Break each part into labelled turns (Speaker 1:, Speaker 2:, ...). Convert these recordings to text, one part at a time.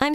Speaker 1: I'm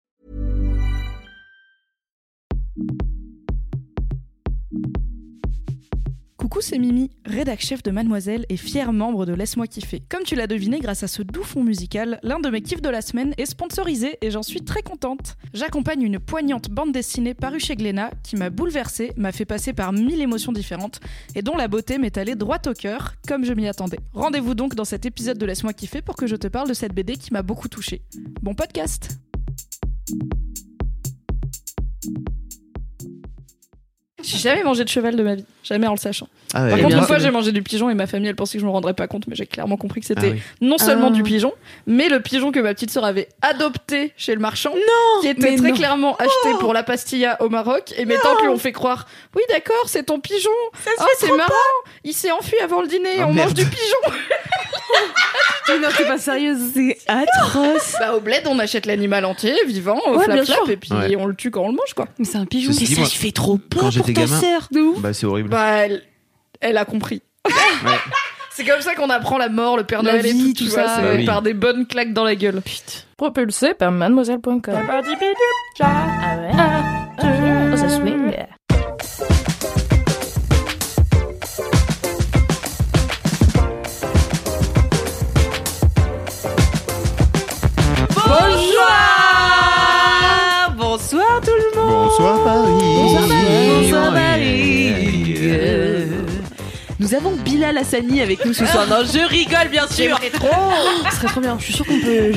Speaker 2: Coucou, c'est Mimi, rédac chef de Mademoiselle et fier membre de Laisse-moi kiffer. Comme tu l'as deviné, grâce à ce doux fond musical, l'un de mes kiffs de la semaine est sponsorisé et j'en suis très contente. J'accompagne une poignante bande dessinée parue chez Glénat qui m'a bouleversée, m'a fait passer par mille émotions différentes et dont la beauté m'est allée droit au cœur, comme je m'y attendais. Rendez-vous donc dans cet épisode de Laisse-moi kiffer pour que je te parle de cette BD qui m'a beaucoup touchée. Bon podcast! J'ai jamais mangé de cheval de ma vie, jamais en le sachant.
Speaker 3: Ah ouais,
Speaker 2: Par
Speaker 3: eh
Speaker 2: contre,
Speaker 3: bien,
Speaker 2: une fois,
Speaker 3: c'est
Speaker 2: j'ai mangé du pigeon et ma famille, elle pensait que je me rendrais pas compte, mais j'ai clairement compris que c'était
Speaker 3: Ah oui.
Speaker 2: non seulement
Speaker 4: Ah.
Speaker 2: du pigeon, mais le pigeon que ma petite sœur avait adopté chez le marchand, qui était
Speaker 4: mais
Speaker 2: très
Speaker 4: non. Oh.
Speaker 2: clairement acheté pour la pastilla au Maroc. Et mes tantes lui ont fait croire Oui, d'accord, c'est ton pigeon. Ah, c'est marrant. Il s'est enfui avant le dîner.
Speaker 3: Ah,
Speaker 2: on
Speaker 3: merde.
Speaker 2: mange du pigeon.
Speaker 4: Mais non, t'es pas sérieuse, c'est atroce.
Speaker 2: bah, au bled, on achète l'animal entier, vivant, au
Speaker 4: Ouais,
Speaker 2: flap
Speaker 4: bien
Speaker 2: flap,
Speaker 4: sûr.
Speaker 2: et puis
Speaker 3: Ouais.
Speaker 2: on le tue quand on le mange, quoi.
Speaker 4: Mais c'est un pigeon.
Speaker 3: Ceci
Speaker 4: Mais
Speaker 3: dit,
Speaker 4: ça,
Speaker 3: moi,
Speaker 4: je fais trop
Speaker 3: quand
Speaker 4: peur pour
Speaker 3: j'étais
Speaker 4: ta
Speaker 3: gamin-
Speaker 4: sœur. De ouf.
Speaker 3: Bah, c'est horrible.
Speaker 2: Bah, elle, elle a compris.
Speaker 3: Ouais.
Speaker 2: C'est comme ça qu'on apprend la mort, le Père
Speaker 4: La
Speaker 2: Noël et
Speaker 4: vie,
Speaker 2: tout, tu
Speaker 4: tout
Speaker 2: vois,
Speaker 4: ça,
Speaker 2: c'est
Speaker 3: ouais. Bah Oui.
Speaker 2: par des bonnes claques dans la gueule.
Speaker 5: propulsé par mademoiselle.com. Ah ouais Ah, ça swing.
Speaker 4: Bonjour Bonsoir tout le monde
Speaker 3: Bonsoir Paris.
Speaker 4: Bonsoir Paris.
Speaker 3: Oui.
Speaker 4: Bonsoir Paris.
Speaker 2: Euh.
Speaker 4: Nous avons Bilal Hassani avec nous ce soir. Non, je rigole bien sûr Oh, Ce serait trop bien, je suis sûre qu'on peut gérer.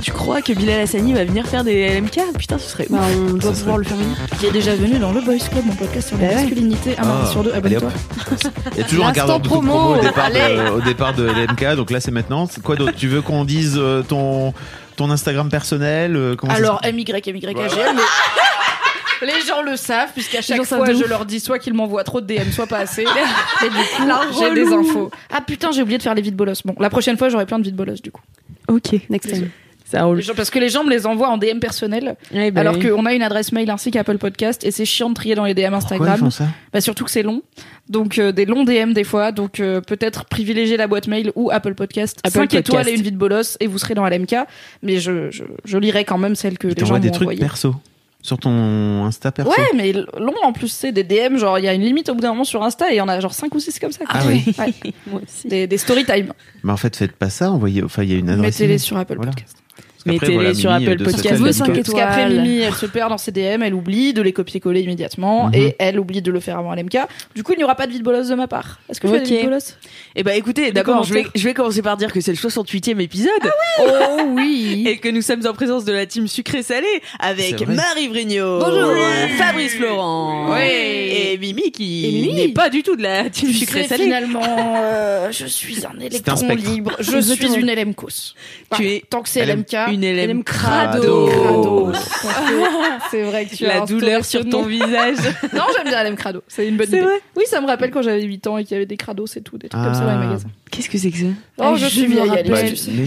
Speaker 4: Tu crois que Bilal Hassani va venir faire des LMK Putain, ce serait ouf. on doit pouvoir le faire venir.
Speaker 2: Qui est déjà venu dans le Boys Club, mon podcast sur
Speaker 4: Bah
Speaker 2: la
Speaker 4: ouais.
Speaker 2: masculinité. Un mardi
Speaker 3: Ah,
Speaker 2: sur deux,
Speaker 3: allez,
Speaker 2: abonne-toi.
Speaker 3: hop. Il y a toujours un quart d'heure de
Speaker 4: L'instant
Speaker 3: promo, au,
Speaker 4: promo.
Speaker 3: départ
Speaker 4: Allez.
Speaker 3: de, au départ de l'MK, donc là c'est maintenant. C'est Quoi d'autre Tu veux qu'on dise euh, ton, ton Instagram personnel euh, comment ça
Speaker 2: Alors, MYMYAGM, mais- les gens le savent, puisqu'à chaque
Speaker 4: gens savent
Speaker 2: fois,
Speaker 4: de
Speaker 2: je
Speaker 4: ouf.
Speaker 2: leur dis soit qu'ils m'envoient trop de DM, soit pas assez. Et du coup,
Speaker 4: La
Speaker 2: j'ai des
Speaker 4: relou.
Speaker 2: infos. Ah putain, j'ai oublié de faire les vides bolos. Bon, la prochaine fois, j'aurai plein de vides bolos, du coup.
Speaker 4: Ok, next time. Ça
Speaker 2: Les
Speaker 4: roule.
Speaker 2: gens- Parce que les gens me les envoient en DM personnel,
Speaker 3: Eh ben
Speaker 2: alors qu'on a une adresse mail ainsi qu'Apple Podcast, et c'est chiant de trier dans les DM
Speaker 3: Pourquoi ils
Speaker 2: Instagram.
Speaker 3: font ça
Speaker 2: Bah, surtout que c'est long. Donc, euh, des longs DM des fois. Donc, euh, peut-être privilégier la boîte mail ou Apple Podcast.
Speaker 4: Apple
Speaker 2: 5
Speaker 4: Podcast.
Speaker 2: étoiles et une vie de bolos, et vous serez dans LMK. Mais je, je, je lirai quand même celle que
Speaker 3: Ils
Speaker 2: les gens
Speaker 3: t'envoient
Speaker 2: m'ont
Speaker 3: des trucs
Speaker 2: envoyée.
Speaker 3: perso sur ton Insta perso.
Speaker 2: Ouais, mais l- long en plus, c'est des DM, genre il y a une limite au bout d'un moment sur Insta et il y en a genre 5 ou 6 comme ça. quoi.
Speaker 3: Ah oui.
Speaker 2: Ouais.
Speaker 4: Moi aussi.
Speaker 2: Des, des story time.
Speaker 3: Mais Bah, en fait, faites pas ça. Envoyez. Enfin, il y a une adresse.
Speaker 2: Mettez-les sur Apple
Speaker 3: Voilà.
Speaker 2: Podcast.
Speaker 3: Parce qu'après,
Speaker 4: Mettez-les
Speaker 3: voilà,
Speaker 4: sur
Speaker 3: Mimi, euh,
Speaker 4: Apple
Speaker 3: de Social
Speaker 4: Podcast.
Speaker 3: Club.
Speaker 4: Vous, cinq
Speaker 2: Parce qu'après
Speaker 4: Étoile.
Speaker 3: Bah,
Speaker 2: Mimi, elle se perd dans ses DM, elle oublie de les copier-coller immédiatement
Speaker 3: Mhm.
Speaker 2: et elle oublie de le faire avant LMK. Du coup, il n'y aura pas de vide bolos de ma part. Est-ce que je fais
Speaker 4: Ok.
Speaker 2: des vide bolos
Speaker 4: Eh ben écoutez, d'abord je vais, je vais commencer par dire que c'est le 68e épisode
Speaker 2: Oh oui
Speaker 4: et que nous sommes en présence de la team sucré-salé avec
Speaker 3: C'est vrai.
Speaker 4: Marie Vrigno,
Speaker 2: Bonjour. Oui.
Speaker 4: Fabrice Florent
Speaker 2: Oui.
Speaker 4: et Mimi
Speaker 2: Et
Speaker 4: qui
Speaker 2: Mimi.
Speaker 4: n'est pas du tout de la team
Speaker 2: Je sais,
Speaker 4: sucré-salé.
Speaker 2: finalement, euh, je suis un électron
Speaker 3: spectre.
Speaker 2: libre, je suis une LMCOS. Voilà.
Speaker 4: es
Speaker 2: Tant que c'est
Speaker 3: LM-
Speaker 2: LMK,
Speaker 4: Une LM
Speaker 3: Crado.
Speaker 4: crado.
Speaker 2: Crado.
Speaker 4: Ah,
Speaker 2: C'est vrai que tu as
Speaker 4: La
Speaker 2: un
Speaker 4: douleur
Speaker 2: sous-
Speaker 4: sur ton visage.
Speaker 2: Non, j'aime bien LM Crado. C'est une bonne
Speaker 4: C'est
Speaker 2: idée.
Speaker 4: vrai
Speaker 2: Oui, ça me rappelle quand j'avais 8 ans et qu'il y avait des crados, c'est tout, des trucs comme ça dans les
Speaker 3: Ah.
Speaker 2: magasins.
Speaker 4: Qu'est-ce que c'est que ça
Speaker 2: Oh,
Speaker 4: Ah,
Speaker 2: je,
Speaker 4: je
Speaker 2: suis
Speaker 4: me
Speaker 2: vieille,
Speaker 4: rappelle.
Speaker 2: Alice,
Speaker 3: Ouais,
Speaker 2: tu sais.
Speaker 3: mais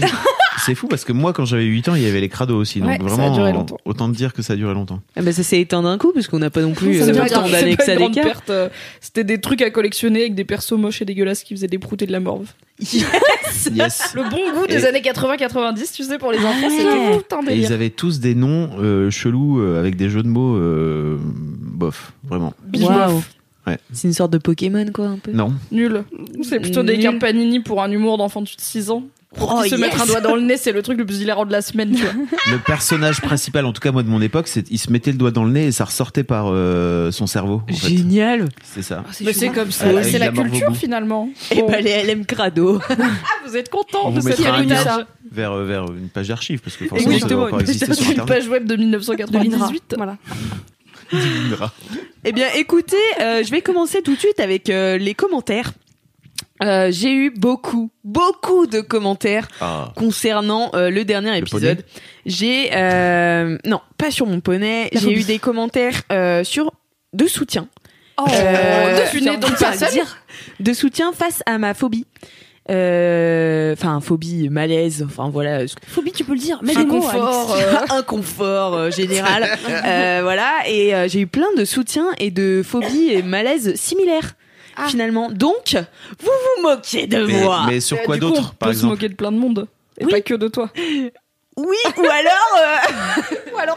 Speaker 3: c'est fou parce que moi, quand j'avais 8 ans, il y avait les crados aussi. Donc
Speaker 2: Ouais, ça a
Speaker 3: vraiment,
Speaker 2: duré longtemps.
Speaker 3: autant te dire que ça a duré longtemps.
Speaker 4: ah bah ça s'est éteint d'un coup parce qu'on n'a pas non plus
Speaker 2: C'est
Speaker 4: euh,
Speaker 2: pas grave,
Speaker 4: tant
Speaker 2: c'est
Speaker 4: d'années
Speaker 2: pas
Speaker 4: que ça
Speaker 2: une grande
Speaker 4: d'écart.
Speaker 2: perte, euh, C'était des trucs à collectionner avec des persos moches et dégueulasses qui faisaient des proutes et de la morve.
Speaker 3: Yes.
Speaker 2: Le bon goût des
Speaker 3: Et- Ah
Speaker 2: années 80-90, tu sais, pour les enfants,
Speaker 4: ouais.
Speaker 2: c'était tout
Speaker 3: Et
Speaker 2: un
Speaker 3: ils
Speaker 2: délire.
Speaker 3: avaient tous des noms euh, chelous euh, avec des jeux de mots euh, bof, vraiment.
Speaker 4: Waouh.
Speaker 3: Ouais.
Speaker 4: C'est une sorte de Pokémon quoi un peu.
Speaker 3: Non.
Speaker 2: Nul. C'est plutôt des
Speaker 4: Nul.
Speaker 2: cartes panini pour un humour d'enfant de 6 ans. Pour
Speaker 4: Oh,
Speaker 2: qu'ils se
Speaker 4: yes.
Speaker 2: mettre un doigt dans le nez, c'est le truc le plus hilarant de la semaine, tu vois.
Speaker 3: Le personnage principal, en tout cas moi de mon époque, c'est il se mettait le doigt dans le nez et ça ressortait par euh, son cerveau. en fait.
Speaker 4: Génial.
Speaker 3: C'est ça.
Speaker 2: Mais c'est hein. comme ça,
Speaker 3: Ah, avec
Speaker 2: c'est
Speaker 3: de
Speaker 2: la
Speaker 3: la morve au
Speaker 2: culture
Speaker 3: bout. Eh ben,
Speaker 2: finalement.
Speaker 4: Et
Speaker 2: Bon.
Speaker 4: bah les LM crado.
Speaker 2: Ah, vous êtes content
Speaker 3: On
Speaker 2: de
Speaker 3: vous
Speaker 2: cette
Speaker 3: mettra un
Speaker 2: héritage.
Speaker 3: lien vers euh, vers une page d'archives parce que forcément ça
Speaker 4: Exactement,
Speaker 3: doit encore
Speaker 4: une
Speaker 3: exister sur
Speaker 2: Une
Speaker 3: internet.
Speaker 2: page web de 1998.
Speaker 4: Voilà.
Speaker 3: Une page...
Speaker 4: Eh bien écoutez, euh, je vais commencer tout de suite avec euh, les commentaires. Euh, j'ai eu beaucoup, beaucoup de commentaires
Speaker 3: Ah.
Speaker 4: concernant euh, le dernier épisode. J'ai euh, non, pas sur mon poney. J'ai eu des commentaires euh, sur de soutien,
Speaker 6: Oh,
Speaker 4: Euh,
Speaker 6: de funé,
Speaker 4: putain,
Speaker 6: donc
Speaker 4: putain,
Speaker 6: personne.
Speaker 4: dire de soutien face à ma phobie. Euh, Enfin, phobie, malaise, enfin voilà, ce-
Speaker 7: Phobie, tu peux le dire. Mais les mots,
Speaker 4: inconfort, euh, inconfort euh, général, Euh, voilà. Et euh, j'ai eu plein de soutiens et de phobies et malaises similaires.
Speaker 2: Ah.
Speaker 4: Finalement, donc, vous vous moquez de
Speaker 3: Mais,
Speaker 4: moi.
Speaker 3: mais sur
Speaker 2: Euh,
Speaker 3: quoi
Speaker 2: du coup,
Speaker 3: d'autre,
Speaker 2: On
Speaker 3: par
Speaker 2: peut se
Speaker 3: exemple
Speaker 2: moquer de plein de monde. Et
Speaker 4: Oui.
Speaker 2: pas que de toi.
Speaker 4: Oui, ou alors, euh, ou alors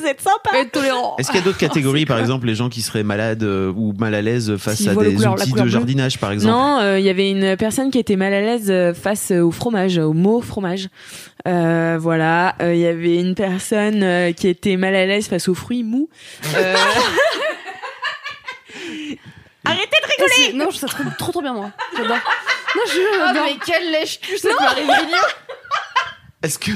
Speaker 4: vous êtes sympa.
Speaker 6: Être tolérant.
Speaker 3: Est-ce qu'il y a
Speaker 2: Oh,
Speaker 3: d'autres catégories, par exemple, les gens qui seraient malades euh, ou mal à l'aise face
Speaker 2: S'ils
Speaker 3: à
Speaker 2: voient le
Speaker 3: des
Speaker 2: couleur- la
Speaker 3: outils
Speaker 2: couleur
Speaker 3: de
Speaker 2: bleue.
Speaker 3: jardinage, par exemple
Speaker 4: Non, euh, il y avait une personne qui était mal à l'aise euh, face au fromage, au mot fromage. Euh, voilà, Euh, il y avait une personne euh, qui était mal à l'aise face aux fruits mous. Euh,
Speaker 7: Rigoler Eh, Non, je- ça se trouve trop trop bien, moi. J'adore. Non, je.
Speaker 6: Ah,
Speaker 7: non.
Speaker 6: mais quel lèche-cul, ça peut arriver
Speaker 3: Est-ce que,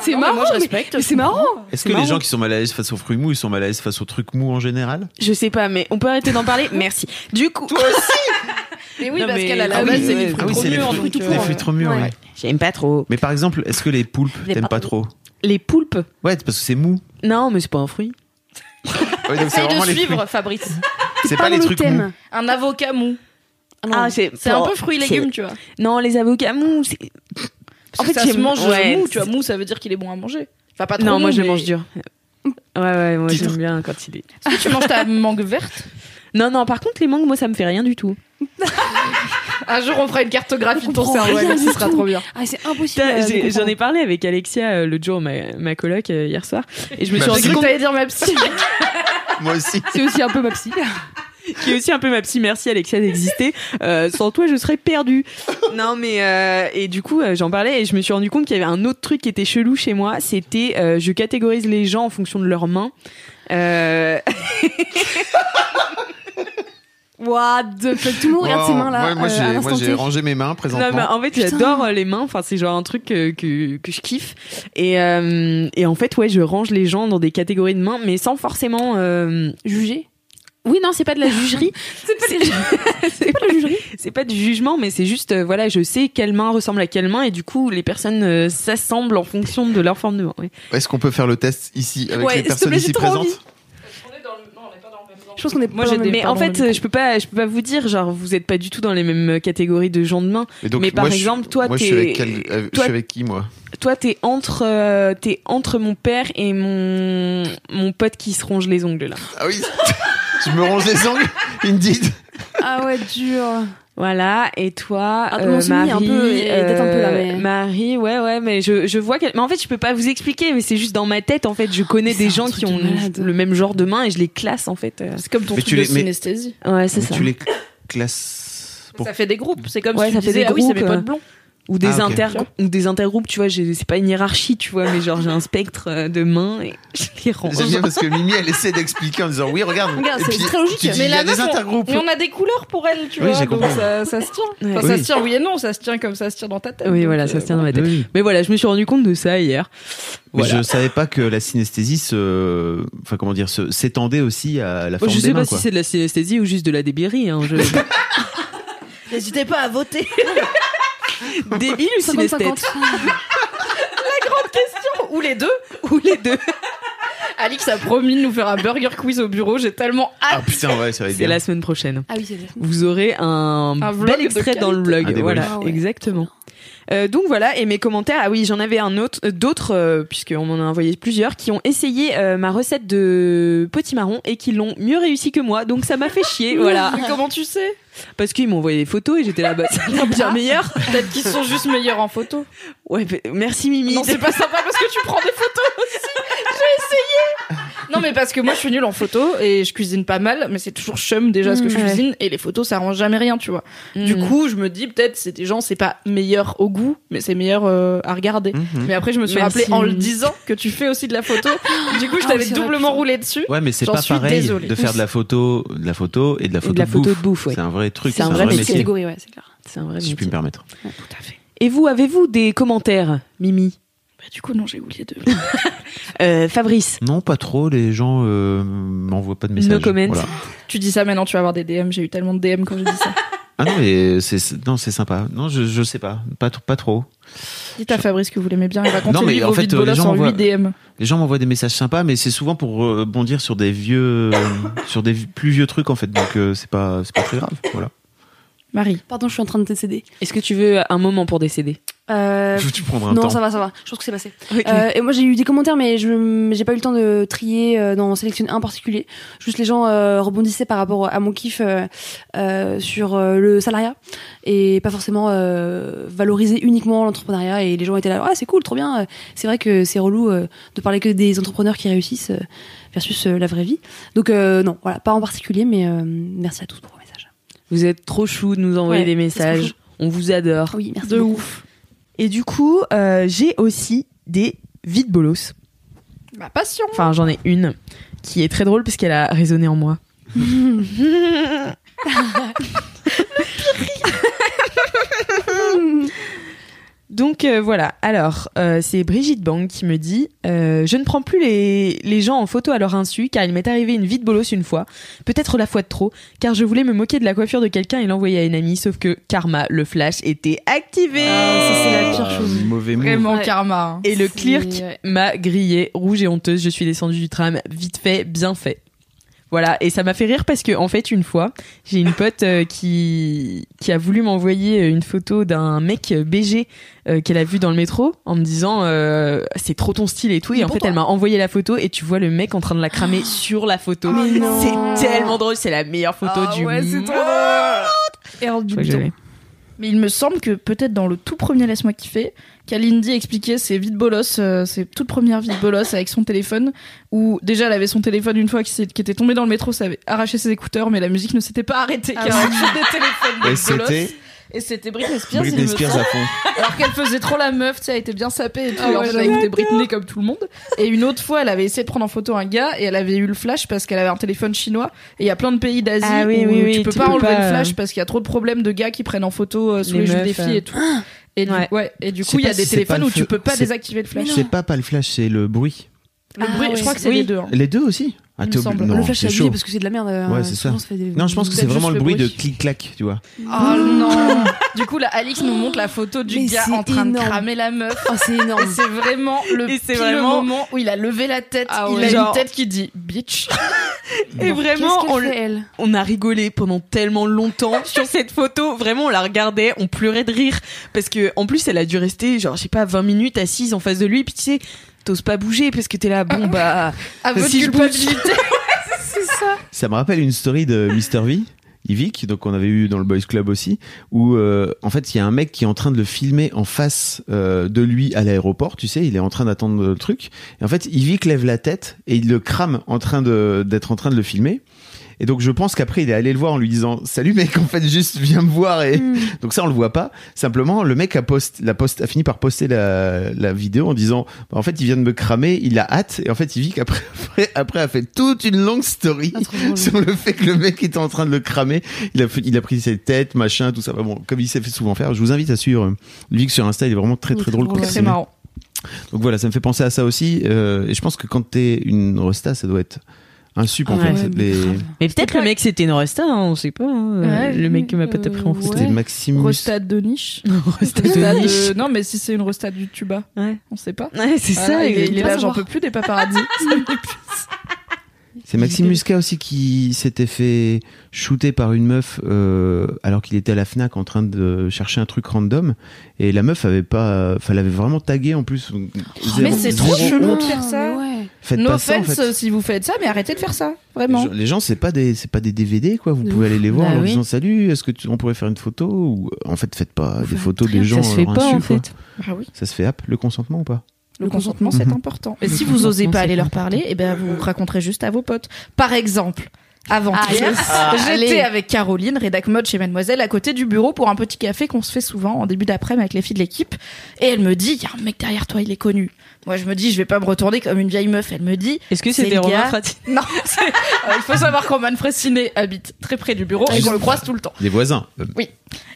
Speaker 7: C'est marrant. Moi, je respecte. Mais c'est marrant.
Speaker 3: est-ce que les
Speaker 4: marrant.
Speaker 3: gens qui sont mal à l'aise face aux fruits mous, ils sont mal à l'aise face aux trucs mous en général
Speaker 4: je sais pas, mais on peut arrêter d'en parler. Merci. Du coup,
Speaker 6: Mais oui,
Speaker 4: Non,
Speaker 6: parce
Speaker 4: mais-
Speaker 6: qu'elle a
Speaker 4: Ah
Speaker 6: la
Speaker 4: oui,
Speaker 6: base, c'est
Speaker 4: ouais,
Speaker 6: les
Speaker 4: ah
Speaker 6: fruits
Speaker 4: oui,
Speaker 6: trop
Speaker 4: c'est les
Speaker 6: mûrs.
Speaker 4: fruits
Speaker 6: donc,
Speaker 4: tout
Speaker 6: euh,
Speaker 3: Les fruits trop mûrs,
Speaker 6: ouais.
Speaker 3: ouais.
Speaker 4: j'aime pas trop
Speaker 3: Mais par exemple, est-ce que les poulpes,
Speaker 4: Les
Speaker 3: t'aimes
Speaker 4: pa-
Speaker 3: pas trop
Speaker 4: les poulpes.
Speaker 3: Ouais, parce que c'est mou.
Speaker 4: Non, mais c'est pas un fruit.
Speaker 3: Ouais, donc
Speaker 6: Essaye de
Speaker 3: fruits.
Speaker 6: suivre, Fabrice.
Speaker 3: C'est pas les
Speaker 7: dans le
Speaker 3: trucs mous.
Speaker 7: thème.
Speaker 2: Un avocat mou.
Speaker 4: Ah, c'est
Speaker 2: C'est un peu fruits et légumes, tu vois.
Speaker 4: Non, les avocats mous. c'est-
Speaker 2: Parce que
Speaker 4: fait,
Speaker 2: ça
Speaker 4: c'est-
Speaker 2: se mange euh,
Speaker 4: ouais,
Speaker 2: mou, tu vois.
Speaker 4: c'est-
Speaker 2: Mou, ça veut dire qu'il est bon à manger. Enfin, pas trop
Speaker 4: Non, moi
Speaker 2: mou,
Speaker 4: je les
Speaker 2: mais-
Speaker 4: mange dur. Ouais, ouais, moi
Speaker 3: Titre.
Speaker 4: j'aime bien quand il est.
Speaker 2: Est-ce que tu manges ta mangue verte
Speaker 4: Non, non, par contre, les mangues, moi ça me fait rien du tout.
Speaker 6: Un jour, on fera une cartographie de ton
Speaker 7: comprends
Speaker 6: cerveau,
Speaker 7: rien
Speaker 6: Alice, ce
Speaker 7: du
Speaker 6: sera
Speaker 7: tout.
Speaker 6: trop bien.
Speaker 7: Ah, c'est impossible.
Speaker 4: Putain,
Speaker 7: euh, de
Speaker 4: j'ai- J'en
Speaker 7: comprendre.
Speaker 4: ai parlé avec Alexia euh, l'autre jour, ma, ma coloc, euh, hier soir, et je me
Speaker 3: Ma
Speaker 6: J'ai
Speaker 4: suis rendu
Speaker 6: cru que
Speaker 4: compte
Speaker 6: t'allais dire ma psy.
Speaker 3: Moi aussi.
Speaker 7: C'est aussi un peu ma psy.
Speaker 4: qui est aussi un peu ma psy. Merci Alexia d'exister. Euh, sans toi, je serais perdue. Non, mais euh, et du coup, euh, j'en parlais et je me suis rendu compte qu'il y avait un autre truc qui était chelou chez moi. C'était euh, je catégorise les gens en fonction de leurs mains. Euh...
Speaker 7: What the fuck Tout le monde regarde ses mains là.
Speaker 3: Moi,
Speaker 7: euh, à l'instant T.
Speaker 3: rangé mes mains présentement.
Speaker 4: Non, mais en fait,
Speaker 7: Putain.
Speaker 4: j'adore euh, les mains. Enfin, c'est genre un truc euh, que, que je kiffe. Et, euh, et en fait, ouais, je range les gens dans des catégories de mains, mais sans forcément euh, juger. Oui, non, c'est pas de la jugerie. c'est pas, de la jugerie. C'est pas du jugement, mais c'est juste, euh, voilà, je sais quelle main ressemble à quelle main, et du coup, les personnes euh, s'assemblent en fonction de leur forme de main. ouais.
Speaker 3: Est-ce qu'on peut faire le test ici avec
Speaker 4: Ouais, s'il
Speaker 3: les
Speaker 4: te
Speaker 3: personnes
Speaker 4: plaît, j'ai
Speaker 3: ici
Speaker 4: trop envie.
Speaker 3: présentes
Speaker 7: Je pense qu'on est
Speaker 4: Moi,
Speaker 7: pas
Speaker 4: j'ai
Speaker 7: dans le
Speaker 4: mais
Speaker 7: même-
Speaker 4: en
Speaker 7: pas dans
Speaker 4: fait,
Speaker 7: le
Speaker 4: euh,
Speaker 7: même-
Speaker 4: je peux pas, je peux pas vous dire, genre, vous êtes pas du tout dans les mêmes euh, catégories de gens de main.
Speaker 3: Et donc,
Speaker 4: Mais par
Speaker 3: moi, je-
Speaker 4: exemple, toi,
Speaker 3: moi, je
Speaker 4: t'es-
Speaker 3: suis avec quel- euh, je
Speaker 4: toi-
Speaker 3: suis avec qui moi
Speaker 4: toi t'es entre euh, t'es entre mon père et mon mon pote qui se ronge les ongles là
Speaker 3: Ah oui. je me range les ongles. Indeed.
Speaker 7: Ah ouais, dur.
Speaker 4: voilà et toi
Speaker 7: Ah,
Speaker 4: euh,
Speaker 7: on se
Speaker 4: Marie euh,
Speaker 7: mouille un peu, et- et date un peu, là, mais-
Speaker 4: Marie ouais ouais mais je je vois qu'elle mais en fait je peux pas vous expliquer mais c'est juste dans ma tête en fait je connais
Speaker 7: c'est
Speaker 4: des
Speaker 7: un
Speaker 4: gens
Speaker 7: truc
Speaker 4: qui
Speaker 7: de
Speaker 4: ont
Speaker 7: malade.
Speaker 4: le même genre de main et je les classe en fait euh.
Speaker 2: C'est comme ton
Speaker 3: Mais
Speaker 2: truc
Speaker 3: tu
Speaker 2: de
Speaker 3: les- mais-
Speaker 2: synesthésie.
Speaker 4: ouais c'est
Speaker 3: Mais
Speaker 4: ça
Speaker 3: Tu les classes. pour-
Speaker 2: Ça fait des groupes. C'est comme
Speaker 4: Ouais,
Speaker 2: si
Speaker 4: ça
Speaker 2: tu
Speaker 4: fait
Speaker 2: disais,
Speaker 4: des
Speaker 2: ah oui, c'est
Speaker 4: groupes,
Speaker 2: mes
Speaker 4: euh.
Speaker 2: potes blonds.
Speaker 4: ou des
Speaker 3: Ah, ok.
Speaker 4: inter ou des intergroupes tu vois j'ai- c'est pas une hiérarchie tu vois mais genre j'ai un spectre euh, de mains et je les range
Speaker 3: J'aime bien parce que Mimi elle essaie d'expliquer en disant oui regarde.
Speaker 7: Regarde,
Speaker 3: Et
Speaker 7: c'est
Speaker 3: puis,
Speaker 7: très logique.
Speaker 3: tu dis,
Speaker 7: Mais
Speaker 3: il y
Speaker 2: la
Speaker 3: a des
Speaker 2: meuf, on-
Speaker 3: intergroupes.
Speaker 2: Mais on a des couleurs pour elle, tu
Speaker 3: Oui,
Speaker 2: vois.
Speaker 3: j'ai
Speaker 2: donc
Speaker 3: compris.
Speaker 2: ça, ça se tient.
Speaker 4: Ouais.
Speaker 2: Enfin, Ça
Speaker 3: Oui.
Speaker 2: se tient, oui et non, ça se tient comme ça se tient dans ta tête.
Speaker 4: oui
Speaker 2: donc,
Speaker 4: voilà
Speaker 2: euh,
Speaker 4: ça se tient dans ma tête
Speaker 3: Oui.
Speaker 4: mais voilà je me suis rendu compte de ça hier
Speaker 3: Mais
Speaker 4: Voilà.
Speaker 3: Je savais pas que la synesthésie se, enfin comment dire, se- s'étendait aussi à la
Speaker 4: Moi,
Speaker 3: forme
Speaker 4: Oh, je sais
Speaker 3: des
Speaker 4: pas
Speaker 3: mains.
Speaker 4: si
Speaker 3: quoi. Ah,
Speaker 4: c'est de la synesthésie ou juste de la débierie. Hein, je...
Speaker 2: N'hésitez pas à voter.
Speaker 4: Débile ou
Speaker 7: 50-50.
Speaker 4: synesthète
Speaker 2: Ou les deux.
Speaker 4: Ou les deux.
Speaker 2: Alix a promis de nous faire un burger quiz au bureau. J'ai tellement
Speaker 3: Ah
Speaker 2: hâte.
Speaker 3: putain ouais ça va être
Speaker 4: C'est
Speaker 3: bien.
Speaker 4: la semaine prochaine.
Speaker 7: Ah oui, c'est vrai.
Speaker 4: Vous aurez un,
Speaker 2: Un vlog
Speaker 4: bel
Speaker 2: de
Speaker 4: extrait dans le
Speaker 2: qualité.
Speaker 4: vlog.
Speaker 3: Un débrief.
Speaker 4: voilà,
Speaker 7: Ah ouais.
Speaker 4: exactement. Euh, donc voilà, et mes commentaires. Ah oui, j'en avais un autre, euh, d'autres, euh, puisqu'on m'en a envoyé plusieurs, qui ont essayé euh, ma recette de potimarron et qui l'ont mieux réussi que moi. Donc ça m'a fait chier, voilà.
Speaker 2: Mais Comment tu sais Ah.
Speaker 4: Parce qu'ils m'ont envoyé des photos et j'étais là, bah, ça a l'air bien meilleur.
Speaker 2: Peut-être qu'ils sont juste meilleurs en photo.
Speaker 4: Ouais, bah, merci Mimi.
Speaker 2: Non, c'est pas sympa parce que tu prends des photos aussi. J'ai essayé. Non, mais parce que moi, je suis nulle en photo et je cuisine pas mal, mais c'est toujours chum déjà ce que je
Speaker 4: Mm, ouais.
Speaker 2: cuisine et les photos, ça arrange jamais rien, tu vois. Du
Speaker 4: Mm.
Speaker 2: coup, je me dis peut-être c'est des gens, c'est pas meilleur au goût, mais c'est meilleur euh, à regarder.
Speaker 3: Mhm.
Speaker 2: Mais après, je me suis
Speaker 4: Même
Speaker 2: rappelé
Speaker 4: si-
Speaker 2: en le disant que tu fais aussi de la photo. du coup, je
Speaker 7: Ah,
Speaker 2: t'avais
Speaker 7: c'est vrai,
Speaker 2: doublement
Speaker 7: putain.
Speaker 2: roulé dessus.
Speaker 3: Ouais, mais c'est
Speaker 2: J'en
Speaker 3: pas
Speaker 2: suis
Speaker 3: pareil
Speaker 2: désolée.
Speaker 3: de faire de la photo, de la photo et de la
Speaker 4: Et
Speaker 3: photo
Speaker 4: de la
Speaker 3: de
Speaker 4: photo
Speaker 3: bouffe.
Speaker 4: de bouffe, ouais.
Speaker 3: C'est un vrai truc,
Speaker 4: C'est un vrai métier.
Speaker 7: catégorie, ouais, c'est clair.
Speaker 4: C'est un vrai
Speaker 3: si je puis
Speaker 4: métier.
Speaker 3: me permettre.
Speaker 4: Et vous, avez-vous des commentaires, Mimi
Speaker 2: Bah, du coup, non, j'ai oublié de.
Speaker 4: Euh, Fabrice
Speaker 3: Non, pas trop. Les gens euh, m'envoient pas de messages.
Speaker 4: No comment.
Speaker 3: Voilà.
Speaker 2: tu dis ça maintenant, tu vas avoir des DM. J'ai eu tellement de DM quand j'ai dit ça.
Speaker 3: Ah non, mais c'est- c'est non, c'est sympa. Non, je, je sais pas. Pas, tr- pas trop.
Speaker 2: Dites à Fabrice que vous l'aimez bien et racontez
Speaker 3: Non, mais
Speaker 2: lui
Speaker 3: en
Speaker 2: vos
Speaker 3: fait,
Speaker 2: vies de
Speaker 3: euh, les
Speaker 2: bolos
Speaker 3: gens
Speaker 2: en
Speaker 3: voient-
Speaker 2: 8 DM.
Speaker 3: Les gens m'envoient des messages sympas, mais c'est souvent pour euh, bondir sur des vieux, euh, sur des vi- plus vieux trucs en fait. Donc euh, c'est pas, c'est pas très grave. Voilà.
Speaker 2: Marie.
Speaker 7: Pardon, je suis en train de décéder.
Speaker 4: Est-ce que tu veux un moment pour décéder
Speaker 7: Euh,
Speaker 3: tu prendras un
Speaker 7: non,
Speaker 3: temps.
Speaker 7: ça va, ça va. Je pense que c'est passé. Euh, et moi, j'ai eu des commentaires, mais je j'ai pas eu le temps de trier, euh, d'en sélectionner un en particulier. Juste les gens euh, rebondissaient par rapport à mon kiff euh, euh, sur euh, le salariat et pas forcément euh, valoriser uniquement l'entrepreneuriat. Et les gens étaient là, ah c'est cool, trop bien. C'est vrai que c'est relou euh, de parler que des entrepreneurs qui réussissent euh, versus euh, la vraie vie. Donc euh, non, voilà, pas en particulier, mais euh, merci à tous pour vos messages.
Speaker 4: Vous êtes trop chou de nous envoyer
Speaker 7: Ouais,
Speaker 4: des
Speaker 7: c'est trop
Speaker 4: messages.
Speaker 7: chou.
Speaker 4: On vous adore.
Speaker 7: Oui, merci.
Speaker 2: De
Speaker 7: beaucoup.
Speaker 2: ouf.
Speaker 8: Et du coup, euh, j'ai aussi des vies de bolos.
Speaker 2: Ma passion.
Speaker 4: Enfin, j'en ai une qui est très drôle parce qu'elle a résonné en moi. Donc euh, voilà, alors euh, c'est Brigitte Bang qui me dit euh, Je ne prends plus les, les gens en photo à leur insu car il m'est arrivé une vie de bolos une fois, peut-être la fois de trop, car je voulais me moquer de la coiffure de quelqu'un et l'envoyer à une amie, sauf que karma, le flash, était activé
Speaker 7: Ah, la pire chose.
Speaker 3: Mauvais move.
Speaker 2: Vraiment
Speaker 7: Ouais.
Speaker 2: karma. hein.
Speaker 4: Et le
Speaker 7: C'est-
Speaker 4: clerc
Speaker 7: ouais.
Speaker 4: m'a grillé, rouge et honteuse, je suis descendue du tram, vite fait, bien fait. Voilà, et ça m'a fait rire parce que en fait une fois, j'ai une pote euh, qui qui a voulu m'envoyer euh, une photo d'un mec euh, BG euh, qu'elle a vu dans le métro en me disant euh, c'est trop ton style et tout et en fait elle m'a envoyé la photo et tu vois le mec en train de la cramer sur la photo.
Speaker 2: Oh,
Speaker 4: C'est tellement drôle, c'est la meilleure photo
Speaker 2: Ah
Speaker 4: du
Speaker 2: ouais, c'est
Speaker 4: monde.
Speaker 2: trop drôle. Erreur du
Speaker 4: Je crois que
Speaker 2: bidon.
Speaker 4: je l'ai.
Speaker 2: Mais il me semble que peut-être dans le tout premier Laisse-moi kiffer, qu'Alindy expliquait ses vies de bolos, euh, ses toutes premières vies de bolos avec son téléphone, où déjà elle avait son téléphone une fois qui, s'est- qui était tombé dans le métro, ça avait arraché ses écouteurs, mais la musique ne s'était pas arrêtée. car elle avait des
Speaker 3: Et
Speaker 2: téléphones de bolos.
Speaker 3: c'était
Speaker 2: Et c'était Britney Spears, il
Speaker 3: Britney
Speaker 2: me
Speaker 3: Spears
Speaker 2: semble.
Speaker 3: à fond.
Speaker 2: Alors qu'elle faisait trop la meuf, tu sais, elle était bien sapée et tout.
Speaker 7: Ah
Speaker 2: et en
Speaker 7: ouais,
Speaker 2: fait, elle écoutait Britney comme tout le monde. Et une autre fois, elle avait essayé de prendre en photo un gars et elle avait eu le flash parce qu'elle avait un téléphone chinois. Et il y a plein de pays d'Asie
Speaker 4: Ah oui,
Speaker 2: où
Speaker 4: oui, oui,
Speaker 2: tu peux
Speaker 4: tu
Speaker 2: pas
Speaker 4: peux
Speaker 2: enlever
Speaker 4: pas,
Speaker 2: le flash
Speaker 4: euh,
Speaker 2: parce qu'il y a trop de problèmes de gars qui prennent en photo euh, sous
Speaker 4: Les
Speaker 2: les, jeux des
Speaker 4: meufs,
Speaker 2: filles et tout. Et du,
Speaker 4: Ouais.
Speaker 2: ouais, et du
Speaker 3: Je
Speaker 2: coup,
Speaker 3: sais
Speaker 2: il y a
Speaker 3: pas
Speaker 2: des
Speaker 3: si c'est
Speaker 2: téléphones
Speaker 3: pas
Speaker 2: où
Speaker 3: le
Speaker 2: tu
Speaker 3: feu-
Speaker 2: peux pas
Speaker 3: c'est-
Speaker 2: désactiver le flash.
Speaker 3: C'est pas pas le flash, c'est le bruit.
Speaker 2: Le bruit,
Speaker 7: Ah
Speaker 2: je crois
Speaker 7: ouais.
Speaker 2: que c'est
Speaker 4: Oui.
Speaker 2: les deux. hein.
Speaker 3: Les deux aussi. Ah,
Speaker 2: Il
Speaker 3: t'es
Speaker 2: me
Speaker 3: obli-
Speaker 2: semble.
Speaker 3: Non,
Speaker 7: le flash
Speaker 3: c'est
Speaker 7: à
Speaker 3: chaud.
Speaker 7: parce que c'est de la merde. euh,
Speaker 3: Ouais, c'est
Speaker 7: souvent,
Speaker 3: ça.
Speaker 7: fait des-
Speaker 3: Non, je pense que c'est
Speaker 2: Peut-être
Speaker 3: vraiment
Speaker 2: juste
Speaker 3: le
Speaker 2: le
Speaker 3: bruit de
Speaker 2: bruit.
Speaker 3: clic-clac, tu vois.
Speaker 2: Oh non Du coup, là, Alix nous montre la photo du
Speaker 7: Mais
Speaker 2: gars
Speaker 7: c'est
Speaker 2: en train de
Speaker 7: énorme.
Speaker 2: cramer la meuf.
Speaker 7: Oh, c'est
Speaker 2: Et
Speaker 7: énorme.
Speaker 2: c'est vraiment le
Speaker 4: Et c'est
Speaker 2: pile
Speaker 4: vraiment-
Speaker 2: moment où il a levé la tête.
Speaker 4: Ah
Speaker 2: il
Speaker 4: ouais.
Speaker 2: a
Speaker 4: Genre-
Speaker 2: une tête qui dit bitch.
Speaker 4: Et vraiment on
Speaker 7: Qu'est-ce qu'elle fait, elle
Speaker 4: on a rigolé pendant tellement longtemps sur cette photo. Vraiment, on la regardait, on pleurait de rire. Parce que, en plus, elle a dû rester, genre, je sais pas, 20 minutes assise en face de lui. Puis tu sais, t'oses pas bouger parce que t'es là, bon bah.
Speaker 2: À votre
Speaker 4: Si je bouge.
Speaker 2: culpabilité.
Speaker 3: Ça me rappelle une story de Mr. V. Yvick, donc on avait eu dans le Boys Club aussi, où euh, en fait il y a un mec qui est en train de le filmer en face euh, de lui à l'aéroport, tu sais, il est en train d'attendre le truc, et en fait Yvick lève la tête et il le crame en train de d'être en train de le filmer, et donc je pense qu'après il est allé le voir en lui disant salut mec, en fait juste viens me voir et
Speaker 7: Hmm.
Speaker 3: donc ça on le voit pas, simplement le mec a post la post a fini par poster la, la vidéo en disant Bah, en fait il vient de me cramer, il a hâte, et en fait Yvick après après, après a fait toute une longue story
Speaker 7: Ah, trop drôle.
Speaker 3: sur le fait que le mec était en train de le cramer. Il a, fait- il a pris ses têtes, machin, tout ça. Bah Bon, comme il s'est fait souvent faire, je vous invite à suivre euh, lui que sur Insta, il est vraiment très
Speaker 7: Oui,
Speaker 3: très
Speaker 7: très
Speaker 3: drôle.
Speaker 7: drôle,
Speaker 3: quand
Speaker 7: ouais.
Speaker 3: il
Speaker 2: C'est
Speaker 3: s'y met.
Speaker 2: marrant.
Speaker 3: Donc voilà, ça me fait penser à ça aussi. euh, et je pense que quand t'es une rosta, ça doit être un sup en
Speaker 4: Ouais,
Speaker 3: fait.
Speaker 7: mais
Speaker 3: Les-
Speaker 7: grave.
Speaker 4: Mais peut-être le mec, c'était une resta, hein, on sait pas. hein.
Speaker 2: Ouais,
Speaker 4: le mec qui m'a peut-être
Speaker 7: euh,
Speaker 4: pris en resta.
Speaker 3: C'était
Speaker 7: Ouais.
Speaker 3: Maximus.
Speaker 2: Rostade de niche.
Speaker 4: Resta
Speaker 2: Rostade
Speaker 4: de niche.
Speaker 2: de- Non, mais si c'est une rostade du tuba,
Speaker 4: Ouais,
Speaker 2: on sait pas.
Speaker 4: Ouais, c'est
Speaker 2: Voilà,
Speaker 4: ça.
Speaker 2: il, est- il est
Speaker 7: pas
Speaker 2: là, j'en
Speaker 7: savoir.
Speaker 2: peux plus des paparazzis.
Speaker 3: C'est Maxime Muscat aussi qui s'était fait shooter par une meuf euh, alors qu'il était à la Fnac en train de chercher un truc random et la meuf avait pas, enfin l'avait vraiment tagué en plus.
Speaker 2: mais
Speaker 3: Zéro-
Speaker 2: c'est trop
Speaker 3: zéro
Speaker 2: chelou
Speaker 3: honte.
Speaker 2: de faire ça.
Speaker 7: Ah, ouais.
Speaker 3: Faites
Speaker 2: No
Speaker 3: pas ça en
Speaker 2: offense
Speaker 3: fait.
Speaker 2: si vous faites ça, mais arrêtez de faire ça,
Speaker 3: Les
Speaker 2: vraiment.
Speaker 3: gens- Les gens, c'est pas des, c'est pas des DVD quoi. Vous pouvez aller les voir
Speaker 4: Bah
Speaker 3: en leur
Speaker 4: oui.
Speaker 3: disant salut. Est-ce que tu- on pourrait faire une photo ou en fait faites pas des photos des gens.
Speaker 4: ça se
Speaker 3: à
Speaker 4: fait
Speaker 3: leur
Speaker 4: pas
Speaker 3: insu,
Speaker 4: en
Speaker 3: quoi.
Speaker 4: fait.
Speaker 2: Ah oui,
Speaker 3: Ça se fait app le consentement ou pas
Speaker 2: le consentement c'est
Speaker 3: Mhm.
Speaker 2: important. Et
Speaker 4: Le
Speaker 2: si vous osez
Speaker 4: consentement,
Speaker 2: pas
Speaker 4: c'est
Speaker 2: aller leur
Speaker 4: important.
Speaker 2: parler, eh ben vous raconterez juste à vos potes. Par exemple. Avant hier, j'étais avec Caroline, rédac mode chez Mademoiselle, à côté du bureau pour un petit café qu'on se fait souvent en début d'après-midi avec les filles de l'équipe. Et elle me dit, il y a un mec derrière toi, il est connu. Moi, je me dis, je vais pas me retourner comme une vieille meuf. Elle me dit,
Speaker 4: Est-ce que
Speaker 2: C'est
Speaker 4: c'était
Speaker 2: le
Speaker 4: Romain
Speaker 2: gars-
Speaker 4: Frati
Speaker 2: Non, c'est- euh, il faut savoir qu'en Ciné habite très près du
Speaker 4: Ah,
Speaker 2: bureau et qu'on le croise tout le temps.
Speaker 3: Des voisins. Euh,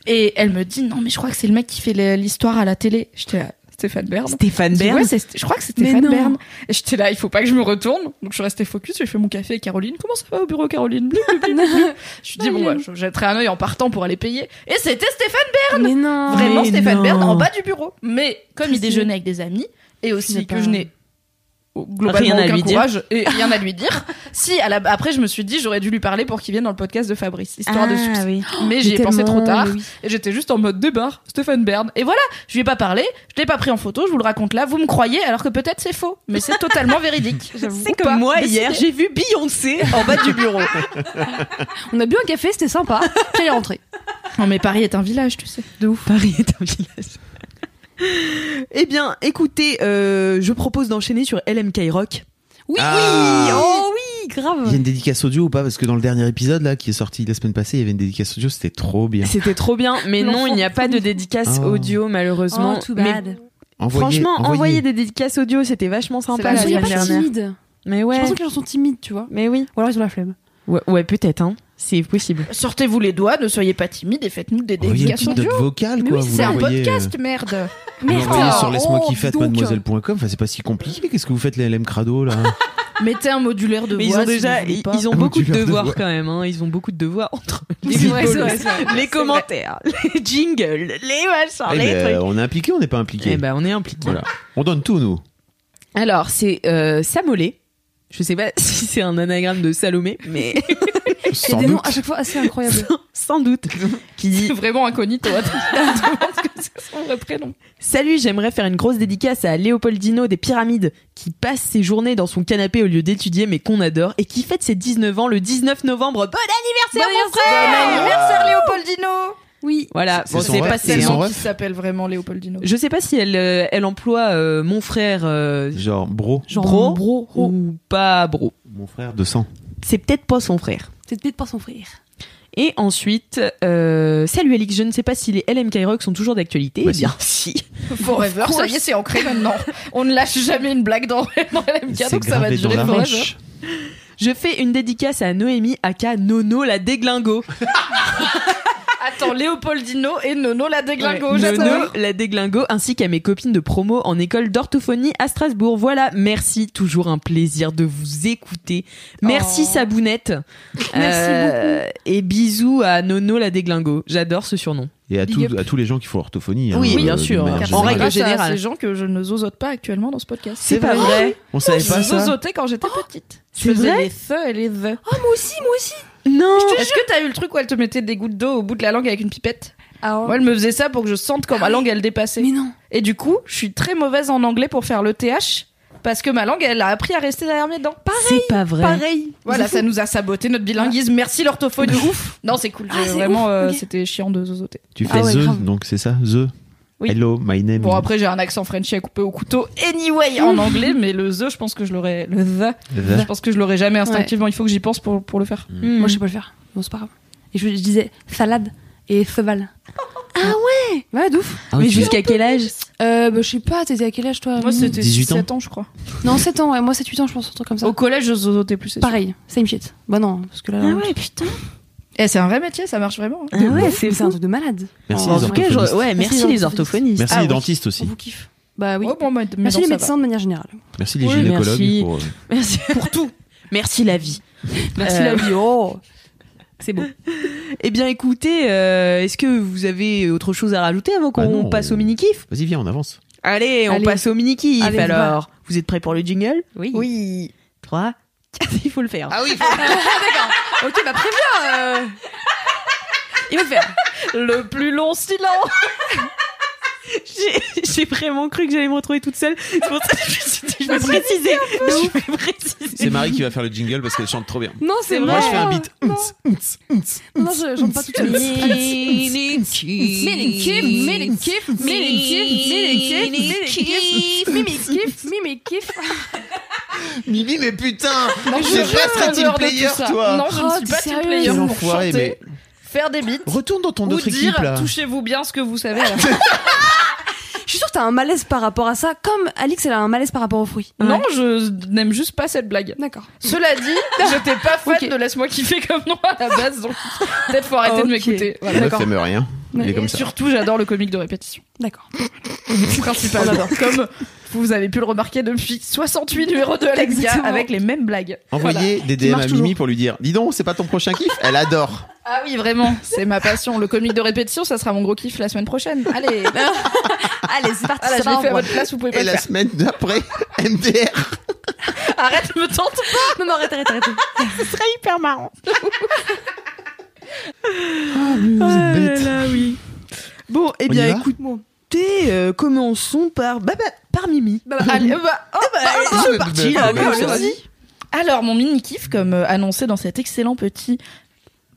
Speaker 2: Et elle me dit non mais je crois que c'est le mec qui fait le- l'histoire à la télé. J'étais là, Stéphane Bern.
Speaker 6: Stéphane
Speaker 2: Je dis,
Speaker 6: Bern.
Speaker 2: ouais, c'est- je crois que c'est
Speaker 6: Mais
Speaker 2: Stéphane
Speaker 6: non.
Speaker 2: Bern. Et j'étais là, il faut pas que je me retourne. Donc je suis restée focus, j'ai fait mon café avec Caroline. Comment ça va au bureau, Caroline Blip, blip, blip, blip, blip. Je suis dit, bon, ouais, je jetterai un œil en partant pour aller payer. Et c'était Stéphane
Speaker 7: Mais non.
Speaker 2: Bern. Vraiment
Speaker 6: Mais
Speaker 2: Stéphane
Speaker 6: non.
Speaker 2: Bern en bas du bureau. Mais comme il
Speaker 7: Très
Speaker 2: déjeunait avec des amis, et aussi
Speaker 7: n'ai
Speaker 2: que
Speaker 7: pas-
Speaker 2: je n'ai au-
Speaker 4: Rien
Speaker 2: globalement
Speaker 4: à
Speaker 2: aucun
Speaker 4: lui dire.
Speaker 2: courage et rien à lui dire. si, à la- après, je me suis dit, j'aurais dû lui parler pour qu'il vienne dans le podcast de Fabrice, histoire de succès.
Speaker 6: Ah, oui.
Speaker 2: Mais j'y ai pensé trop tard.
Speaker 7: oui.
Speaker 2: Et j'étais juste en mode débarre, Stéphane Bern. Et voilà, je lui ai pas parlé, je l'ai pas pris en photo, je vous le raconte là, vous me croyez alors que peut-être c'est faux. Mais c'est totalement véridique.
Speaker 6: C'est comme moi hier, j'ai vu Beyoncé en bas du bureau.
Speaker 7: On a bu un café, c'était sympa. Puis elle est rentrée.
Speaker 2: Non mais Paris est un village, tu sais.
Speaker 6: De ouf. Paris est un village. eh bien, écoutez, euh, je propose d'enchaîner sur LMK Rock.
Speaker 7: Oui,
Speaker 3: Ah.
Speaker 7: oui, oh oui,
Speaker 3: Il y a
Speaker 7: grave.
Speaker 3: une dédicace audio ou pas Parce que dans le dernier épisode là, qui est sorti la semaine passée, il y avait une dédicace audio, c'était trop bien.
Speaker 4: C'était trop bien, mais non, il n'y a pas de dédicace
Speaker 3: Oh.
Speaker 4: audio malheureusement. Mais
Speaker 3: Envoyez,
Speaker 4: franchement, envoyer des dédicaces audio, c'était vachement sympa
Speaker 7: Ils
Speaker 4: la
Speaker 7: sont
Speaker 4: semaine
Speaker 7: pas
Speaker 4: dernière.
Speaker 7: timides.
Speaker 4: Mais
Speaker 7: J'ai
Speaker 4: ouais,
Speaker 7: l'impression que les gens sont timides, tu vois.
Speaker 4: mais oui.
Speaker 7: Ou alors ils ont la flemme.
Speaker 4: Ouais, ouais, peut-être, hein. C'est possible.
Speaker 2: Sortez-vous les doigts, ne soyez pas timide et faites-nous des
Speaker 3: Envoyez une
Speaker 2: dédicaces
Speaker 3: petite
Speaker 2: audio.
Speaker 3: note vocale quoi. vous
Speaker 2: C'est un
Speaker 3: l'envoyez, euh,
Speaker 2: podcast, merde.
Speaker 3: vous l'envoyez sur
Speaker 7: Oh,
Speaker 3: laisse-moi kiffer
Speaker 7: donc.
Speaker 3: mademoiselle.com. Enfin, c'est pas si compliqué. Qu'est-ce que vous faites les LM Crado là
Speaker 2: Mettez un modulaire de
Speaker 4: Mais ils
Speaker 2: voix.
Speaker 4: ont déjà,
Speaker 2: si vous voulez
Speaker 4: ils
Speaker 2: pas.
Speaker 4: ils ont
Speaker 3: Ah,
Speaker 4: beaucoup de
Speaker 3: modulaire de
Speaker 4: devoirs
Speaker 3: voix.
Speaker 4: quand même. Hein. Ils ont beaucoup de devoirs entre les,
Speaker 7: C'est vrai, c'est vrai,
Speaker 4: vidéos, les commentaires, les jingles, les machins,
Speaker 3: Eh
Speaker 4: les
Speaker 3: ben,
Speaker 4: trucs.
Speaker 3: On est impliqué, on n'est pas
Speaker 4: Eh
Speaker 3: impliqué.
Speaker 4: ben, on est impliqués.
Speaker 3: Voilà. On donne tout nous.
Speaker 4: Alors, c'est euh, Samolé. Je sais pas si c'est un anagramme de Salomé, mais
Speaker 7: Il y a
Speaker 3: Sans
Speaker 7: des noms
Speaker 3: doute.
Speaker 7: à chaque fois assez incroyables.
Speaker 4: sans doute. Qui dit
Speaker 2: C'est vraiment incognito. Attends, je te demande ce que c'est son vrai prénom.
Speaker 4: Salut, j'aimerais faire une grosse dédicace à Léopoldino des Pyramides, qui passe ses journées dans son canapé au lieu d'étudier, mais qu'on adore, et qui fête ses 19 ans le 19 novembre. Bon anniversaire, mon frère
Speaker 2: anniversaire Léopoldino.
Speaker 7: Oui.
Speaker 4: Voilà,
Speaker 3: C'est
Speaker 4: bon,
Speaker 3: son
Speaker 4: c'est hein.
Speaker 3: ref-
Speaker 4: pas
Speaker 3: c'est
Speaker 4: ses-
Speaker 3: son
Speaker 2: Tellement
Speaker 3: ref.
Speaker 2: qui s'appelle vraiment Léopoldino.
Speaker 4: Je sais pas si elle, euh, elle emploie euh, mon frère euh,
Speaker 3: Genre bro,
Speaker 7: Genre
Speaker 4: bro,
Speaker 7: bro.
Speaker 4: ou pas bro.
Speaker 3: mon frère de sang.
Speaker 4: C'est peut-être pas son frère.
Speaker 7: C'est peut-être pas son frère.
Speaker 4: Et ensuite, euh, salut Alix, je ne sais pas si les LMK Rock sont toujours d'actualité.
Speaker 3: Bah
Speaker 4: eh
Speaker 3: si.
Speaker 4: bien, si.
Speaker 2: Forever, ça y est, c'est ancré maintenant. On ne lâche jamais une blague dans, dans LMK,
Speaker 3: C'est
Speaker 2: donc ça va
Speaker 3: gravé dans
Speaker 2: durer
Speaker 3: la
Speaker 2: forever.
Speaker 3: roche.
Speaker 4: Je fais une dédicace à Noémie, aka Nono la déglingo.
Speaker 2: Attends, Léopoldino et Nono la déglingo,
Speaker 4: Ouais. Nono,
Speaker 2: j'adore.
Speaker 4: la déglingo, ainsi qu'à mes copines de promo en école d'orthophonie à Strasbourg. Voilà, merci, toujours un plaisir de vous écouter. Merci
Speaker 2: Oh.
Speaker 4: Sabounette. Euh, Et bisous à Nono la déglingo. J'adore ce surnom.
Speaker 3: Et à,
Speaker 2: Big
Speaker 3: tout-
Speaker 2: up.
Speaker 3: à tous les gens qui font orthophonie. hein,
Speaker 4: Oui, bien
Speaker 3: de
Speaker 4: sûr.
Speaker 3: manière
Speaker 4: En
Speaker 3: générale.
Speaker 4: règle
Speaker 2: Grâce à
Speaker 4: générale.
Speaker 2: ces gens que je ne zozote pas actuellement dans ce podcast.
Speaker 4: C'est pas vrai.
Speaker 3: On savait
Speaker 2: Je
Speaker 3: pas ça.
Speaker 2: zozotais quand j'étais petite. Je
Speaker 4: c'est
Speaker 2: faisais
Speaker 4: vrai
Speaker 2: les feux et les the.
Speaker 7: Ah, moi aussi, moi aussi.
Speaker 4: Non.
Speaker 2: Est-ce que t'as eu le truc où elle te mettait des gouttes d'eau au bout de la langue avec une pipette
Speaker 7: Ah,
Speaker 2: Moi, elle me faisait ça pour que je sente quand ma langue, elle dépassait.
Speaker 7: Mais non.
Speaker 2: Et du coup, je suis très mauvaise en anglais pour faire le TH parce que ma langue, elle a appris à rester derrière mes dents.
Speaker 4: C'est pas vrai. Ah.
Speaker 7: Pareil.
Speaker 2: Voilà, ça nous a saboté notre bilinguisme. Merci l'orthophonie. De ouf. Non, c'est cool.
Speaker 7: Ah,
Speaker 2: je-
Speaker 7: c'est
Speaker 2: vraiment,
Speaker 7: ouf,
Speaker 2: euh,
Speaker 7: ok.
Speaker 2: c'était chiant de zozoter.
Speaker 3: Tu
Speaker 7: Ah
Speaker 3: fais
Speaker 7: ouais,
Speaker 3: the,
Speaker 7: grave.
Speaker 3: donc c'est ça, the.
Speaker 4: Oui.
Speaker 3: Hello, my name.
Speaker 2: Bon,
Speaker 3: is-
Speaker 2: après, j'ai un accent Frenchy à couper au couteau. Anyway, en anglais, mais le the, je pense que je l'aurais. Le the, je
Speaker 3: The.
Speaker 2: pense que je l'aurais jamais instinctivement. Il faut que j'y pense pour, pour le faire.
Speaker 4: Hmm.
Speaker 7: Moi, je sais pas le faire. Bon, c'est pas grave. Et je, je disais salade et cheval. Ah ouais Ouais, d'ouf.
Speaker 3: Ah oui,
Speaker 4: Mais
Speaker 3: tu-
Speaker 4: jusqu'à quel âge
Speaker 7: Euh, bah, je sais pas, t'étais à quel âge, toi
Speaker 2: Moi, c'était
Speaker 3: 18 ans.
Speaker 2: 7 ans, je crois.
Speaker 7: Non, 7 ans, ouais. Moi, 7-8 ans, je pense, un truc comme ça.
Speaker 2: Au collège, je zozotais plus. c'est sûr.
Speaker 7: Pareil, same shit. Bah non, parce que là...
Speaker 4: Ah putain. Ah
Speaker 2: Eh, c'est un vrai métier, ça marche vraiment. hein.
Speaker 7: ouais, c'est c'est un truc de malade.
Speaker 3: Merci les
Speaker 7: En tout cas,
Speaker 3: orthophonistes.
Speaker 4: ouais, merci les orthophonistes.
Speaker 3: Merci
Speaker 7: Ah
Speaker 3: les
Speaker 7: oui.
Speaker 3: dentistes
Speaker 7: On
Speaker 3: aussi.
Speaker 7: vous kiffe. Bah oui.
Speaker 2: Ouais, Oh, bon, mais- mais
Speaker 7: Merci
Speaker 2: non,
Speaker 7: les
Speaker 2: ça
Speaker 7: médecins de manière générale.
Speaker 3: Merci les
Speaker 4: Oui,
Speaker 3: gynécologues.
Speaker 4: merci.
Speaker 3: pour, euh,
Speaker 4: Merci pour tout. Merci la vie.
Speaker 7: Merci la
Speaker 4: vie. Oh. C'est beau. Eh bien, écoutez, euh, est-ce que vous avez autre chose à rajouter avant
Speaker 3: Bah
Speaker 4: qu'on
Speaker 3: non.
Speaker 4: passe au mini kiff
Speaker 3: Vas-y, viens, on avance.
Speaker 4: Allez, on
Speaker 7: Allez.
Speaker 4: passe au mini kiff
Speaker 7: Allez, on va.
Speaker 4: alors. Vous êtes prêts pour le jingle
Speaker 7: Oui.
Speaker 4: 3 il faut le faire.
Speaker 3: Ah
Speaker 2: oui,
Speaker 7: ok, bah préviens euh. Il va faire.
Speaker 2: le plus long silence.
Speaker 4: J'ai- J'ai vraiment cru que j'allais me retrouver toute seule. C'est pour ça que je me suis dit, je vais préciser. Je vais préciser.
Speaker 3: C'est Marie qui va faire le jingle parce qu'elle chante trop bien.
Speaker 7: Non, c'est
Speaker 3: Moi,
Speaker 7: vrai.
Speaker 3: je fais un beat.
Speaker 7: Non, non je chante pas tout de suite.
Speaker 3: Mimi, mais putain
Speaker 2: je rêve
Speaker 3: team
Speaker 2: de tout ça. Non, je ne
Speaker 7: Oh,
Speaker 2: suis
Speaker 7: t'es
Speaker 2: pas team
Speaker 7: sérieux
Speaker 2: player
Speaker 3: Quel
Speaker 7: Quel
Speaker 2: pour
Speaker 3: enfoiré,
Speaker 2: chanter,
Speaker 3: mais
Speaker 2: faire des beats
Speaker 3: retourne dans ton
Speaker 2: ou
Speaker 3: autre équipe
Speaker 2: dire
Speaker 3: là.
Speaker 2: touchez-vous bien ce que vous savez. à la fin.
Speaker 7: Je suis sûre que t'as un malaise par rapport à ça, comme Alix, elle a un malaise par rapport aux fruits.
Speaker 2: Non, je n'aime juste pas cette blague.
Speaker 7: D'accord.
Speaker 2: Cela dit, j'étais pas fan
Speaker 7: Ok.
Speaker 2: de laisse-moi kiffer comme nom à la base, donc peut-être faut arrêter de
Speaker 7: Ok.
Speaker 2: m'écouter. Voilà.
Speaker 3: La meuf, elle me rien. Il est comme
Speaker 2: Et
Speaker 3: ça.
Speaker 2: surtout, j'adore le comique de répétition.
Speaker 7: D'accord.
Speaker 2: Principalement. Comme vous avez pu le remarquer depuis 68 numéros de Alexia
Speaker 7: Exactement.
Speaker 2: avec les mêmes blagues.
Speaker 3: Envoyez des DM à
Speaker 7: marche
Speaker 3: Mimi
Speaker 7: toujours.
Speaker 3: pour lui dire Dis donc, c'est pas ton prochain kiff Elle adore.
Speaker 2: Ah oui, vraiment, c'est ma passion. Le comique de répétition, ça sera mon gros kiff la semaine prochaine. Allez,
Speaker 7: Allez, c'est parti.
Speaker 2: voilà, je
Speaker 7: ça
Speaker 2: l'ai
Speaker 7: va,
Speaker 2: fait à
Speaker 7: on-
Speaker 2: votre place, vous pouvez pas
Speaker 3: Et
Speaker 2: le
Speaker 3: la
Speaker 2: faire.
Speaker 3: semaine d'après, MDR.
Speaker 2: Arrête, me tente
Speaker 7: Non, non, arrête, arrête, arrête.
Speaker 4: Oh
Speaker 9: Ah là là, oui. Bon, eh
Speaker 3: On y
Speaker 9: bien,
Speaker 3: va
Speaker 9: écoute, euh, commençons par, bah, bah, par Mimi.
Speaker 2: Allez,
Speaker 4: Eh ben,
Speaker 2: bah, oh, bah,
Speaker 3: Ah,
Speaker 9: c'est
Speaker 3: bah,
Speaker 9: parti, là,
Speaker 3: bah, bah,
Speaker 9: allons-y.
Speaker 3: bah,
Speaker 2: Alors, mon mini kiff, comme euh, annoncé dans cet excellent petit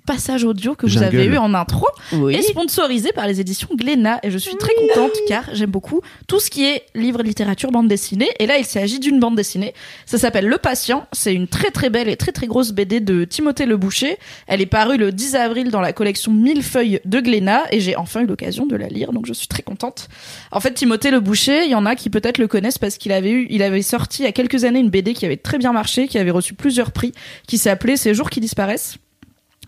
Speaker 2: passage audio que vous avez
Speaker 3: Jungle.
Speaker 2: eu en intro,
Speaker 9: Oui.
Speaker 2: est sponsorisé par les éditions Glénat. Et je suis très contente car j'aime beaucoup tout ce qui est livre, littérature, bande dessinée. Et là, il s'agit d'une bande dessinée. Ça s'appelle Le Patient. C'est une très très belle et très très grosse BD de Timothée Le Boucher. Elle est parue le 10 avril dans la collection Mille feuilles de Glénat. Et j'ai enfin eu l'occasion de la lire, donc je suis très contente. En fait, Timothée Le Boucher, il y en a qui peut-être le connaissent parce qu'il avait eu, il avait sorti il y a quelques années une BD qui avait très bien marché, qui avait reçu plusieurs prix, qui s'appelait Ces jours qui disparaissent.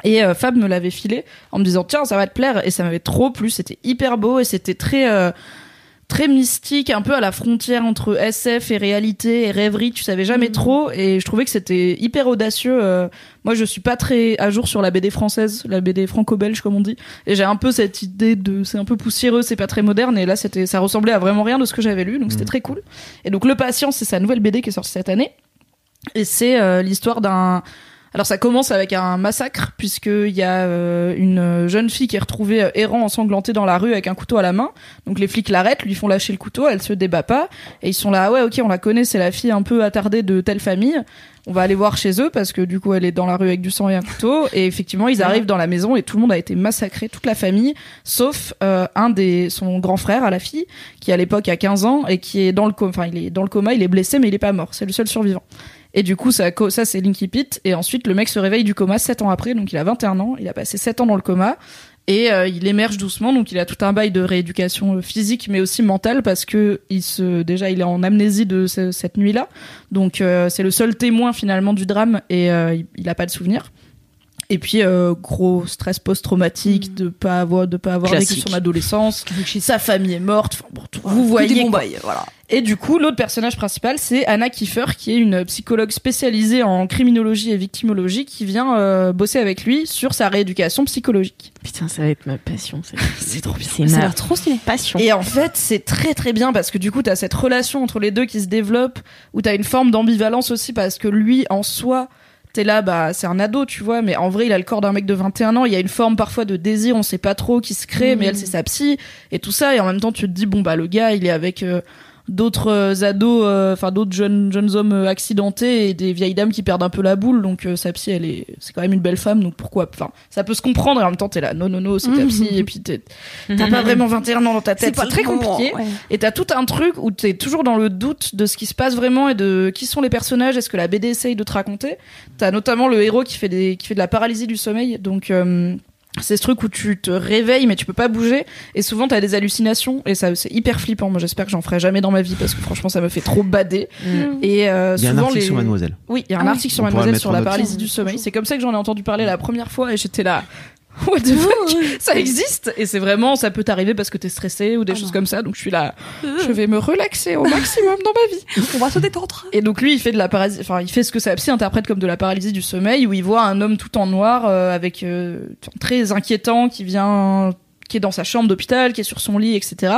Speaker 2: Et euh, Fab me l'avait filé en me disant tiens ça va te plaire et ça m'avait trop plu c'était hyper beau et c'était très euh, très mystique un peu à la frontière entre SF et réalité et rêverie tu savais jamais trop et je trouvais que c'était hyper audacieux euh, moi je suis pas très à jour sur la BD française la BD franco-belge comme on dit et j'ai un peu cette idée de c'est un peu poussiéreux c'est pas très moderne et là c'était ça ressemblait à vraiment rien de ce que j'avais lu donc c'était très cool et donc le patient c'est sa nouvelle BD qui est sortie cette année et c'est euh, l'histoire d'un alors ça commence avec un massacre puisqu'il y a euh, une jeune fille qui est retrouvée euh, errant ensanglantée dans la rue avec un couteau à la main. Donc les flics l'arrêtent, lui font lâcher le couteau, elle se débat pas et ils sont là ah ouais OK, on la connaît, c'est la fille un peu attardée de telle famille. On va aller voir chez eux parce que du coup elle est dans la rue avec du sang et un couteau et effectivement ils arrivent dans la maison et tout le monde a été massacré, toute la famille sauf euh, un des son grand frère à la fille qui à l'époque a 15 ans et qui est dans le coma enfin il est dans le coma, il est blessé mais il est pas mort, c'est le seul survivant. Et du coup, ça, co- ça c'est Linky Pit. Et ensuite, le mec se réveille du coma 7 ans après, donc il a 21 ans. Il a passé 7 ans dans le coma. Et euh, il émerge doucement, donc il a tout un bail de rééducation euh, physique, mais aussi mentale, parce que il se, déjà, il est en amnésie de ce- cette nuit-là. Donc euh, c'est le seul témoin finalement du drame, et euh, il- il n'a pas de souvenir. Et puis, euh, gros stress post-traumatique de pas avoir, de pas avoir vécu
Speaker 6: Classique.
Speaker 2: son adolescence. Sa famille est morte. Enfin, bon, tout- vous
Speaker 7: Que des
Speaker 2: voyez
Speaker 7: bons
Speaker 2: quoi.
Speaker 7: bails, voilà.
Speaker 2: Et du coup, l'autre personnage principal, c'est Anna Kiefer, qui est une psychologue spécialisée en criminologie et victimologie, qui vient euh, bosser avec lui sur sa rééducation psychologique.
Speaker 6: Putain, ça va être ma passion. c'est- C'est trop bien. C'est
Speaker 7: Ça a
Speaker 6: ma
Speaker 7: l'air trop stylé.
Speaker 6: passion.
Speaker 2: Et en fait, c'est très très bien parce que du coup, t'as cette relation entre les deux qui se développe, où t'as une forme d'ambivalence aussi parce que lui, en soi, t'es là, bah, c'est un ado, tu vois, mais en vrai, il a le corps d'un mec de 21 ans, il y a une forme parfois de désir, on sait pas trop, qui se crée,
Speaker 6: Mhm.
Speaker 2: mais elle, c'est sa psy, et tout ça, et en même temps, tu te dis, bon, bah, le gars, il est avec euh, d'autres euh, ados, euh, enfin, d'autres jeunes, jeunes hommes euh, accidentés et des vieilles dames qui perdent un peu la boule, donc euh, sa psy, elle est, c'est quand même une belle femme, donc pourquoi, enfin, ça peut se comprendre, et en même temps, t'es là, non, non, non,
Speaker 6: Mhm.
Speaker 2: c'est ta psy, et puis t'es- t'as pas vraiment 21 ans dans ta tête, Mhm. c'est très compliqué.
Speaker 7: Ouais.
Speaker 2: Et t'as tout un truc où t'es toujours dans le doute de ce qui se passe vraiment et de qui sont les personnages, est-ce que la BD essaye de te raconter. T'as notamment le héros qui fait, des, qui fait de la paralysie du sommeil, donc euh, c'est ce truc où tu te réveilles mais tu peux pas bouger et souvent t'as des hallucinations et ça c'est hyper flippant. Moi j'espère que j'en ferai jamais dans ma vie parce que franchement ça me fait trop bader. Et euh,
Speaker 3: Il y a un
Speaker 2: souvent,
Speaker 3: article
Speaker 2: les-
Speaker 3: sur Mademoiselle.
Speaker 2: oui, il y a un
Speaker 7: Ah oui.
Speaker 2: article sur
Speaker 3: On pourra le
Speaker 2: Mademoiselle
Speaker 3: mettre
Speaker 2: sur
Speaker 3: en
Speaker 2: la
Speaker 3: note.
Speaker 2: paralysie du sommeil. C'est comme ça que j'en ai entendu parler la première fois et j'étais là. What
Speaker 7: Oh,
Speaker 2: the fuck Ça existe et c'est vraiment ça peut t'arriver parce que t'es stressé ou des
Speaker 7: Ah
Speaker 2: choses
Speaker 7: non. Euh.
Speaker 2: comme ça. Donc je suis là, je vais me relaxer au maximum dans ma vie.
Speaker 7: On va se détendre.
Speaker 2: Et donc lui, il fait de la paralysie, enfin il fait ce que sa psy interprète comme de la paralysie du sommeil, où il voit un homme tout en noir, euh, avec euh, très inquiétant, qui vient, qui est dans sa chambre d'hôpital, qui est sur son lit, etc.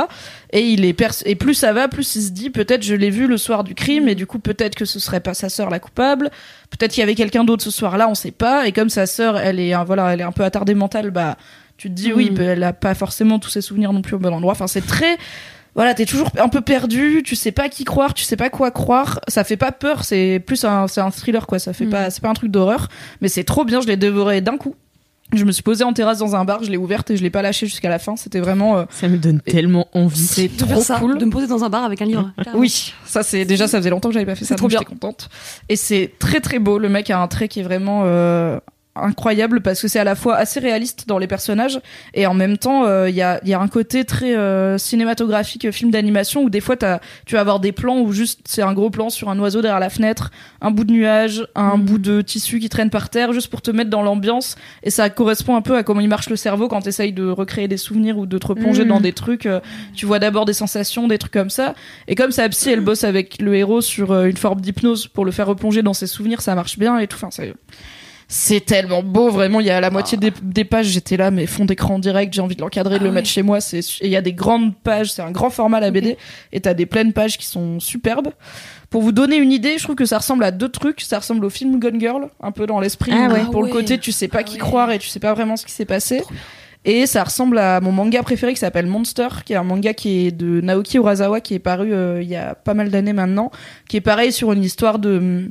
Speaker 2: Et il est pers- et plus ça va, plus il se dit peut-être je l'ai vu le soir du crime, et du coup peut-être que ce serait pas sa sœur la coupable, peut-être qu'il y avait quelqu'un d'autre ce soir-là, on sait pas. Et comme sa sœur, elle est, un- voilà, elle est un peu attardée mentale, bah tu te dis
Speaker 7: Mm.
Speaker 2: oui, bah, elle a pas forcément tous ses souvenirs non plus au bon endroit. Enfin c'est très voilà, t'es toujours un peu perdu, tu sais pas qui croire, tu sais pas quoi croire. Ça fait pas peur, c'est plus un, c'est un thriller quoi. Ça fait
Speaker 6: Mm.
Speaker 2: pas, c'est pas un truc d'horreur, mais c'est trop bien. Je l'ai dévoré d'un coup. Je me suis posée en terrasse dans un bar, je l'ai ouverte et je l'ai pas lâchée jusqu'à la fin. C'était vraiment, euh,
Speaker 6: Ça me donne tellement envie.
Speaker 2: c'est
Speaker 7: De
Speaker 2: trop
Speaker 7: faire ça,
Speaker 2: cool.
Speaker 7: de me poser dans un bar avec un livre.
Speaker 2: Oui, ça c'est déjà ça faisait longtemps que j'avais pas fait ça,
Speaker 7: trop
Speaker 2: donc
Speaker 7: bien.
Speaker 2: j'étais contente. Et c'est très très beau. Le mec a un trait qui est vraiment euh, incroyable parce que c'est à la fois assez réaliste dans les personnages et en même temps euh, il y, a, il y a un côté très euh, cinématographique euh, film d'animation où des fois t'as- tu vas avoir des plans où juste c'est un gros plan sur un oiseau derrière la fenêtre un bout de nuage un bout de tissu qui traîne par terre juste pour te mettre dans l'ambiance et ça correspond un peu à comment il marche le cerveau quand t'essayes de recréer des souvenirs ou de te replonger
Speaker 6: Mm.
Speaker 2: dans des trucs Euh, tu vois d'abord des sensations des trucs comme ça et comme sa psy elle bosse avec le héros sur euh, une forme d'hypnose pour le faire replonger dans ses souvenirs ça marche bien et tout enfin c'est c'est tellement beau, vraiment. Il y a
Speaker 7: Ah.
Speaker 2: la moitié des, des pages, j'étais là, mais fond d'écran direct, j'ai envie de l'encadrer,
Speaker 7: Ah
Speaker 2: de le mettre chez moi. C'est, et il y a des grandes pages, c'est un grand format la BD, et t'as des pleines pages qui sont superbes. Pour vous donner une idée, je trouve que ça ressemble à deux trucs. Ça ressemble au film Gone Girl, un peu dans l'esprit.
Speaker 6: Ah
Speaker 2: où
Speaker 6: ouais.
Speaker 2: Pour le
Speaker 7: Ah
Speaker 2: côté,
Speaker 7: ouais.
Speaker 2: tu sais pas
Speaker 7: Ah
Speaker 2: qui
Speaker 7: ouais.
Speaker 2: croire et tu sais pas vraiment ce qui s'est passé. Et ça ressemble à mon manga préféré qui s'appelle Monster, qui est un manga qui est de Naoki Urasawa, qui est paru euh, il y a pas mal d'années maintenant, qui est pareil sur une histoire de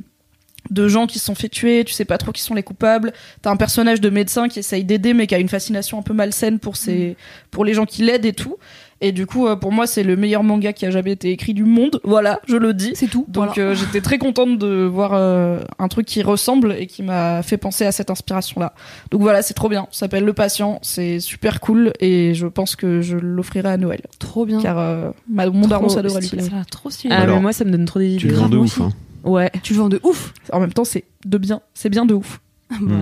Speaker 2: de gens qui se sont fait tuer, tu sais pas trop qui sont les coupables. T'as un personnage de médecin qui essaye d'aider, mais qui a une fascination un peu malsaine pour ses,
Speaker 7: Mm.
Speaker 2: pour les gens qui l'aident et tout. Et du coup, euh, pour moi, c'est le meilleur manga qui a jamais été écrit du monde. Voilà, je le dis.
Speaker 7: C'est tout.
Speaker 2: Donc euh, j'étais très contente de voir euh, un truc qui ressemble et qui m'a fait penser à cette inspiration-là. Donc voilà, c'est trop bien. Ça s'appelle Le Patient, c'est super cool et je pense que je l'offrirai à Noël.
Speaker 7: Trop bien.
Speaker 2: Car euh, ma, mon daron, ça devrait lui plaire.
Speaker 7: Ça a l'air trop stylé.
Speaker 6: Ah,
Speaker 3: Alors,
Speaker 6: mais moi, ça me donne trop des
Speaker 3: Tu
Speaker 6: idées.
Speaker 3: le vends de
Speaker 7: moi
Speaker 3: ouf.
Speaker 7: aussi.
Speaker 3: hein.
Speaker 6: Ouais.
Speaker 7: Tu le vends de ouf.
Speaker 2: En même temps, c'est de bien. C'est bien de ouf.
Speaker 3: Mm.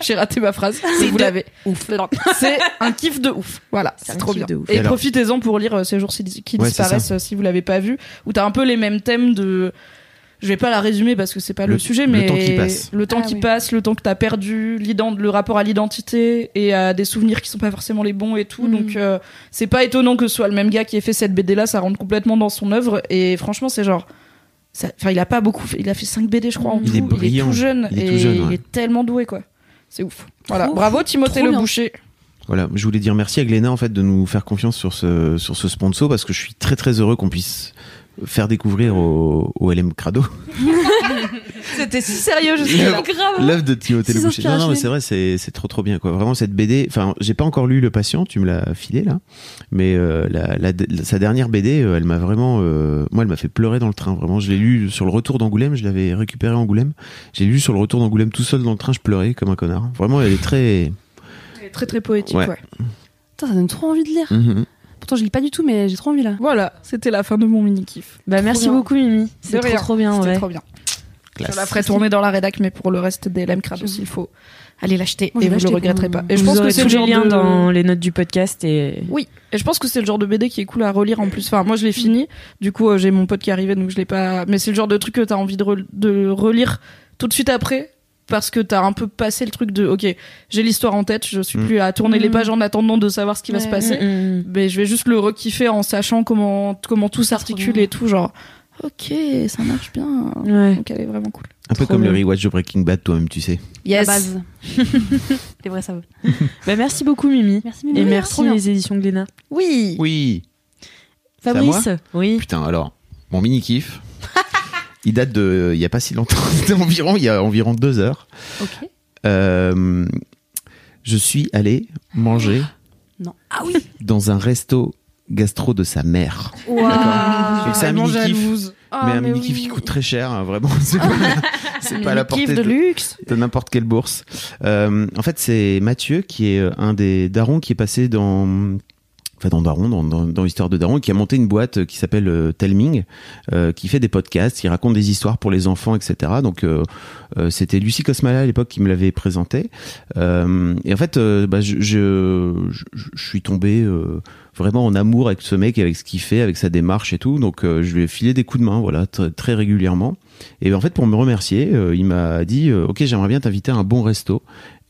Speaker 2: J'ai raté ma phrase. mais vous l'avez. Ouf. C'est un kiff de ouf. Voilà,
Speaker 6: un
Speaker 2: c'est trop
Speaker 6: kiff
Speaker 2: bien.
Speaker 6: de ouf.
Speaker 2: Et
Speaker 3: Alors-
Speaker 2: profitez-en pour lire euh, ces jours ci- qui
Speaker 3: Ouais, c'est
Speaker 2: disparaissent euh, si vous l'avez pas vu. Où t'as un peu les mêmes thèmes de. Je vais pas la résumer parce que c'est pas le,
Speaker 3: Le-
Speaker 2: sujet,
Speaker 3: le
Speaker 2: mais
Speaker 3: temps qui passe.
Speaker 2: le temps
Speaker 7: Ah
Speaker 2: qui
Speaker 7: oui.
Speaker 2: passe, le temps que t'as perdu, l'ident- le rapport à l'identité et à des souvenirs qui sont pas forcément les bons et tout.
Speaker 7: Mm.
Speaker 2: Donc euh, c'est pas étonnant que ce soit le même gars qui ait fait cette BD là, ça rentre complètement dans son œuvre. Et franchement, c'est genre, ça- enfin il a pas beaucoup, fait- il a fait 5 BD je crois en
Speaker 7: Il
Speaker 2: tout.
Speaker 3: est brillant.
Speaker 2: tout jeune
Speaker 3: Il est
Speaker 2: et
Speaker 3: tout jeune,
Speaker 2: il
Speaker 3: ouais.
Speaker 2: est tellement doué quoi. C'est ouf. Voilà,
Speaker 7: Trop-
Speaker 2: bravo Timothée
Speaker 7: trop
Speaker 2: Le
Speaker 7: bien.
Speaker 2: Boucher.
Speaker 3: Voilà, je voulais dire merci à Glénat en fait de nous faire confiance sur ce sur ce sponsor parce que je suis très très heureux qu'on puisse faire découvrir au, au LM Crado
Speaker 2: C'était si sérieux
Speaker 3: jusque-là.
Speaker 6: hein.
Speaker 7: hein.
Speaker 3: l'œuvre de Timothée
Speaker 7: C'est
Speaker 3: Le Boucher. Non non mais
Speaker 7: inspirationnel.
Speaker 3: c'est vrai c'est c'est trop trop bien quoi. Vraiment cette BD, enfin j'ai pas encore lu Le Patient, tu me l'as filé là, mais euh, la, la- la- sa dernière BD, euh, elle m'a vraiment, euh, moi elle m'a fait pleurer dans le train vraiment. Je l'ai lu sur le retour d'Angoulême, je l'avais récupéré à Angoulême, j'ai lu sur le retour d'Angoulême tout seul dans le train, je pleurais comme un connard. Vraiment elle est très,
Speaker 2: Très très poétique.
Speaker 3: Ouais.
Speaker 2: ouais.
Speaker 7: Putain, ça donne trop envie de lire.
Speaker 3: Mhm.
Speaker 7: Pourtant, je lis pas du tout, mais j'ai trop envie là.
Speaker 2: Voilà, c'était la fin de mon mini kiff.
Speaker 6: Bah, merci
Speaker 7: bien.
Speaker 6: beaucoup, Mimi. C'est
Speaker 2: De
Speaker 6: trop,
Speaker 2: rien.
Speaker 6: trop bien, en
Speaker 2: C'était
Speaker 6: vrai.
Speaker 2: trop bien.
Speaker 3: classe.
Speaker 2: Je la ferai tourner dans la rédac, mais pour le reste des LM Crado, il faut aller l'acheter
Speaker 7: Moi, je
Speaker 2: et
Speaker 7: vais
Speaker 2: vous le
Speaker 7: l'acheter
Speaker 2: regretterez
Speaker 7: pour-
Speaker 2: pas. Et je
Speaker 6: Vous
Speaker 2: pense que
Speaker 6: aurez
Speaker 2: c'est
Speaker 6: tous
Speaker 2: le
Speaker 6: les
Speaker 2: genre
Speaker 6: liens
Speaker 2: de...
Speaker 6: dans les notes du podcast et.
Speaker 2: Oui, et je pense que c'est le genre de BD qui est cool à relire en plus. Enfin, moi je l'ai fini, du coup euh, j'ai mon pote qui est arrivé donc je l'ai pas. Mais c'est le genre de truc que t'as envie de, re- de relire tout de suite après parce que t'as un peu passé le truc de ok, j'ai l'histoire en tête, je suis
Speaker 3: Mm.
Speaker 2: plus à tourner les
Speaker 6: Mm.
Speaker 2: pages en attendant de savoir ce qui va
Speaker 7: Ouais.
Speaker 2: se passer.
Speaker 6: Mm, mm.
Speaker 2: Mais je vais juste le rekiffer en sachant comment, comment tout s'articule
Speaker 7: bien.
Speaker 2: et tout. Genre, ok, ça marche bien.
Speaker 6: Ouais.
Speaker 2: Donc elle est vraiment cool.
Speaker 3: Un peu
Speaker 6: Trop
Speaker 3: comme le
Speaker 6: bien.
Speaker 3: rewatch de Breaking Bad toi-même tu sais.
Speaker 7: La base. Les vrais savent.
Speaker 6: Bah, merci beaucoup, Mimi.
Speaker 7: Merci, Mimi.
Speaker 6: Et
Speaker 7: Oui,
Speaker 6: merci
Speaker 7: trop bien.
Speaker 6: les éditions Glénat. Oui.
Speaker 3: Oui. C'est à
Speaker 6: Fabrice Oui.
Speaker 3: Putain, alors, mon mini kiff, il date de, euh, il y a pas si longtemps, C'était environ, il y a environ deux heures.
Speaker 7: Ok.
Speaker 3: Euh, je suis allé manger
Speaker 7: Non. Ah oui.
Speaker 3: dans un resto gastro de sa mère.
Speaker 7: Waouh.
Speaker 3: Donc c'est un mini kiff, mais un mini kiff
Speaker 7: oui.
Speaker 3: qui coûte très cher, hein, vraiment. C'est pas, c'est pas à la portée de,
Speaker 2: luxe.
Speaker 3: de n'importe quelle bourse. Euh, en fait, c'est Mathieu qui est euh, un des darons qui est passé dans. Enfin, dans Daron, dans, dans, dans l'histoire de Daron, qui a monté une boîte euh, qui s'appelle euh, Telming, euh, qui fait des podcasts, qui raconte des histoires pour les enfants, etc. Donc, euh, euh, c'était Lucie Cosmala à l'époque qui me l'avait présenté. Euh, et en fait, euh, bah, je, je, je- je suis tombé euh, vraiment en amour avec ce mec, avec ce qu'il fait, avec sa démarche et tout. Donc, euh, je lui ai filé des coups de main, voilà, tr- très régulièrement. Et en fait, pour me remercier, euh, il m'a dit euh, Ok, j'aimerais bien t'inviter à un bon resto.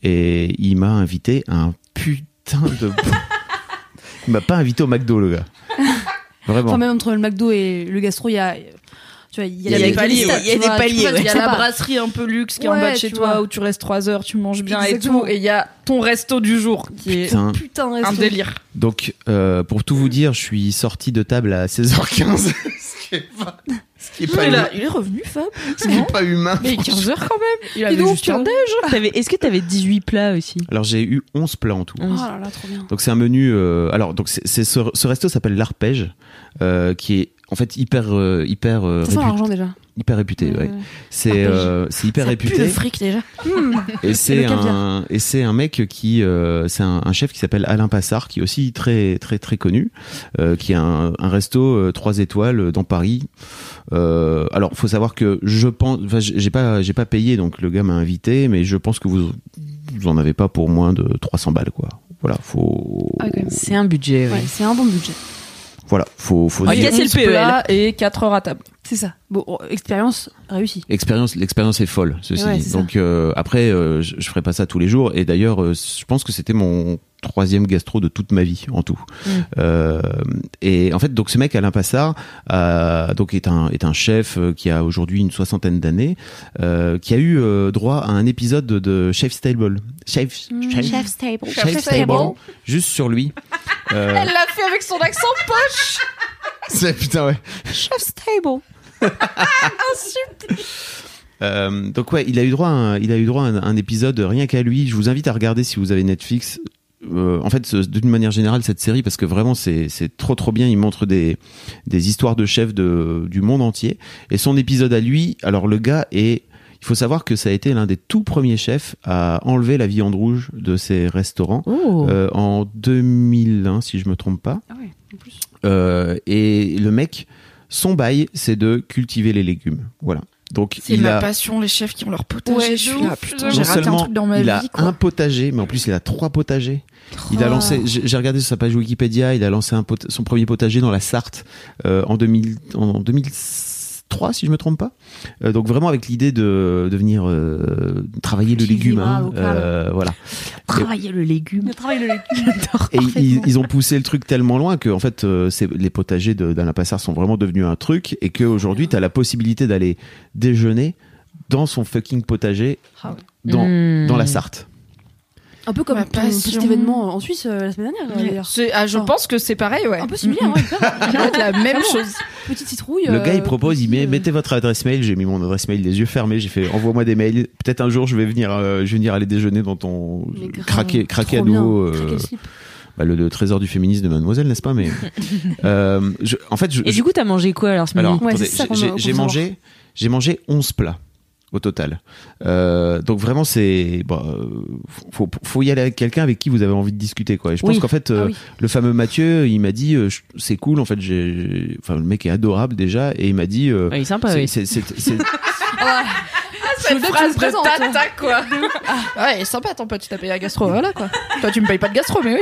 Speaker 3: Et il m'a invité à un putain de. il m'a pas invité au McDo, le gars. Vraiment.
Speaker 7: Enfin, même entre le McDo et le gastro, il y a. Tu vois, il y
Speaker 3: Il
Speaker 7: a,
Speaker 3: y a des
Speaker 7: listes,
Speaker 3: paliers,
Speaker 7: tu
Speaker 6: ouais. Il y a
Speaker 7: vois,
Speaker 6: des
Speaker 7: tu
Speaker 6: paliers,
Speaker 7: vois,
Speaker 6: ouais.
Speaker 2: Il y a
Speaker 7: c'est
Speaker 2: la
Speaker 7: pas-
Speaker 2: brasserie un peu luxe qui est en
Speaker 7: Ouais,
Speaker 2: bas de chez
Speaker 7: tu
Speaker 2: toi
Speaker 7: vois.
Speaker 2: où tu restes 3 heures, tu manges bien
Speaker 7: Exactement.
Speaker 2: et tout. Et il y a ton resto du jour qui est
Speaker 3: Putain.
Speaker 7: Putain,
Speaker 2: un
Speaker 7: resto.
Speaker 2: délire.
Speaker 3: Donc, euh, pour tout vous dire, je suis sorti de table à 16h15. ce qui est pas. Ce qui est pas,
Speaker 2: Il,
Speaker 3: humain,
Speaker 2: a- il est revenu, Fab.
Speaker 3: ce qui est pas humain.
Speaker 2: Mais 15 heures quand même. Il avait
Speaker 7: donc,
Speaker 2: juste un
Speaker 7: euh,
Speaker 2: dé.
Speaker 4: hein.
Speaker 6: T'avais- Est-ce que t'avais 18 plats aussi
Speaker 3: Alors, j'ai eu 11 plats en tout.
Speaker 7: Oh là là, trop bien.
Speaker 3: Donc c'est un menu. euh, alors donc c'est c'est ce, ce resto s'appelle l'arpège, euh, qui est en fait hyper euh, hyper euh,
Speaker 7: Ça sent
Speaker 3: répu-
Speaker 7: l'argent déjà.
Speaker 3: hyper réputé. ouais. C'est euh, c'est hyper réputé.
Speaker 2: le fric déjà.
Speaker 3: Et c'est
Speaker 7: Hmm. le caviar.
Speaker 3: un et c'est un mec qui euh, c'est un, un chef qui s'appelle Alain Passard qui est aussi très très très connu euh, qui a un, un resto euh, trois étoiles euh, dans Paris. Euh, alors faut savoir que je pense enfin, j'ai j'ai pas j'ai pas payé donc le gars m'a invité mais je pense que vous vous en avez pas pour moins de 300 balles quoi. Voilà, faut
Speaker 7: Ah, quand même.
Speaker 6: C'est un budget, oui.
Speaker 7: Ouais, c'est un bon budget.
Speaker 3: voilà, faut
Speaker 7: Ah,
Speaker 3: faut
Speaker 6: Ok,
Speaker 3: dire-
Speaker 6: c'est le PEL.
Speaker 2: E et 4 heures à table.
Speaker 7: C'est ça. Bon, oh, expérience réussie.
Speaker 3: L'expérience, l'expérience est folle, ceci
Speaker 7: Ouais,
Speaker 3: dit.
Speaker 7: c'est ça.
Speaker 3: Donc euh, après, euh, je, je ferai pas ça tous les jours. Et d'ailleurs, euh, je pense que c'était mon troisième gastro de toute ma vie en tout.
Speaker 7: Mm.
Speaker 3: Euh, et en fait, donc ce mec Alain Passard, euh, donc est un est un chef euh, qui a aujourd'hui une soixantaine d'années, euh, qui a eu euh, droit à un épisode de, de Chef's Table. Chef, chef,
Speaker 7: Mm. Chef's table.
Speaker 3: Chef's Table, juste sur lui. Euh,
Speaker 2: Elle l'a fait avec son accent poche
Speaker 3: c'est- putain ouais.
Speaker 7: Chef's table.
Speaker 3: Euh, donc ouais, il a eu droit, à un, il a eu droit à un, un épisode rien qu'à lui. Je vous invite à regarder si vous avez Netflix. Euh, en fait, ce- d'une manière générale, cette série parce que vraiment c'est c'est trop trop bien. Il montre des des histoires de chefs de du monde entier et son épisode à lui. Alors le gars est il faut savoir que ça a été l'un des tout premiers chefs à enlever la viande rouge de ses restaurants
Speaker 6: Oh.
Speaker 3: euh, en 2001 si je me trompe pas.
Speaker 7: Ah ouais, en plus.
Speaker 3: Euh, et le mec, son bail, c'est de cultiver les légumes. Voilà. Donc
Speaker 2: C'est
Speaker 3: il
Speaker 2: ma
Speaker 3: a
Speaker 2: passion, les chefs qui ont leur potager.
Speaker 7: Ouais, de
Speaker 2: je suis
Speaker 7: ouf,
Speaker 2: là, putain,
Speaker 7: de
Speaker 2: j'ai
Speaker 3: non
Speaker 2: raté un
Speaker 3: seulement
Speaker 2: truc dans ma
Speaker 3: il
Speaker 2: vie.
Speaker 3: a
Speaker 2: quoi. Oh.
Speaker 3: un potager, mais en plus il a trois potagers. Il a lancé, j'ai j'ai regardé sur sa page Wikipédia, il a lancé un pot- son premier potager dans la Sarthe euh, en, 2000, en 2003, si je me trompe pas. Euh, donc vraiment avec l'idée de, de venir euh, travailler le
Speaker 7: Cultiver,
Speaker 3: légume. hein.
Speaker 7: ah, local.
Speaker 3: Euh, voilà.
Speaker 6: Travailler le légume.
Speaker 7: travail le légume.
Speaker 3: Et ils, ils ont poussé le truc tellement loin que en fait euh, c'est- les potagers de- d'Alain Passard sont vraiment devenus un truc et qu'aujourd'hui tu as la possibilité d'aller déjeuner dans son fucking potager
Speaker 7: Ah ouais.
Speaker 3: dans,
Speaker 6: Hmm.
Speaker 3: dans la Sarthe.
Speaker 7: Un peu comme
Speaker 2: Ma
Speaker 7: un petit
Speaker 2: passion.
Speaker 7: événement en Suisse euh, la semaine dernière,
Speaker 2: Ouais.
Speaker 7: d'ailleurs.
Speaker 2: C'est- ah, je
Speaker 7: Oh.
Speaker 2: pense que c'est pareil, ouais.
Speaker 7: Un peu similaire, ouais.
Speaker 2: Il a la même
Speaker 7: Vraiment.
Speaker 2: chose.
Speaker 7: Petite citrouille.
Speaker 3: Le
Speaker 7: euh,
Speaker 3: gars il propose, il met
Speaker 7: petit, euh,
Speaker 3: mettez votre adresse mail, j'ai mis mon adresse mail les yeux fermés, j'ai fait envoie-moi des mails, peut-être un jour je vais venir euh, je vais venir aller déjeuner dans ton
Speaker 7: mais grave,
Speaker 3: craquer craquer à
Speaker 7: trop bien,
Speaker 3: nouveau euh,
Speaker 7: craquer le slip.
Speaker 3: bah, le, le trésor du féminisme de mademoiselle, n'est-ce pas mais euh, je- en fait je,
Speaker 6: Et du coup, t'as mangé quoi alors ce
Speaker 3: Alors,
Speaker 6: midi
Speaker 7: Ouais,
Speaker 3: attendez,
Speaker 7: c'est ça
Speaker 3: j'ai-
Speaker 7: qu'on a-
Speaker 3: j'ai-
Speaker 7: qu'on
Speaker 3: j'ai
Speaker 7: veut
Speaker 3: mangé, j'ai mangé 11 plats au total. Euh, donc vraiment, c'est bah, euh, faut, faut y aller avec quelqu'un avec qui vous avez envie de discuter, quoi. Et je pense
Speaker 6: Oui.
Speaker 3: qu'en fait, euh,
Speaker 7: Ah oui.
Speaker 3: le fameux Mathieu, il m'a dit, euh, je- c'est cool. En fait, j'ai, j'ai- enfin, le mec est adorable déjà, et il m'a dit, euh,
Speaker 7: Ah,
Speaker 6: Ouais, il est sympa,
Speaker 3: c'est-
Speaker 6: oui.
Speaker 3: c'est- c'est- c'est-
Speaker 2: Ah,
Speaker 7: Je veux bien que tu me présentes.
Speaker 2: tata, quoi. Ah, ouais, sympa ton pote, tu t'as payé la gastro, voilà quoi. Toi, tu me payes pas de gastro, mais oui.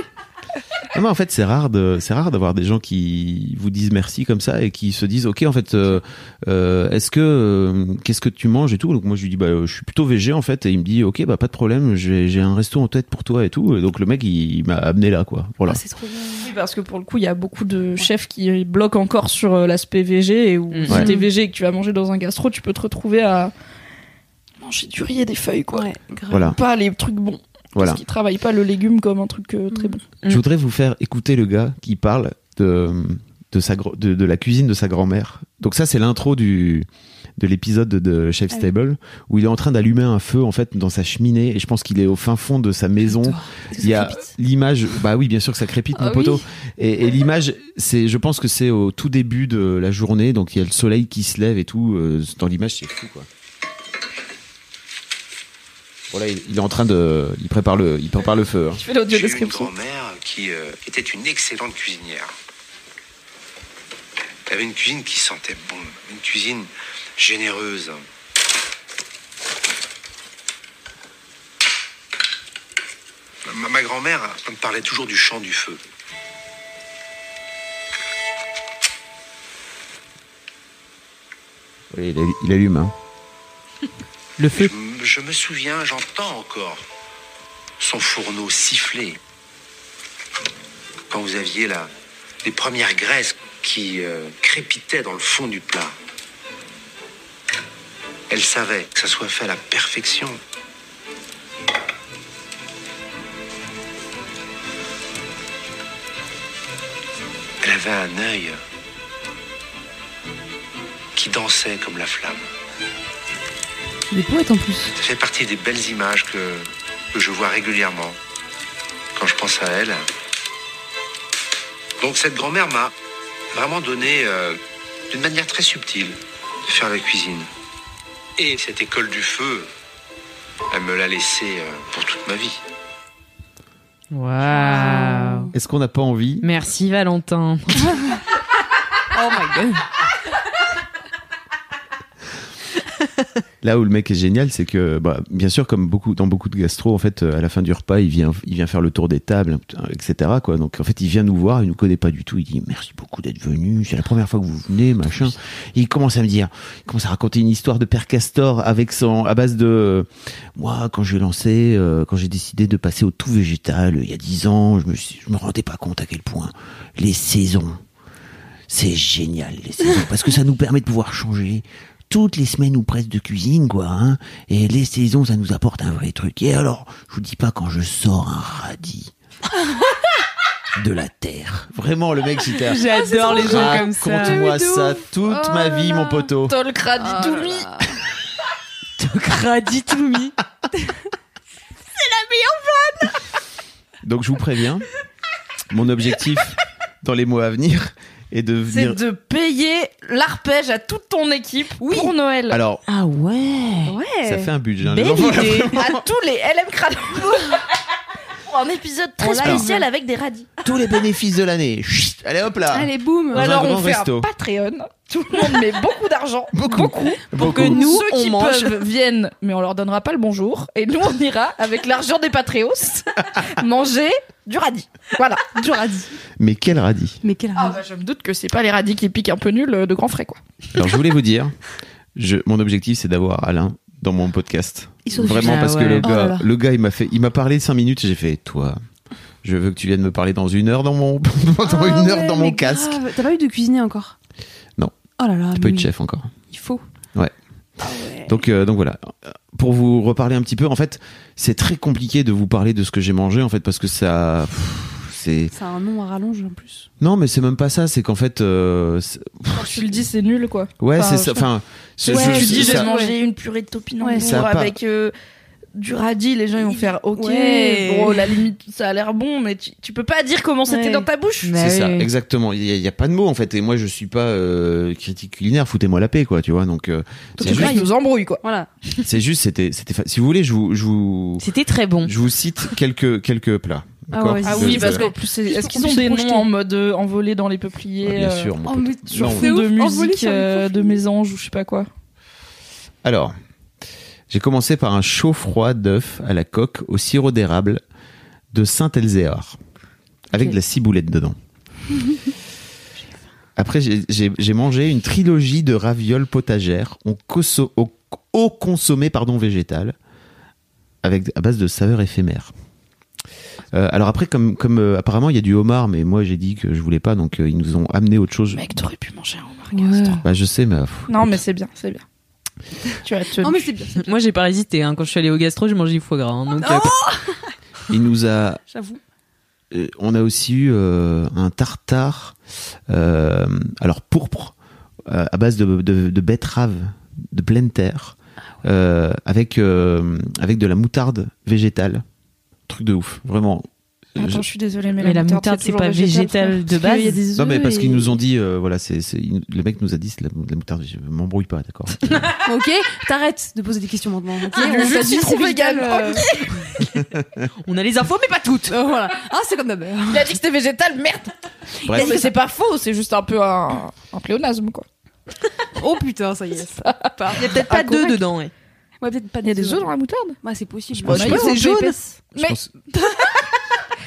Speaker 3: Non, Ah, mais en fait, c'est rare de, c'est rare d'avoir des gens qui vous disent merci comme ça et qui se disent, ok, en fait, euh, euh, est-ce que, euh, qu'est-ce que tu manges et tout. Donc moi, je lui dis, bah, euh, je suis plutôt végé en fait, et il me dit, ok, bah, pas de problème, j'ai, j'ai un resto en tête pour toi et tout. Et donc le mec, il, il m'a amené là, quoi. Voilà.
Speaker 7: Ah, c'est trop bien.
Speaker 2: Oui, parce que pour le coup, il y a beaucoup de chefs qui bloquent encore sur euh, l'aspect VG et où
Speaker 6: Mm.
Speaker 2: si
Speaker 3: Ouais.
Speaker 2: t'es VG et que tu vas manger dans un gastro, tu peux te retrouver à manger du riz et des feuilles, quoi.
Speaker 7: Ouais, grave.
Speaker 3: voilà,
Speaker 2: Pas les trucs bons.
Speaker 3: voilà.
Speaker 2: Parce qu'ils travaillent pas le légume comme un truc euh, très bon.
Speaker 7: Mm.
Speaker 3: Je voudrais vous faire écouter le gars qui parle de de sa gro- de, de la cuisine de sa grand-mère. Donc ça, c'est l'intro du de l'épisode de Chef's
Speaker 7: Ah oui.
Speaker 3: Table où il est en train d'allumer un feu en fait dans sa cheminée et je pense qu'il est au fin fond de sa maison
Speaker 7: Est-ce que
Speaker 3: Il y
Speaker 7: ça
Speaker 3: a
Speaker 7: crépite
Speaker 3: l'image, bah oui, bien sûr que ça crépite, mon
Speaker 2: Ah
Speaker 3: poteau. Et, et l'image, c'est, je pense que c'est au tout début de la journée, donc il y a le soleil qui se lève et tout. euh, dans l'image, c'est fou, quoi. Voilà, il, il est en train de, il prépare le, il prépare le feu. hein.
Speaker 2: Tu fais
Speaker 10: J'ai
Speaker 2: l'audio
Speaker 10: eu une
Speaker 2: description.
Speaker 10: grand-mère qui euh, était une excellente cuisinière. Elle avait une cuisine qui sentait bon, une cuisine généreuse. Ma, ma grand-mère me parlait toujours du chant du feu.
Speaker 3: Voilà, il, il allume. hein.
Speaker 6: Le feu.
Speaker 10: Je m- je me souviens, j'entends encore son fourneau siffler. Quand vous aviez la, les premières graisses qui euh, crépitaient dans le fond du plat. Elle savait que ça soit fait à la perfection. Elle avait un œil qui dansait comme la flamme.
Speaker 7: Il est poète en plus.
Speaker 10: Ça fait partie des belles images que, que je vois régulièrement quand je pense à elle. Donc cette grand-mère m'a vraiment donné euh, d'une manière très subtile, de faire la cuisine. Et cette école du feu, elle me l'a laissée euh, pour toute ma vie.
Speaker 4: Waouh.
Speaker 3: Est-ce qu'on n'a pas envie
Speaker 4: Merci Valentin. oh my god.
Speaker 3: Là où le mec est génial, c'est que, bah, bien sûr, comme beaucoup, dans beaucoup de gastro, en fait, euh, à la fin du repas, il vient, il vient faire le tour des tables, etc. Quoi. Donc, en fait, il vient nous voir, il nous connaît pas du tout. Il dit merci beaucoup d'être venu, c'est la première fois que vous venez, machin. Et il commence à me dire, il commence à raconter une histoire de père Castor avec son, à base de, euh, moi, quand j'ai lancé, euh, quand j'ai décidé de passer au tout végétal, il y a dix ans, je me, suis- je me rendais pas compte à quel point les saisons c'est génial les saisons parce que ça nous permet de pouvoir changer toutes les semaines ou presque de cuisine quoi hein. et les saisons ça nous apporte un vrai truc et alors je vous dis pas quand je sors un radis de la terre vraiment le mec
Speaker 2: Ah,
Speaker 3: Ah, j'étais
Speaker 4: J'adore les gens comme ça.
Speaker 3: raconte-moi ça toute ma
Speaker 2: Oh
Speaker 3: vie mon poteau
Speaker 2: Tol Kradi Toumi.
Speaker 6: Radis to me.
Speaker 3: donc je vous préviens mon objectif dans les mois à venir est de
Speaker 2: C'est
Speaker 3: venir
Speaker 2: de payer l'arpège à toute ton équipe pour Noël.
Speaker 3: alors
Speaker 6: Ah ouais.
Speaker 2: ouais.
Speaker 3: ça fait un budget hein. Les
Speaker 2: Belle
Speaker 3: enfants, là,
Speaker 2: idée.
Speaker 3: vraiment.
Speaker 2: à tous les LM Crado. pour un épisode très spécial avec des radis.
Speaker 3: tous les bénéfices de l'année Chut, allez hop là
Speaker 7: Allez, boum
Speaker 3: Dans un
Speaker 2: Alors on
Speaker 3: grand
Speaker 2: fait
Speaker 3: resto.
Speaker 2: un Patreon. Tout le monde met beaucoup d'argent.
Speaker 3: Beaucoup.
Speaker 2: Pour que
Speaker 3: Beaucoup.
Speaker 2: nous,
Speaker 11: Ceux
Speaker 2: on
Speaker 11: qui
Speaker 2: mange.
Speaker 11: peuvent
Speaker 2: viennent, mais on leur donnera pas le bonjour. Et nous, on ira avec l'argent des Patreos manger du radis. Voilà, du radis.
Speaker 3: mais quel radis
Speaker 7: Mais quelle
Speaker 2: Ah bah, je me doute que c'est pas les radis qui piquent un peu nul euh, de grands frais quoi.
Speaker 3: Alors je voulais vous dire, je, mon objectif c'est d'avoir Alain dans mon podcast.
Speaker 7: Ils sont
Speaker 3: Vraiment
Speaker 4: Ah
Speaker 3: parce que
Speaker 4: ouais.
Speaker 3: le
Speaker 7: Oh
Speaker 3: gars,
Speaker 7: là là.
Speaker 3: le gars il m'a fait, il m'a parlé cinq minutes et j'ai fait toi. Je veux que tu viennes me parler dans une heure dans mon dans
Speaker 7: Ah
Speaker 3: une heure dans mon casque.
Speaker 7: T'as pas eu de cuisiner encore
Speaker 3: Non.
Speaker 7: Oh là là.
Speaker 3: J'ai pas eu de
Speaker 7: mais
Speaker 3: chef encore.
Speaker 7: Il faut. Ah
Speaker 3: Donc euh, donc voilà. Pour vous reparler un petit peu, en fait, c'est très compliqué de vous parler de ce que j'ai mangé en fait parce que ça pff, c'est
Speaker 7: C'est un nom à rallonge en plus.
Speaker 3: non mais c'est même pas ça. C'est qu'en fait euh, c'est-
Speaker 2: Quand tu le dis, c'est nul quoi.
Speaker 3: ouais
Speaker 2: Enfin,
Speaker 3: c'est ça.
Speaker 2: je-
Speaker 3: Enfin je-
Speaker 7: Ouais,
Speaker 3: je-
Speaker 2: tu dis
Speaker 3: ça-
Speaker 2: j'ai mangé une purée de topinambour
Speaker 7: Ouais,
Speaker 3: ça a pas-
Speaker 2: avec euh, du radis, les gens ils vont faire ok,
Speaker 7: Ouais.
Speaker 2: gros, la limite ça a l'air bon, mais tu, tu peux pas dire comment c'était
Speaker 7: Ouais.
Speaker 2: dans ta bouche.
Speaker 4: Mais- Ah
Speaker 7: Bah
Speaker 3: C'est ça,
Speaker 4: oui.
Speaker 3: exactement. Il n'y a, pas de mots en fait. Et moi, je suis pas euh, critique culinaire. Foutez-moi la paix, quoi. Tu vois. Donc, euh,
Speaker 2: Donc
Speaker 3: c'est
Speaker 2: tu vois,
Speaker 3: juste,
Speaker 2: ils nous embrouillent quoi.
Speaker 7: Voilà.
Speaker 3: c'est juste, c'était, c'était. fa- Si vous voulez, je vous, je vous,
Speaker 4: C'était très bon.
Speaker 3: je vous cite quelques quelques plats. d'accord
Speaker 7: ouais,
Speaker 2: Ah
Speaker 7: Ah
Speaker 2: oui,
Speaker 3: De-
Speaker 2: parce
Speaker 3: de-
Speaker 2: qu'en plus, c'est- est-ce qu'ils
Speaker 7: qu'on
Speaker 2: ont
Speaker 7: puisse
Speaker 2: des noms
Speaker 7: projeter.
Speaker 2: en mode euh, envolé dans les peupliers,
Speaker 3: Ah, bien
Speaker 2: euh,
Speaker 3: sûr. mon
Speaker 7: Oh,
Speaker 3: pote.
Speaker 7: mais
Speaker 3: Non.
Speaker 7: sur
Speaker 2: fond de
Speaker 7: ouf, envolé
Speaker 2: musique
Speaker 7: sur les
Speaker 2: euh, de
Speaker 7: profils.
Speaker 2: mes anges ou je sais pas quoi.
Speaker 3: Alors, j'ai commencé par un chaud froid d'œuf à la coque au sirop d'érable de Saint-Elzéar avec de la ciboulette dedans. Après, j'ai- j'ai j'ai mangé une trilogie de ravioles potagères au, cosso- au, au consommé pardon, végétal avec, à base de saveurs éphémères. Euh, alors après, comme, comme euh, apparemment il y a du homard, mais moi j'ai dit que je voulais pas, donc euh, ils nous ont amené autre chose.
Speaker 2: Mec, t'aurais pu manger un homard.
Speaker 3: Bah, je sais, mais pff,
Speaker 2: Non, mais c'est bien, c'est bien. tu vas te.
Speaker 7: Non mais c'est bien,
Speaker 4: Moi, j'ai pas hésité. hein. Quand je suis allée au gastro, j'ai mangé du foie gras. hein. Donc, euh,
Speaker 3: il nous a
Speaker 7: j'avoue.
Speaker 3: Euh, on a aussi eu euh, un tartare, euh, alors pourpre, euh, à base de, de, de betterave, de pleine terre,
Speaker 7: Ah
Speaker 3: euh, avec, euh, avec de la moutarde végétale. Truc de ouf, vraiment. Je-
Speaker 2: Attends, je suis désolée, mais,
Speaker 4: mais la moutarde, c'est
Speaker 2: toujours
Speaker 4: pas végétal de
Speaker 7: Parce qu'il y a
Speaker 4: base.
Speaker 7: des
Speaker 3: Non, mais
Speaker 7: œufs
Speaker 3: parce
Speaker 7: et-
Speaker 3: qu'ils nous ont dit, euh, voilà, c'est c'est- il- le mec nous a dit, c'est la, la moutarde, je m'embrouille pas, d'accord
Speaker 7: Ok, t'arrêtes de poser des questions maintenant. Ok,
Speaker 2: Ah, je
Speaker 7: t'a
Speaker 2: suis
Speaker 7: dit,
Speaker 2: trop
Speaker 7: c'est
Speaker 2: végane.
Speaker 7: végane, euh,
Speaker 4: On a les infos, mais pas toutes.
Speaker 7: euh, voilà. Ah, c'est comme d'hab.
Speaker 2: Il a dit que c'était végétal, merde
Speaker 3: Bref,
Speaker 2: Mais c'est pas faux, c'est juste un peu un, un pléonasme quoi.
Speaker 7: Oh putain, ça y est. ça part.
Speaker 4: Il y a peut-être pas deux dedans. ouais.
Speaker 7: Ouais, peut-être pas
Speaker 2: Il y a des œufs dans la moutarde
Speaker 7: Ouais, c'est possible. Bah,
Speaker 3: pense
Speaker 7: Ouais,
Speaker 3: pas.
Speaker 7: c'est jaune.
Speaker 3: je
Speaker 2: mais-
Speaker 3: pense-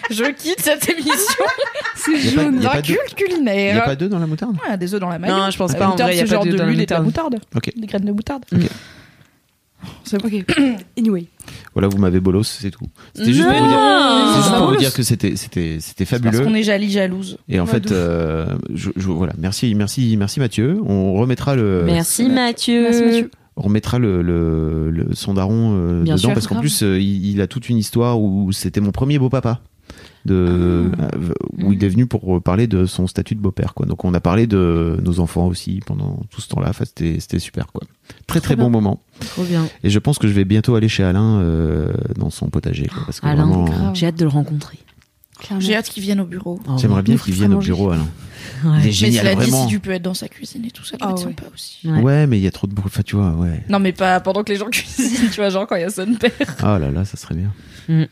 Speaker 2: Je quitte cette émission
Speaker 7: C'est
Speaker 3: y a pas-
Speaker 7: jaune.
Speaker 3: y a
Speaker 2: d'un
Speaker 3: pas deux-
Speaker 2: culte
Speaker 3: il n'y a
Speaker 2: culinaire.
Speaker 3: pas deux dans la moutarde
Speaker 2: Ouais, des œufs dans la maille.
Speaker 4: Non, je pense
Speaker 2: La
Speaker 4: pas. En
Speaker 2: moutarde,
Speaker 4: vrai, il y a
Speaker 2: c'est
Speaker 4: pas
Speaker 2: genre
Speaker 4: deux
Speaker 2: de
Speaker 4: dans
Speaker 2: l'huile et de la
Speaker 4: moutarde.
Speaker 2: moutarde.
Speaker 3: Ok.
Speaker 2: Des graines de moutarde.
Speaker 3: Ok.
Speaker 2: C'est bon.
Speaker 7: Anyway.
Speaker 3: Voilà, vous m'avez bolos, c'est tout. C'était juste pour vous dire,
Speaker 4: Non.
Speaker 3: c'est juste
Speaker 2: pas
Speaker 3: pour vous
Speaker 2: bolos.
Speaker 3: dire que c'était- c'était c'était
Speaker 2: Parce
Speaker 3: fabuleux.
Speaker 2: qu'on est jaloux, jalouse.
Speaker 3: Et en
Speaker 7: Ouais,
Speaker 3: fait,
Speaker 7: de ouf.
Speaker 3: euh, je, je- voilà, merci, merci, merci Mathieu. On remettra le,
Speaker 4: Merci Mathieu.
Speaker 7: Merci, Mathieu.
Speaker 3: on remettra le, le, le- son daron euh,
Speaker 4: Bien
Speaker 3: dedans
Speaker 4: sûr,
Speaker 3: parce qu'en
Speaker 4: grave.
Speaker 3: plus, euh, il, il a toute une histoire où c'était mon premier beau papa. De,
Speaker 2: Ah.
Speaker 3: euh, où il est venu pour parler de son statut de beau-père quoi donc on a parlé de nos enfants aussi pendant tout ce temps-là enfin, c'était c'était super quoi très très bon moment
Speaker 4: Trop bien.
Speaker 3: et je pense que je vais bientôt aller chez Alain euh, dans son potager quoi, parce que
Speaker 4: Alain,
Speaker 3: vraiment,
Speaker 4: j'ai hâte de le rencontrer.
Speaker 2: J'ai hâte qu'ils viennent au bureau.
Speaker 4: Oh,
Speaker 3: J'aimerais bien qu'ils viennent au bureau, Alain. Il est génial,
Speaker 2: mais cela dit,
Speaker 3: vraiment.
Speaker 2: si tu peux être dans sa cuisine et tout, ça
Speaker 7: Ah
Speaker 2: doit être sympa aussi.
Speaker 3: Ouais. mais il y a trop de bruit. Enfin, tu vois, ouais.
Speaker 2: Non, mais pas pendant que les gens cuisinent, tu vois, genre quand il y a son père.
Speaker 3: Ah là là, ça serait bien.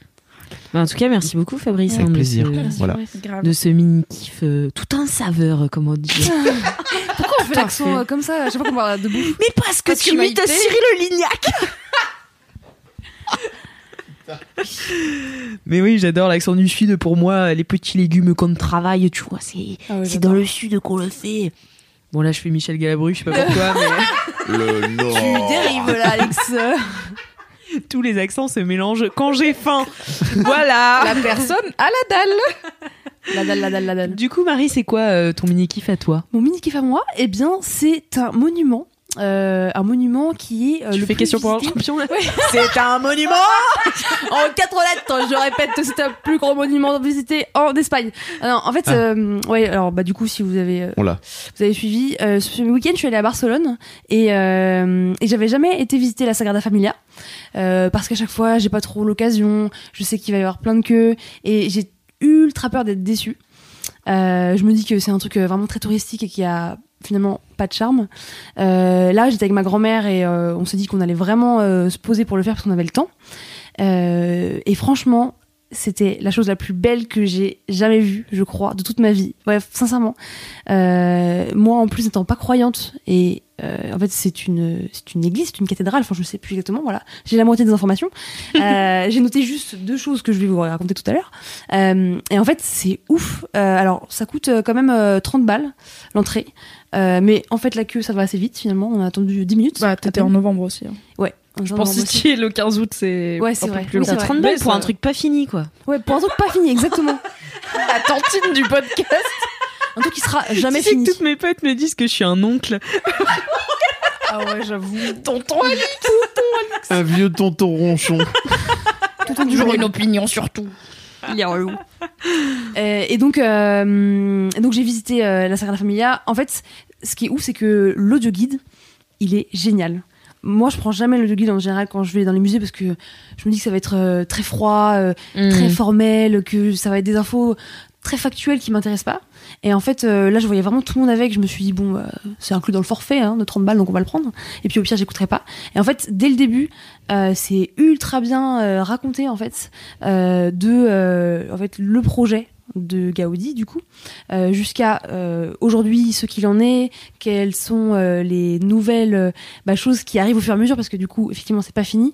Speaker 4: Bah, en tout cas, merci beaucoup Fabrice.
Speaker 3: Avec
Speaker 4: hein, de
Speaker 3: plaisir.
Speaker 4: ce-
Speaker 3: Voilà.
Speaker 4: De ce mini kiff euh, tout un saveur, comme on dit.
Speaker 7: Ah. Pourquoi on fait l'accent euh, comme ça à chaque fois qu'on parle de bouffe
Speaker 4: Mais parce que
Speaker 7: Parce
Speaker 4: tu
Speaker 7: que
Speaker 4: imites
Speaker 7: Maïté-
Speaker 4: Cyril Lignac Mais oui, j'adore l'accent du sud. Pour moi, les petits légumes qu'on travaille, tu vois, c'est
Speaker 7: Ah ouais,
Speaker 4: c'est dans le sud qu'on le fait. Bon, là, je fais Michel Galabru, je sais pas pourquoi, mais
Speaker 3: Le
Speaker 7: Tu dérives là, Alex.
Speaker 4: tous les accents se mélangent quand j'ai faim. Voilà
Speaker 2: La personne à la dalle.
Speaker 7: la dalle, la dalle, la dalle.
Speaker 4: Du coup, Marie, c'est quoi euh, ton mini-kiff à toi
Speaker 7: Mon mini kiff à moi, eh bien, c'est un monument. Euh, un monument qui est. euh,
Speaker 4: Tu
Speaker 7: le
Speaker 4: fais
Speaker 7: plus
Speaker 4: question pour un
Speaker 7: visité-
Speaker 4: champion là
Speaker 7: C'est un monument En quatre lettres, je répète, c'est un plus grand monument visité en Espagne. Ah non, en fait,
Speaker 3: Ah.
Speaker 7: euh, ouais, alors bah du coup, si vous avez, euh,
Speaker 3: On l'a.
Speaker 7: vous avez suivi, euh, ce week-end, je suis allée à Barcelone et, euh, et j'avais jamais été visiter la Sagrada Familia euh, parce qu'à chaque fois, j'ai pas trop l'occasion. Je sais qu'il va y avoir plein de queues et j'ai ultra peur d'être déçue. Euh, je me dis que c'est un truc euh, vraiment très touristique et qui a finalement pas de charme. Euh, là, j'étais avec ma grand-mère et euh, on s'est dit qu'on allait vraiment euh, se poser pour le faire parce qu'on avait le temps. Euh, et franchement, c'était la chose la plus belle que j'ai jamais vue, je crois, de toute ma vie. Ouais, sincèrement. Euh, moi, en plus, n'étant pas croyante, et euh, en fait, c'est une, c'est une église, c'est une cathédrale, enfin, je ne sais plus exactement, voilà. J'ai la moitié des informations. Euh, j'ai noté juste deux choses que je vais vous raconter tout à l'heure. Euh, et en fait, c'est ouf. Euh, alors, ça coûte euh, quand même euh, 30 balles, l'entrée. Euh, mais en fait, la queue, ça va assez vite, finalement. On a attendu 10 minutes.
Speaker 2: Bah, t'étais
Speaker 7: à
Speaker 2: en
Speaker 7: peine.
Speaker 2: novembre aussi. hein.
Speaker 7: Ouais.
Speaker 2: Je pense que si tu y es le 15 août, c'est
Speaker 7: Ouais,
Speaker 2: un
Speaker 7: c'est
Speaker 2: peu
Speaker 7: vrai. Oui,
Speaker 2: plus long.
Speaker 7: c'est vrai.
Speaker 4: 30 balles pour un truc pas fini, quoi.
Speaker 7: Ouais, pour un truc pas fini, exactement.
Speaker 2: La tantine du podcast.
Speaker 7: Un truc qui sera jamais
Speaker 4: Tu sais
Speaker 7: fini.
Speaker 4: que toutes mes potes me disent que je suis un oncle.
Speaker 2: Ah ouais, j'avoue. Tonton,
Speaker 3: Un vieux tonton ronchon.
Speaker 2: toujours une opinion sur tout.
Speaker 4: Il est relou.
Speaker 7: Euh, et donc, euh, et donc j'ai visité euh, la Sagrada Familia. En fait, ce qui est ouf, c'est que l'audio guide, il est génial. Moi, je prends jamais l'audio guide en général quand je vais dans les musées parce que je me dis que ça va être euh, très froid, euh, très formel, que ça va être des infos très factuelles qui m'intéressent pas. Et en fait, euh, là, je voyais vraiment tout le monde avec. Je me suis dit, bon, bah, c'est inclus dans le forfait hein, de 30 balles, donc on va le prendre. Et puis au pire, j'écouterai pas. Et en fait, dès le début, euh, c'est ultra bien euh, raconté, en fait, euh, de euh, en fait, le projet de Gaudi, du coup, euh, jusqu'à euh, aujourd'hui, ce qu'il en est, quelles sont euh, les nouvelles euh, bah, choses qui arrivent au fur et à mesure, parce que du coup, effectivement, c'est pas fini.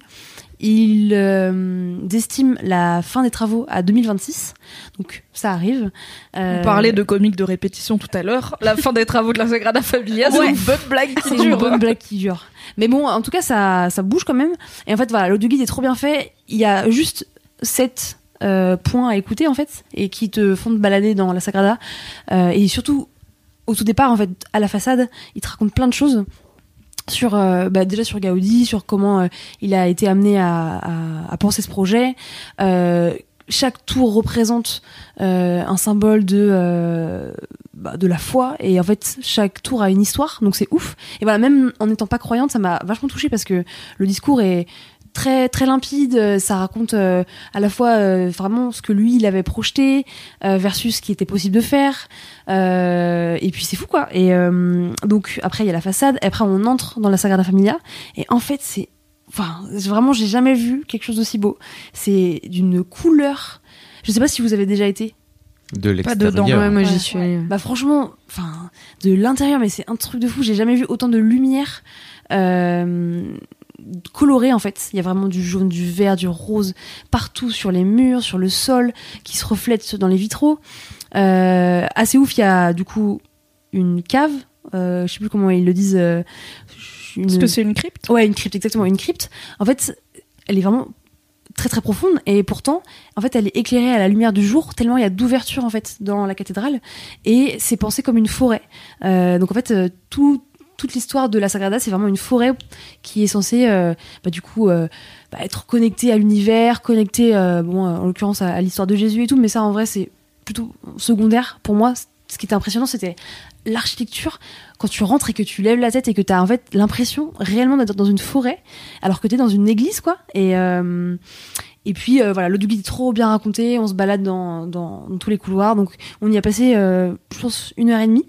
Speaker 7: Il euh, estime la fin des travaux à 2026, donc ça arrive. Euh,
Speaker 2: On parlait de comique de répétition tout à l'heure. La fin des travaux de la Sagrada Familia, c'est
Speaker 7: Ouais.
Speaker 2: une bonne blague qui
Speaker 7: C'est
Speaker 2: dure.
Speaker 7: une bonne blague qui dure. Mais bon, en tout cas, ça, ça bouge quand même. Et en fait, voilà, l'audio guide est trop bien fait. Il y a juste sept euh, points à écouter, en fait, et qui te font te balader dans la Sagrada. Euh, et surtout, au tout départ, en fait, à la façade, il te raconte plein de choses. Sur, euh, bah, déjà sur Gaudi, sur comment euh, il a été amené à, à- à penser ce projet. Euh, chaque tour représente euh, un symbole de, euh, bah, de la foi. Et en fait, chaque tour a une histoire. Donc c'est ouf. Et voilà, même en n'étant pas croyante, ça m'a vachement touchée parce que le discours est très très limpide, euh, ça raconte euh, à la fois euh, vraiment ce que lui il avait projeté euh, versus ce qui était possible de faire. Euh, et puis c'est fou quoi. Et euh, donc après il y a la façade, et après on entre dans la Sagrada Familia et en fait c'est enfin vraiment j'ai jamais vu quelque chose d'aussi beau. C'est d'une couleur. Je sais pas si vous avez déjà été.
Speaker 3: De l'extérieur.
Speaker 2: dedans,
Speaker 4: Ouais, moi
Speaker 7: Ouais.
Speaker 4: j'y suis allée.
Speaker 7: Bah franchement, enfin, de l'intérieur, mais c'est un truc de fou. J'ai jamais vu autant de lumière euh, colorée en fait. Il y a vraiment du jaune, du vert, du rose partout sur les murs, sur le sol, qui se reflète dans les vitraux. Euh, assez ouf, il y a du coup une cave. euh, je sais plus comment ils le disent. euh, une-
Speaker 2: Parce que c'est une crypte.
Speaker 7: Ouais, une crypte, exactement, une crypte. En fait, elle est vraiment très très profonde et pourtant, en fait, elle est éclairée à la lumière du jour tellement il y a d'ouverture en fait dans la cathédrale et c'est pensé comme une forêt. Euh, donc en fait, euh, tout toute l'histoire de la Sagrada, c'est vraiment une forêt qui est censée, euh, bah, du coup, euh, bah, être connectée à l'univers, connectée, euh, bon, euh, en l'occurrence, à, à l'histoire de Jésus et tout. Mais ça, en vrai, c'est plutôt secondaire pour moi. c- Ce qui était impressionnant, c'était l'architecture. Quand tu rentres et que tu lèves la tête et que tu as en fait l'impression réellement d'être dans une forêt, alors que tu es dans une église, quoi. Et, euh, Et puis euh, voilà, le Douglas est trop bien raconté, on se balade dans, dans- dans tous les couloirs. Donc on y a passé, euh, je pense, une heure et demie.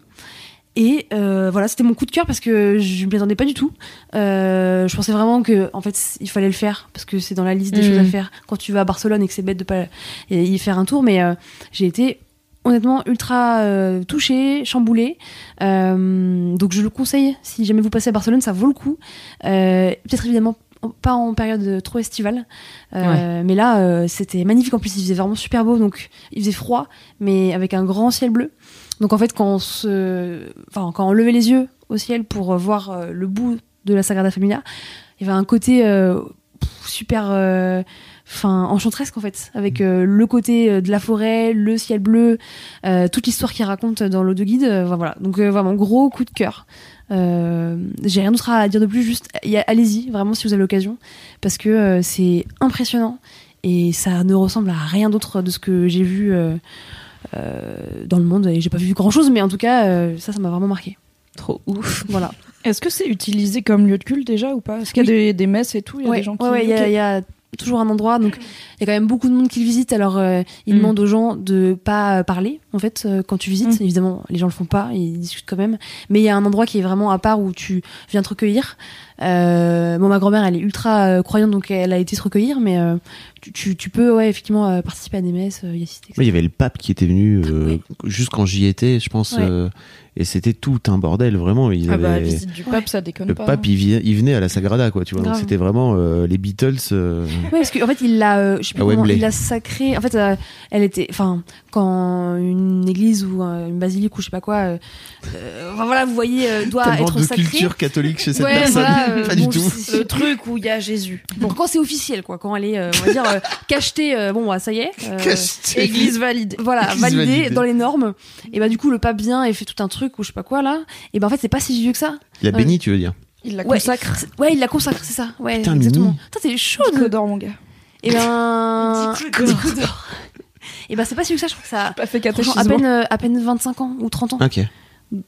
Speaker 7: Et euh, voilà, c'était mon coup de cœur parce que je m'y attendais pas du tout. Euh, je pensais vraiment que, en fait, c- il fallait le faire parce que c'est dans la liste des
Speaker 6: Mhm.
Speaker 7: choses à faire quand tu vas à Barcelone et que c'est bête de pas y y faire un tour. Mais euh, j'ai été honnêtement ultra euh, touchée, chamboulée. Euh, donc je le conseille. Si jamais vous passez à Barcelone, ça vaut le coup. Euh, Peut-être évidemment en- pas en période trop estivale, Euh, mais là euh, c'était magnifique. En plus, il faisait vraiment super beau, donc il faisait froid, mais avec un grand ciel bleu. Donc en fait, quand on se, enfin, quand on levait les yeux au ciel pour euh, voir euh, le bout de la Sagrada Familia, il y avait un côté euh, pff, super, euh, enfin, enchantresque en fait, avec euh, le côté euh, de la forêt, le ciel bleu, euh, toute l'histoire qu'il raconte dans l'eau de guide. euh, voilà. Donc euh, vraiment gros coup de cœur. Euh, J'ai rien d'autre à dire de plus. Juste, y a- allez-y vraiment si vous avez l'occasion, parce que euh, c'est impressionnant et ça ne ressemble à rien d'autre de ce que j'ai vu. euh, euh, dans le monde et j'ai pas vu grand chose mais en tout cas euh, ça ça m'a vraiment marqué
Speaker 4: trop ouf
Speaker 7: voilà
Speaker 11: Est-ce que c'est utilisé comme lieu de culte déjà ou pas Est-ce qu'il y a des, des messes et tout Il y a
Speaker 7: ouais
Speaker 11: des gens qui.
Speaker 7: ouais, ouais, il y, a- il y a toujours un endroit donc il y a quand même beaucoup de monde qui le visite alors euh, ils
Speaker 4: Mm.
Speaker 7: demandent aux gens de pas euh, parler en fait euh, quand tu visites
Speaker 11: Mm.
Speaker 7: évidemment les gens le font pas ils discutent quand même mais il y a un endroit qui est vraiment à part où tu viens te recueillir Euh, bon ma grand-mère elle est ultra euh, croyante donc elle a été se recueillir mais euh, tu, tu, tu peux ouais effectivement euh, participer à des messes euh, y assister
Speaker 3: Oui, Il y avait le pape qui était venu euh, juste quand j'y étais, je pense,
Speaker 7: Ouais.
Speaker 3: euh, et c'était tout un bordel vraiment. Ils
Speaker 11: Ah bah,
Speaker 3: avaient-
Speaker 11: visite du pape, ça déconne
Speaker 3: le
Speaker 11: pas. hein.
Speaker 3: pape, il, vi- il venait à la Sagrada, quoi, tu vois. Donc
Speaker 7: hein. Grave.
Speaker 3: c'était vraiment euh, les Beatles. euh,
Speaker 7: Oui, parce qu'en fait, il l'a, euh, je sais plus
Speaker 3: À
Speaker 7: comment,
Speaker 3: Wembley.
Speaker 7: il l'a sacré. En fait, euh, elle était, enfin, quand une église ou euh, une basilique ou je sais pas quoi, euh, euh, enfin, voilà, vous voyez, euh, doit
Speaker 3: tellement
Speaker 7: être
Speaker 3: de
Speaker 7: sacrée.
Speaker 3: culture catholique chez cette
Speaker 7: Ouais,
Speaker 3: personne.
Speaker 7: voilà, euh,
Speaker 3: pas du
Speaker 7: bon,
Speaker 3: tout.
Speaker 7: c'est-
Speaker 2: Le truc où il y a Jésus.
Speaker 7: Bon, quand c'est officiel, quoi, quand elle est, euh, on va dire, euh, cachetée, euh, bon, bah, ça y est. euh,
Speaker 3: Cachetée.
Speaker 7: Église valide. Voilà,
Speaker 3: Église
Speaker 7: validée,
Speaker 3: validée.
Speaker 7: dans les normes. Et bah, du coup, le pape vient et fait tout un truc ou je sais pas quoi, là. Et bah, en fait, c'est pas si vieux que ça. Euh,
Speaker 3: Il a
Speaker 7: Ouais.
Speaker 3: béni, tu veux dire.
Speaker 11: Il la
Speaker 7: Ouais,
Speaker 11: consacre.
Speaker 7: Ouais, il la consacre, c'est ça. Ouais,
Speaker 3: Putain,
Speaker 7: exactement.
Speaker 3: Mimi.
Speaker 7: Putain, t'es chaud,
Speaker 11: Que dort mon gars.
Speaker 7: Et ben.
Speaker 4: Petit coup d'or.
Speaker 7: Petit coup d'or. Et ben, c'est pas si vieux que ça, je crois que ça.
Speaker 11: Pas fait
Speaker 7: Franchement, à
Speaker 11: catéchisme.
Speaker 7: peine, euh, à peine 25 ans ou 30 ans.
Speaker 3: Ok.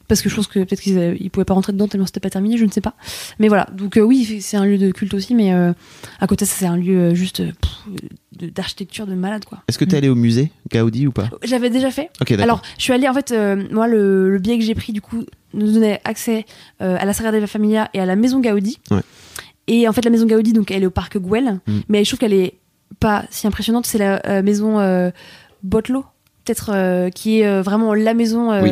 Speaker 7: Parce que je pense que peut-être qu'ils euh, ils pouvaient pas rentrer dedans tellement c'était pas terminé, je ne sais pas. Mais voilà, donc euh, oui, c'est un lieu de culte aussi, mais euh, à côté, ça, c'est un lieu euh, juste euh, pff, de- d'architecture de malade, quoi.
Speaker 3: Est-ce que t'es allé au musée Gaudi ou pas
Speaker 7: J'avais déjà fait.
Speaker 3: Ok, d'accord.
Speaker 7: Alors, je suis allée, en fait, euh, moi, le, le billet que j'ai pris, du coup, nous donnait accès euh, à la Sagrada la Familia et à la Maison Gaudi.
Speaker 3: Ouais.
Speaker 7: Et en fait, la Maison Gaudi, donc, elle est au parc Güell,
Speaker 3: Mm.
Speaker 7: mais je trouve qu'elle est pas si impressionnante. C'est la euh, maison euh, Botlo, peut-être, euh, qui est euh, vraiment la maison, euh,
Speaker 3: Oui.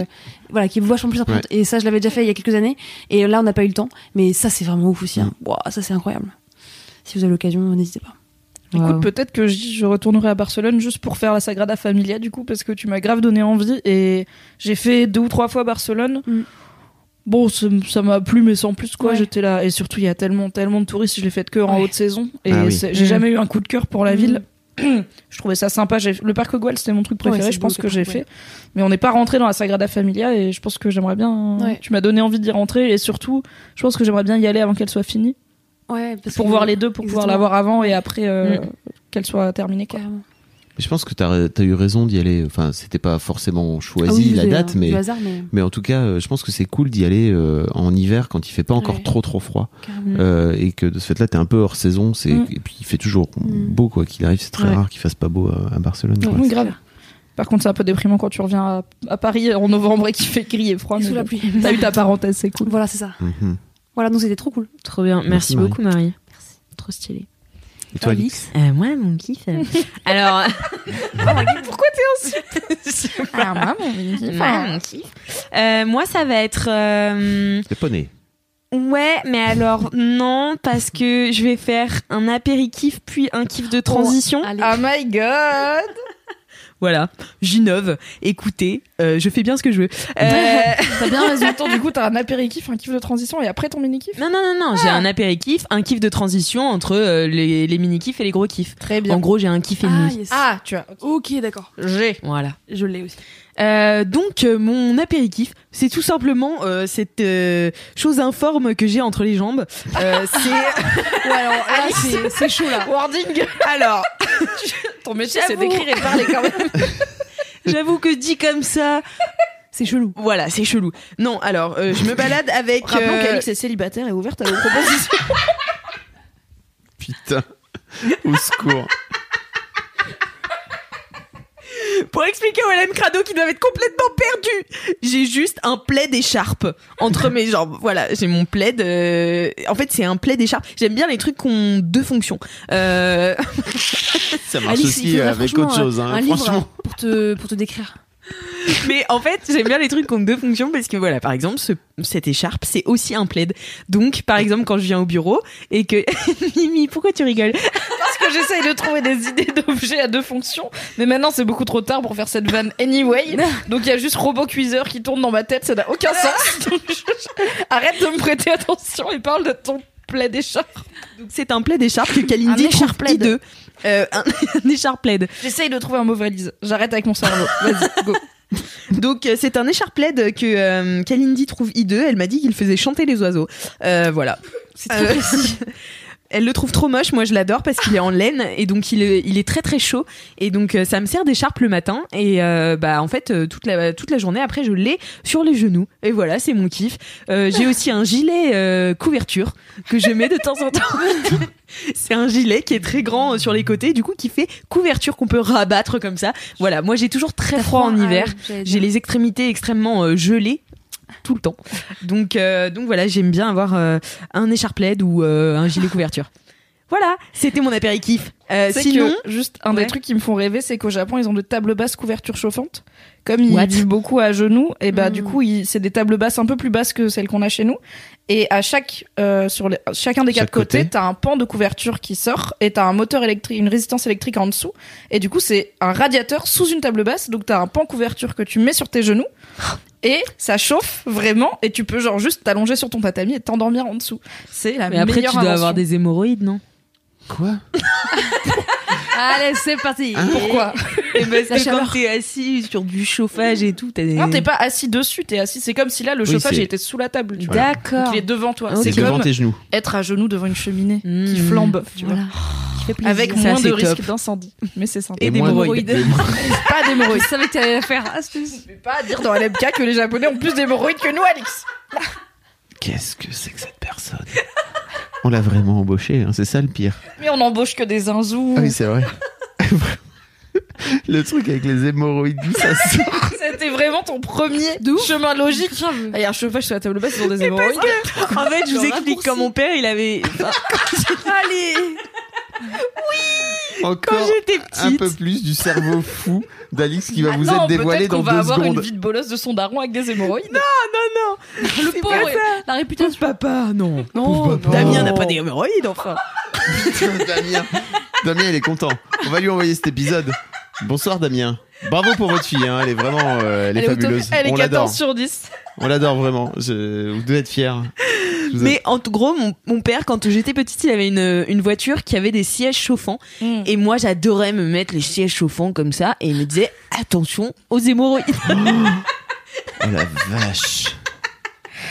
Speaker 7: voilà, qui est vachement plus impressionnante. Et ça, je l'avais déjà fait il y a quelques années. Et là, on n'a pas eu le temps. Mais ça, c'est vraiment ouf aussi. hein.
Speaker 3: Mm.
Speaker 7: Ouah, ça, c'est incroyable. Si vous avez l'occasion, n'hésitez pas.
Speaker 11: Écoute, peut-être que j'y- je retournerai à Barcelone juste pour faire la Sagrada Familia, du coup, parce que tu m'as grave donné envie et j'ai fait deux ou trois fois Barcelone.
Speaker 7: Mm.
Speaker 11: Bon, ça m- ça m'a plu, mais sans plus, quoi.
Speaker 7: Ouais.
Speaker 11: J'étais là. Et surtout, il y a tellement, tellement de touristes, je l'ai faite que en
Speaker 7: Ouais.
Speaker 11: haute saison. Et
Speaker 3: Ah oui.
Speaker 11: c'est- j'ai
Speaker 4: Mm.
Speaker 11: jamais eu un coup de cœur pour la
Speaker 7: Mm.
Speaker 11: ville. je trouvais ça sympa. J'ai- Le parc Güell, c'était mon truc
Speaker 7: Ouais,
Speaker 11: préféré,
Speaker 7: c'est
Speaker 11: je
Speaker 7: beau,
Speaker 11: pense
Speaker 7: le
Speaker 11: que j'ai
Speaker 7: parc, ouais.
Speaker 11: fait. Mais on n'est pas rentré dans la Sagrada Familia et je pense que j'aimerais bien.
Speaker 7: Ouais.
Speaker 11: Tu m'as donné envie d'y rentrer et surtout, je pense que j'aimerais bien y aller avant qu'elle soit finie.
Speaker 7: Ouais, parce
Speaker 11: Pour
Speaker 7: que-
Speaker 11: voir les deux, pour pouvoir la
Speaker 7: Exactement.
Speaker 11: voir avant et après euh,
Speaker 4: Mm.
Speaker 11: qu'elle soit terminée, quoi.
Speaker 7: Carrément.
Speaker 3: Je pense que t'as as eu raison d'y aller. Enfin, c'était pas forcément choisi
Speaker 7: Ah oui,
Speaker 3: la
Speaker 7: c'est
Speaker 3: date,
Speaker 7: un-
Speaker 3: mais
Speaker 7: du hasard, mais
Speaker 3: mais en tout cas, euh, je pense que c'est cool d'y aller euh, en hiver quand il fait pas encore
Speaker 7: Ouais.
Speaker 3: trop trop froid
Speaker 7: carrément.
Speaker 3: Euh, et que de ce fait-là, t'es un peu hors saison. C'est
Speaker 11: Mm.
Speaker 3: et puis il fait toujours
Speaker 7: Mm.
Speaker 3: beau quoi qu'il arrive. C'est très
Speaker 7: Ouais.
Speaker 3: rare qu'il fasse pas beau à, à Barcelone. quoi.
Speaker 11: Oui, Mm, grave. Par contre, c'est un peu déprimant quand tu reviens à, à Paris en novembre et qu'il fait gris et froid. mais
Speaker 7: Sous la
Speaker 11: bon.
Speaker 7: pluie.
Speaker 11: T'as eu ta parenthèse, c'est cool.
Speaker 7: Voilà, c'est ça.
Speaker 3: Mhm.
Speaker 7: Voilà, donc c'était trop cool.
Speaker 4: trop bien
Speaker 3: Merci,
Speaker 4: merci,
Speaker 3: Marie.
Speaker 11: Ah
Speaker 4: beaucoup Marie merci trop stylé
Speaker 3: Et toi, Alix
Speaker 4: Euh, moi mon kiff euh, alors
Speaker 2: Ah, maman,
Speaker 4: moi mon kiff Euh, moi ça va être euh,
Speaker 3: C'est poney.
Speaker 4: Ouais, mais alors non, parce que je vais faire un apéritif puis un kiff de transition.
Speaker 7: Ah,
Speaker 11: my god!
Speaker 4: Voilà, j'innove. Écoutez, euh, je fais bien ce que je veux. Euh,
Speaker 11: T'as bien raison. Attends, du coup, t'as un apéritif, un kiff de transition et après ton mini-kiff? Ah.
Speaker 4: non, non, non, non, Hein,
Speaker 7: Ah.
Speaker 4: j'ai un apéritif, un kiff de transition entre euh, les, les mini-kiffs et les gros kiffs.
Speaker 11: Très
Speaker 4: En gros, j'ai un kiff et demi.
Speaker 7: yes.
Speaker 11: Ah, tu as.
Speaker 7: ok, d'accord.
Speaker 4: J'ai. Voilà.
Speaker 7: Je l'ai aussi.
Speaker 4: Euh, donc euh, mon apéritif, c'est tout simplement euh, cette euh, chose informe que j'ai entre les jambes. Euh, c'est
Speaker 7: Ouais, alors là, c'est c'est chaud là.
Speaker 11: Wording!
Speaker 4: alors
Speaker 11: Ton métier,
Speaker 4: J'avoue.
Speaker 11: c'est d'écrire et de parler quand même.
Speaker 4: J'avoue que dit comme ça,
Speaker 7: C'est chelou.
Speaker 4: voilà, c'est chelou. Non, alors euh, je me balade avec.
Speaker 2: Rappelons
Speaker 4: euh,
Speaker 2: qu'Alix est célibataire et ouverte à vos propositions.
Speaker 3: Putain. Au secours.
Speaker 4: pour expliquer aux LM Crado qui doivent être complètement perdus. J'ai juste un plaid écharpe entre mes jambes. Voilà, j'ai mon plaid. euh, En fait, c'est un plaid écharpe. J'aime bien les trucs qui ont deux fonctions. Euh...
Speaker 3: Ça marche
Speaker 7: Alice, il
Speaker 3: aussi
Speaker 7: faudrait
Speaker 3: avec
Speaker 7: franchement,
Speaker 3: autre chose.
Speaker 7: euh,
Speaker 3: hein,
Speaker 7: Un livre
Speaker 3: franchement.
Speaker 7: pour te, pour te décrire.
Speaker 4: Mais en fait, j'aime bien les trucs qui ont deux fonctions parce que voilà, par exemple, ce- cette écharpe, c'est aussi un plaid. Donc, par exemple, quand je viens au bureau et que Mimi, pourquoi tu rigoles
Speaker 2: Parce que j'essaye de trouver des idées d'objets à deux fonctions, mais maintenant c'est beaucoup trop tard pour faire cette vanne anyway. Donc il y a juste robot cuiseur qui tourne dans ma tête, ça n'a aucun sens. Donc, je- Arrête de me prêter attention et parle de ton plaid écharpe.
Speaker 4: Donc, C'est un plaid écharpe que Kalindi
Speaker 2: Un écharpe
Speaker 4: trouve hideux. Euh, un, un écharpe plaid.
Speaker 2: J'essaye de trouver un mot valise. J'arrête avec mon cerveau. Vas-y, go.
Speaker 4: Donc euh, c'est un écharpe plaid que euh, Kalindi trouve hideux. Elle m'a dit qu'il faisait chanter les oiseaux. Euh, voilà. C'est
Speaker 2: très
Speaker 4: précis. Elle le trouve trop moche, moi je l'adore parce qu'il est en laine et donc il est, il est très très chaud et donc euh, ça me sert d'écharpe le matin et euh, bah en fait euh, toute la toute la journée après je l'ai sur les genoux et voilà c'est mon kiff. Euh, j'ai aussi un gilet euh, couverture que je mets de temps en temps. c'est un gilet qui est très grand euh, sur les côtés du coup qui fait couverture qu'on peut rabattre comme ça. Voilà moi j'ai toujours très froid
Speaker 2: ah
Speaker 4: en hiver. J'ai les extrémités extrêmement euh, gelées tout le temps. Donc, euh, donc voilà, j'aime bien avoir euh, un écharpe plaid ou euh, un gilet couverture. Voilà, c'était mon apéritif. Euh,
Speaker 2: C'est
Speaker 4: sinon,
Speaker 2: que, juste un
Speaker 4: Ouais.
Speaker 2: des trucs qui me font rêver, c'est qu'au Japon, ils ont des tables basses couvertures chauffantes. Comme ils
Speaker 4: What Hmm.
Speaker 2: vivent beaucoup à genoux, et bah du coup, ils- c'est des tables basses un peu plus basses que celles qu'on a chez nous. Et à chaque, euh, sur les- chacun des
Speaker 3: Chaque
Speaker 2: quatre côtés,
Speaker 3: côté.
Speaker 2: t'as un pan de couverture qui sort et t'as un moteur électrique, une résistance électrique en dessous. Et du coup, c'est un radiateur sous une table basse, donc t'as un pan couverture que tu mets sur tes genoux. Et ça chauffe vraiment, et tu peux genre juste t'allonger sur ton tatami et t'endormir en dessous. C'est la
Speaker 4: mais après tu
Speaker 2: meilleure
Speaker 4: dois avoir
Speaker 2: invention.
Speaker 4: des hémorroïdes, non
Speaker 3: Quoi
Speaker 6: Allez, c'est parti.
Speaker 2: Pourquoi
Speaker 4: Et ben,
Speaker 6: La chaleur.
Speaker 4: t'es assis sur du chauffage et tout, t'as des...
Speaker 2: Non, t'es pas assis dessus, t'es assis. C'est comme si là, le
Speaker 3: Oui,
Speaker 2: chauffage
Speaker 3: c'est-
Speaker 2: il était sous la table. Tu vois. Donc,
Speaker 6: D'accord.
Speaker 2: Il est devant toi.
Speaker 6: Ok.
Speaker 3: C'est
Speaker 2: C'est
Speaker 3: devant
Speaker 2: comme
Speaker 3: tes genoux.
Speaker 2: être à genoux devant une cheminée qui
Speaker 4: Mmh.
Speaker 2: flambe, tu vois.
Speaker 6: Voilà. Qui fait plaisir.
Speaker 2: Avec
Speaker 4: Ça,
Speaker 2: moins
Speaker 4: c'est
Speaker 2: de risque
Speaker 4: top.
Speaker 2: d'incendie. Mais c'est sympa.
Speaker 4: Et des
Speaker 3: moins-
Speaker 4: hémorroïdes.
Speaker 3: des-
Speaker 2: Pas d'hémorroïdes.
Speaker 6: Je savais que t'allais la faire. Ah, c'est-
Speaker 2: Je vais pas dire dans LMK que les Japonais ont plus d'hémorroïdes que nous, Alex.
Speaker 3: Qu'est-ce que c'est que cette personne On l'a vraiment embauché, hein, c'est ça le pire.
Speaker 2: Mais on embauche que des zinzous.
Speaker 3: Ah c'est vrai. le truc avec les hémorroïdes, d'où ça sort
Speaker 2: C'était vraiment ton premier chemin logique. Ah, Il y a un chauffage sur la table basse, ils ont des hémorroïdes.
Speaker 4: En fait, je vous
Speaker 6: Le
Speaker 4: explique
Speaker 6: raccourci.
Speaker 4: quand mon père, il avait... Allez Quand
Speaker 3: Encore
Speaker 4: j'étais
Speaker 3: un
Speaker 4: petite...
Speaker 3: peu plus du cerveau fou d'Alix qui va vous
Speaker 2: Maintenant,
Speaker 3: être dévoilé
Speaker 2: Ah peut-être qu'on
Speaker 3: dans
Speaker 2: va
Speaker 3: deux
Speaker 2: avoir une
Speaker 3: secondes.
Speaker 2: vie de bolosse de son daron avec des hémorroïdes.
Speaker 4: Non,
Speaker 6: Le pauvre. et- La réputation.
Speaker 4: papa, non.
Speaker 6: Non,
Speaker 3: papa.
Speaker 4: Damien
Speaker 3: Oh.
Speaker 4: n'a pas des hémorroïdes, enfin.
Speaker 3: Damien. Damien, il est content. On va lui envoyer cet épisode. Bonsoir Damien. Bravo pour votre fille, hein. elle est vraiment euh, elle est
Speaker 2: Elle est au top.
Speaker 3: fabuleuse.
Speaker 2: Elle est
Speaker 3: On l'adore.
Speaker 2: 14 sur 10.
Speaker 3: On l'adore vraiment. Je- Vous devez être fiers. Je vous
Speaker 4: Mais en tout gros, mon, mon père, quand j'étais petite, il avait une, une voiture qui avait des sièges chauffants.
Speaker 2: Mm.
Speaker 4: Et moi, j'adorais me mettre les sièges chauffants comme ça. Et il me disait, attention aux hémorroïdes.
Speaker 3: Oh la vache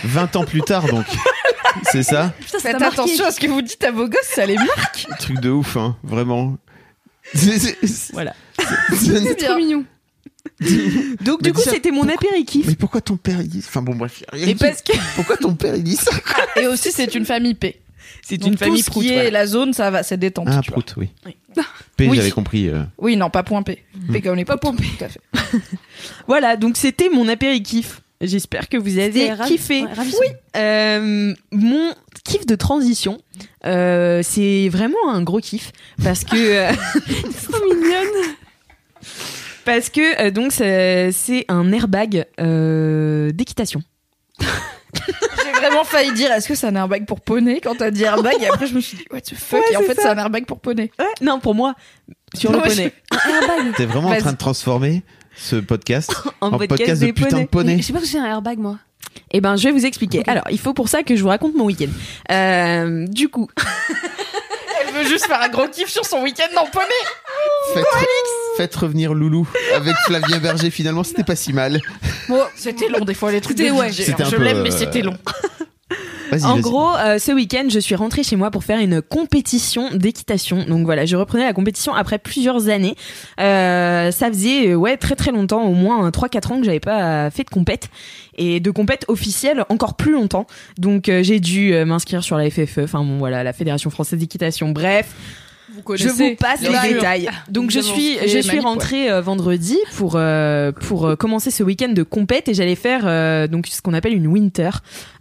Speaker 3: 20 ans plus tard donc C'est ça
Speaker 6: Putain, ça
Speaker 2: Faites
Speaker 6: t'a marqué.
Speaker 2: attention à ce que vous dites à vos gosses, ça les marque.
Speaker 3: Un Truc de ouf hein, vraiment C'est- c'est- c'est-
Speaker 4: Voilà.
Speaker 3: c'est-
Speaker 2: C'est bien.
Speaker 6: mignon.
Speaker 4: Donc,
Speaker 3: Mais
Speaker 4: du coup,
Speaker 3: ça-
Speaker 4: c'était mon apéritif.
Speaker 3: Mais pourquoi ton père il dit Enfin bon bref, rien qui-
Speaker 2: Et parce que
Speaker 3: pourquoi ton père il dit ça
Speaker 2: Et aussi, c'est une famille P.
Speaker 4: C'est
Speaker 2: Donc,
Speaker 4: une famille
Speaker 2: tout ce
Speaker 4: prout.
Speaker 2: qui est
Speaker 4: voilà.
Speaker 2: la zone, ça va, c'est détente.
Speaker 3: Ah
Speaker 2: tu vois.
Speaker 3: prout oui.
Speaker 4: Oui.
Speaker 3: P
Speaker 2: Oui.
Speaker 3: j'avais compris. euh.
Speaker 2: Oui, non, pas point P.
Speaker 4: Hmm.
Speaker 2: P comme les pas point P. Tout à fait.
Speaker 4: Voilà, donc c'était mon apéritif. J'espère que vous avez kiffé.
Speaker 6: Oui.
Speaker 4: Euh, mon kiff de transition, euh, c'est vraiment un gros kiff parce que euh,
Speaker 6: C'est trop mignonne.
Speaker 4: parce que euh, donc c'est c'est un airbag euh, d'équitation.
Speaker 2: J'ai vraiment failli dire, est-ce que c'est un airbag pour poney quand t'as dit airbag Et après, je me suis dit, what the fuck
Speaker 4: Ouais,
Speaker 2: Et en
Speaker 4: c'est
Speaker 2: fait,
Speaker 4: ça.
Speaker 2: c'est un airbag pour poney.
Speaker 4: Ouais, non pour moi sur
Speaker 2: Non,
Speaker 4: le
Speaker 2: mais
Speaker 4: poney.
Speaker 3: T'es vraiment en
Speaker 2: Vas-y.
Speaker 3: train de transformer ce podcast
Speaker 4: En
Speaker 3: en podcast, de
Speaker 4: des
Speaker 3: putain de
Speaker 4: poneys.
Speaker 3: poney.
Speaker 7: Je sais pas que c'est un airbag, moi.
Speaker 4: Eh ben je vais vous expliquer. Alors il faut pour ça que je vous raconte mon week-end. Euh, du coup
Speaker 2: Elle veut juste faire un gros kiff sur son week-end en poney
Speaker 3: Faites, faites revenir Loulou avec Flavien Berger finalement c'était pas si mal.
Speaker 2: C'était long, des fois, les trucs.
Speaker 6: C'était-
Speaker 2: de
Speaker 6: ouais.
Speaker 2: DJ,
Speaker 3: C'était
Speaker 2: hein.
Speaker 3: un
Speaker 2: Je
Speaker 3: peu,
Speaker 2: l'aime, mais
Speaker 3: euh,
Speaker 2: c'était long.
Speaker 3: Vas-y
Speaker 4: En
Speaker 3: vas-y.
Speaker 4: gros, euh, ce week-end, je suis rentrée chez moi pour faire une compétition d'équitation. Donc voilà, je reprenais la compétition après plusieurs années. Euh, ça faisait euh, ouais très très longtemps, au moins hein, 3-4 ans que j'avais pas euh, fait de compète et de compète officielle encore plus longtemps. E. Donc euh, j'ai dû euh, m'inscrire sur la FFE, enfin bon voilà, la Fédération française d'équitation. Bref, Vous
Speaker 9: connaissez
Speaker 4: je vous passe
Speaker 9: bien
Speaker 4: les
Speaker 9: sûr.
Speaker 4: détails. Donc je
Speaker 9: Nous avons
Speaker 4: suis,
Speaker 9: créé
Speaker 4: je suis
Speaker 9: Manic,
Speaker 4: rentrée euh, vendredi pour euh, pour euh, commencer ce week-end de compète et j'allais faire euh, donc ce qu'on appelle une winter.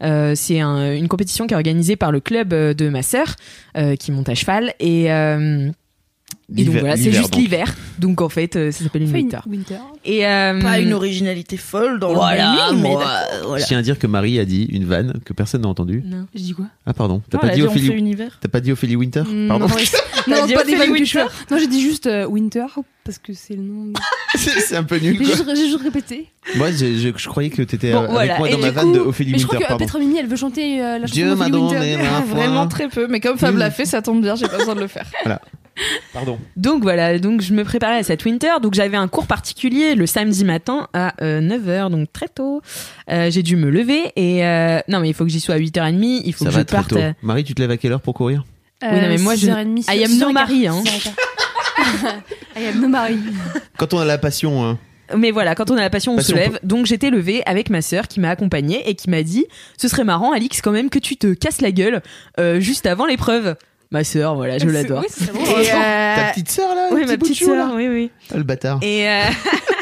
Speaker 4: Euh, c'est un- une compétition qui est organisée par le club euh, de ma sœur euh, qui monte à cheval et euh, et donc
Speaker 2: L'hiver-
Speaker 4: voilà, c'est
Speaker 2: l'hiver,
Speaker 4: juste
Speaker 2: donc.
Speaker 4: l'hiver. Donc en fait, euh, ça s'appelle une winter. Et euh,
Speaker 2: Pas une originalité folle dans
Speaker 4: Voilà,
Speaker 2: le naming, mais
Speaker 4: moi,
Speaker 2: d'accord.
Speaker 3: Je tiens à dire que Marie a dit une vanne que personne n'a entendue.
Speaker 4: Non.
Speaker 2: Je dis quoi
Speaker 3: Ah, pardon. T'as
Speaker 2: Non,
Speaker 3: pas
Speaker 2: elle a
Speaker 3: dit
Speaker 2: dit on
Speaker 3: Ophélie
Speaker 2: fait univers.
Speaker 3: T'as pas dit Ophélie Winter
Speaker 7: Mm,
Speaker 3: Pardon.
Speaker 7: non, oui.
Speaker 2: T'as
Speaker 7: Non,
Speaker 2: dit
Speaker 7: pas
Speaker 2: Ophélie
Speaker 7: des vannes que
Speaker 2: Winter.
Speaker 7: je fais. Non, j'ai dit juste euh, Winter parce que c'est le nom. de-
Speaker 3: C'est c'est un peu nul.
Speaker 7: J'ai
Speaker 3: Quoi.
Speaker 7: juste, j'ai juste répété.
Speaker 3: Moi, je, je- je croyais que t'étais
Speaker 7: Bon,
Speaker 3: euh, avec
Speaker 7: voilà.
Speaker 3: moi
Speaker 7: Et
Speaker 3: dans
Speaker 7: du
Speaker 3: ma vanne
Speaker 7: coup-
Speaker 3: de Ophélie
Speaker 7: mais je
Speaker 3: Winter.
Speaker 7: crois que euh,
Speaker 3: pardon.
Speaker 7: Petra Mimi, elle veut chanter euh, la chanson
Speaker 3: Dieu m'a
Speaker 7: d'Ophélie
Speaker 3: donné
Speaker 7: Winter.
Speaker 3: ma foi.
Speaker 2: Vraiment très peu, mais comme Fab l'a fait, ça tombe bien, j'ai pas besoin de le faire.
Speaker 3: Voilà. Pardon.
Speaker 4: Donc voilà, donc je me préparais à cette winter. Donc j'avais un cours particulier le samedi matin à 9h, donc très tôt. Euh, j'ai dû me lever et euh, non mais il faut que j'y sois à 8h30, il faut
Speaker 3: Ça
Speaker 4: que je
Speaker 3: va très
Speaker 4: parte.
Speaker 3: tôt.
Speaker 4: à-
Speaker 3: Marie, tu te lèves à quelle heure pour courir
Speaker 2: Euh,
Speaker 4: Oui, non, mais moi, je-
Speaker 7: 6h30,
Speaker 4: I am no Marie, hein.
Speaker 7: 6h15. I am no Marie.
Speaker 3: Quand on a la passion, hein.
Speaker 4: Mais voilà, quand on a la passion, on
Speaker 3: Passion,
Speaker 4: se
Speaker 3: on
Speaker 4: lève.
Speaker 3: peut-
Speaker 4: Donc j'étais levée avec ma sœur qui m'a accompagnée et qui m'a dit "Ce serait marrant Alix quand même que tu te casses la gueule euh, juste avant l'épreuve." Ma sœur, voilà, je
Speaker 6: C'est-
Speaker 4: l'adore.
Speaker 6: oui, c'est drôle.
Speaker 4: Et, euh,
Speaker 3: ta petite sœur là, le
Speaker 4: Oui,
Speaker 3: petit
Speaker 4: ma
Speaker 3: bout de
Speaker 4: petite
Speaker 3: chou,
Speaker 4: sœur,
Speaker 3: là
Speaker 4: oui oui.
Speaker 3: Ah, le bâtard.
Speaker 4: Et, euh,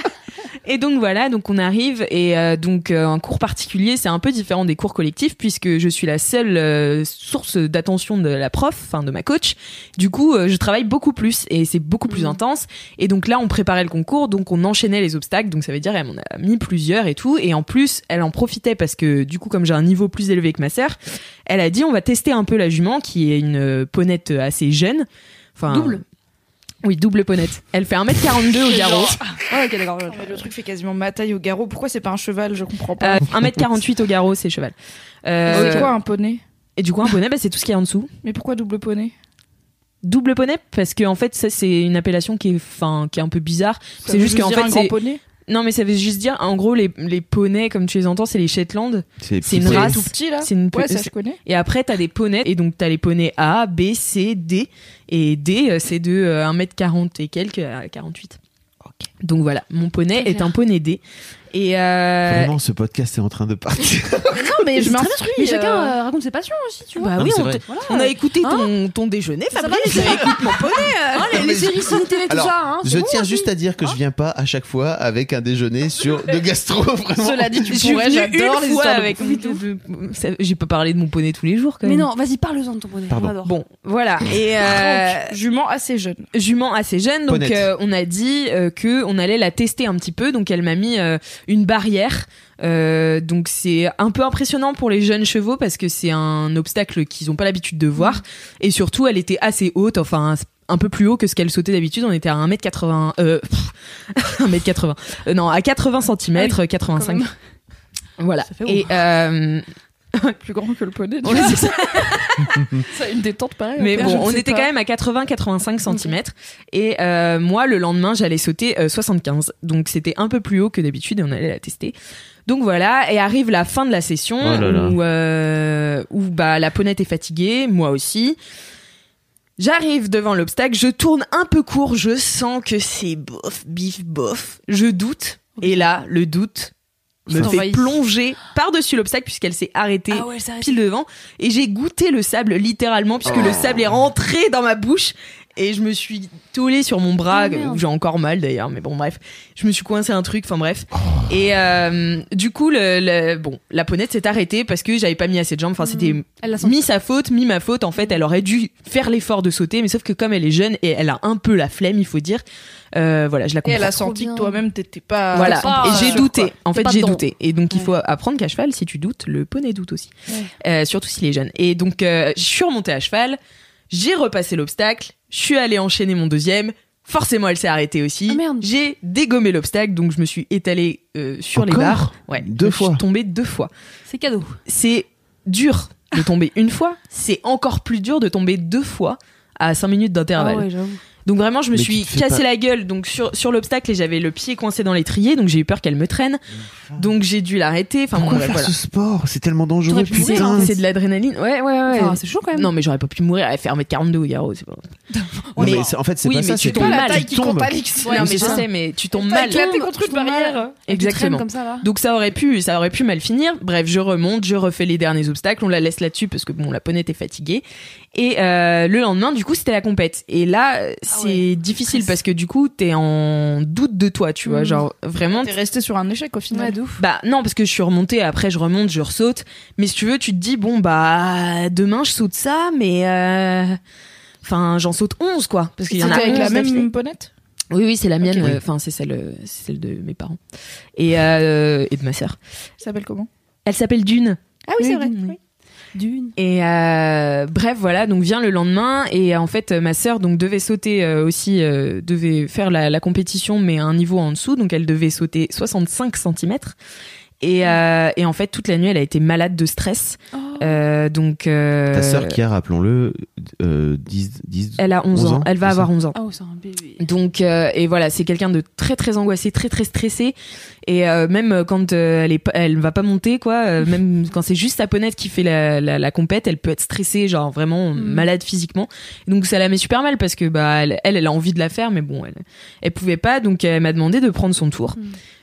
Speaker 4: et donc voilà, donc on arrive et euh, donc euh, un cours particulier, c'est un peu différent des cours collectifs puisque je suis la seule euh, source d'attention de la prof, enfin de ma coach. Du coup, euh, je travaille beaucoup plus et c'est beaucoup plus intense. Et donc là, on préparait le concours, donc on enchaînait les obstacles, donc ça veut dire elle m'en a mis plusieurs et tout. Et en plus, elle en profitait parce que du coup, comme j'ai un niveau plus élevé que ma sœur, elle a dit on va tester un peu la jument qui est une euh, ponette assez jeune. Enfin,
Speaker 2: Double.
Speaker 4: oui, double ponette. Elle fait 1m42 au garrot.
Speaker 2: Ouais, Ah, ok, d'accord. Non, mais Le truc fait quasiment ma taille au garrot. Pourquoi c'est pas un cheval Je comprends pas.
Speaker 4: Euh, 1m48 au garrot, c'est cheval. Euh,
Speaker 2: C'est quoi un poney
Speaker 4: Et du coup, un poney, bah, c'est tout ce qu'il y a en dessous.
Speaker 2: Mais pourquoi double poney
Speaker 4: Double poney, parce que en fait, ça, c'est une appellation qui est, fin, qui est un peu bizarre.
Speaker 2: Ça
Speaker 4: C'est
Speaker 2: veut
Speaker 4: juste qu'en
Speaker 2: dire
Speaker 4: fait,
Speaker 2: un grand
Speaker 4: c'est.
Speaker 2: poney
Speaker 4: Non, mais ça veut juste dire, en gros, les, les poneys, comme tu les entends, c'est les Shetland.
Speaker 3: C'est
Speaker 4: C'est une
Speaker 3: petit,
Speaker 4: race.
Speaker 3: tout
Speaker 2: petit, là
Speaker 4: C'est une
Speaker 2: Ouais, ça,
Speaker 4: c'est-
Speaker 2: je connais.
Speaker 4: Et après, t'as des poneys. Et donc, t'as les poneys A, B, C, D. Et D, euh, c'est de euh, 1m40 et quelques à 48. Donc voilà, mon poney est un poney D. Et euh,
Speaker 3: Vraiment, ce podcast est en train de partir.
Speaker 2: Non, mais
Speaker 7: C'est très
Speaker 2: je
Speaker 7: bien.
Speaker 2: m'instruis.
Speaker 7: Mais chacun
Speaker 2: euh.
Speaker 7: euh, raconte ses passions aussi, tu vois.
Speaker 4: Bah
Speaker 3: Non,
Speaker 4: oui,
Speaker 3: mais c'est
Speaker 4: on,
Speaker 3: vrai.
Speaker 4: te- on a écouté ton, ton déjeuner, Fabrice. on écoute mon poney. euh.
Speaker 7: Hein, les, les séries ciné télé, tout
Speaker 3: Alors,
Speaker 7: ça. Hein, c'est
Speaker 3: je
Speaker 7: bon,
Speaker 3: tiens
Speaker 7: hein,
Speaker 3: juste à dire que je viens pas à chaque fois avec un déjeuner sur de gastro. Vraiment.
Speaker 2: Cela dit,
Speaker 4: Je
Speaker 2: tu
Speaker 4: suis
Speaker 2: pourrais,
Speaker 4: venue
Speaker 2: j'adore
Speaker 4: une
Speaker 2: les
Speaker 4: fois
Speaker 2: histoires de
Speaker 4: avec
Speaker 2: poney.
Speaker 4: de- de- ça- J'ai pas parlé de mon poney tous les jours quand
Speaker 7: Mais
Speaker 4: même.
Speaker 7: non, vas-y, parle-en de ton poney.
Speaker 3: Pardon.
Speaker 7: on adore.
Speaker 4: Bon, voilà. Et euh,
Speaker 2: Donc, jument assez jeune.
Speaker 4: jument assez jeune, donc
Speaker 3: Ponette.
Speaker 4: euh, on a dit euh, que on allait la tester un petit peu. Donc elle m'a mis euh, une barrière. Euh, donc c'est un peu impressionnant pour les jeunes chevaux parce que c'est un obstacle qu'ils n'ont pas l'habitude de
Speaker 2: Mm.
Speaker 4: voir. Et surtout, elle était assez haute, enfin un peu plus haut que ce qu'elle sautait d'habitude. On était à 1m80... Euh, pff, 1m80. euh, non, à 80 cm,
Speaker 2: Ah
Speaker 4: 85. Voilà.
Speaker 7: Ça fait haut.
Speaker 4: Et euh,
Speaker 2: Plus grand que le poney.
Speaker 4: on a-
Speaker 2: Ça a une détente pareille.
Speaker 4: Mais
Speaker 2: en fait,
Speaker 4: bon,
Speaker 2: je ne
Speaker 4: on
Speaker 2: sais
Speaker 4: était
Speaker 2: pas.
Speaker 4: quand même à 80-85 cm. Et euh, moi, le lendemain, j'allais sauter euh, 75. Donc c'était un peu plus haut que d'habitude et on allait la tester. Donc voilà, et arrive la fin de la session
Speaker 3: Oh là là.
Speaker 4: où, euh, où bah, la ponette est fatiguée, moi aussi. J'arrive devant l'obstacle, je tourne un peu court, je sens que c'est bof, bif, bof. Je doute. Et là, le doute me fait
Speaker 2: t'envahit.
Speaker 4: plonger par-dessus l'obstacle puisqu'elle s'est arrêtée
Speaker 7: Ah ouais, ça
Speaker 4: pile devant et j'ai goûté le sable littéralement puisque le sable est rentré dans ma bouche et je me suis taulée sur mon bras
Speaker 2: Ah,
Speaker 7: Oh, merde.
Speaker 4: où j'ai encore mal d'ailleurs mais bon bref je me suis coincé un truc enfin bref et euh, du coup le, le- bon la ponette s'est arrêtée parce que j'avais pas mis assez de jambes enfin
Speaker 2: Mmh.
Speaker 4: c'était
Speaker 7: Elle l'a senti.
Speaker 4: mis sa faute mis ma faute en fait elle aurait dû faire l'effort de sauter mais sauf que comme elle est jeune et elle a un peu la flemme il faut dire euh, voilà je la
Speaker 2: Et
Speaker 4: comprends
Speaker 2: elle a
Speaker 7: Trop
Speaker 2: senti
Speaker 7: bien.
Speaker 2: que toi-même t'étais pas.
Speaker 4: voilà.
Speaker 2: pas
Speaker 4: et j'ai
Speaker 2: sûr,
Speaker 4: douté.
Speaker 2: quoi.
Speaker 4: En
Speaker 7: T'es
Speaker 4: fait,
Speaker 7: pas
Speaker 4: j'ai
Speaker 7: dedans.
Speaker 4: douté. Et donc, il faut apprendre qu'à cheval, si tu doutes, le poney doute aussi. Euh, surtout s'il est jeune. Et donc, euh, je suis remontée à cheval. J'ai repassé l'obstacle. Je suis allée enchaîner mon deuxième. Forcément, elle s'est arrêtée aussi.
Speaker 7: Ah, merde.
Speaker 4: j'ai dégommé l'obstacle, donc je me suis étalée euh, sur les
Speaker 3: Encore
Speaker 4: barres. Ouais.
Speaker 3: Deux
Speaker 4: Donc, Je
Speaker 3: fois.
Speaker 4: suis tombée deux fois.
Speaker 7: C'est cadeau.
Speaker 4: C'est dur de tomber une fois. C'est encore plus dur de tomber deux fois à cinq minutes
Speaker 7: Ah
Speaker 4: d'intervalle.
Speaker 7: ouais, j'avoue.
Speaker 4: Donc vraiment, je me
Speaker 6: Mais
Speaker 4: suis
Speaker 6: tu te fais
Speaker 4: cassé
Speaker 6: pas-
Speaker 4: la gueule donc sur, sur l'obstacle et j'avais le pied coincé dans l'étrier, donc j'ai eu peur qu'elle me traîne. Donc j'ai dû l'arrêter. Enfin,
Speaker 3: Pourquoi
Speaker 4: bon,
Speaker 3: faire
Speaker 4: voilà.
Speaker 3: ce sport C'est tellement dangereux,
Speaker 4: J'aurais pu mourir,
Speaker 3: putain.
Speaker 4: hein, c'est de l'adrénaline. Ouais, ouais, ouais.
Speaker 3: Enfin,
Speaker 4: c'est chaud quand même. Non, mais j'aurais pas pu mourir. Elle fait 1m42, Yaro. C'est pas...
Speaker 3: Non, mais c'est- en fait, c'est
Speaker 4: oui,
Speaker 3: pas
Speaker 4: mais
Speaker 3: ça,
Speaker 4: tu
Speaker 3: c'est
Speaker 4: tombes
Speaker 3: pas la
Speaker 4: mal.
Speaker 3: taille qui
Speaker 4: Tu tombes.
Speaker 3: compte, Alix.
Speaker 4: Ouais,
Speaker 3: Non,
Speaker 4: mais
Speaker 3: c'est
Speaker 4: je
Speaker 3: ça.
Speaker 4: sais, mais tu tombes
Speaker 9: T'as
Speaker 4: mal.
Speaker 9: éclaté contre une barrière. Et tu traînes
Speaker 4: Exactement.
Speaker 9: comme ça, là.
Speaker 4: Donc ça aurait pu, ça aurait pu mal finir. Bref, je remonte, je refais les derniers obstacles. On la laisse là-dessus parce que bon, la poney était fatiguée. Et euh, le lendemain, du coup, c'était la compète. Et là, c'est difficile parce que du coup, t'es en doute de toi, tu vois,
Speaker 2: Mhm.
Speaker 4: genre vraiment.
Speaker 2: T'es resté sur un échec au final. de ouf.
Speaker 4: Bah non, parce que je suis remontée, après je remonte, je ressaute. Mais si tu veux, tu te dis, bon, bah demain je saute ça, mais... euh, Enfin, j'en saute 11, quoi. Parce qu'il y en a
Speaker 2: C'était avec la
Speaker 4: 11
Speaker 2: même
Speaker 4: d'affilée.
Speaker 2: ponette
Speaker 4: Oui, oui, c'est la mienne,
Speaker 2: Ok.
Speaker 4: euh, enfin c'est celle, euh, c'est celle de mes parents. Et, euh, et de ma sœur.
Speaker 2: Ça s'appelle comment
Speaker 4: Elle s'appelle Dune.
Speaker 2: Ah oui, c'est vrai.
Speaker 4: Mmh.
Speaker 2: oui.
Speaker 4: Dune. Et euh, bref, voilà, donc vient le lendemain et euh, en fait euh, ma sœur donc devait sauter euh, aussi, euh, devait faire la, la compétition mais à un niveau en dessous, donc elle devait sauter 65 cm. Et, euh, et en fait toute la nuit elle a été malade de stress. Euh, donc euh,
Speaker 3: Ta sœur qui a, rappelons-le, euh, 10, 10
Speaker 4: elle a 11, ans. elle va
Speaker 3: c'est ça
Speaker 4: avoir 11 ans.
Speaker 7: Ah
Speaker 4: Donc euh, et voilà, c'est quelqu'un de très très angoissé, très très stressé et euh, même euh, quand euh, elle est pas- elle va pas monter quoi, euh, même quand c'est juste sa ponette qui fait la, la la compète, elle peut être stressée, genre vraiment
Speaker 6: Mm.
Speaker 4: malade physiquement. Donc ça la met super mal parce que bah elle elle, elle a envie de la faire mais bon, elle elle pouvait pas donc elle m'a demandé de prendre son
Speaker 6: Mm.
Speaker 4: tour.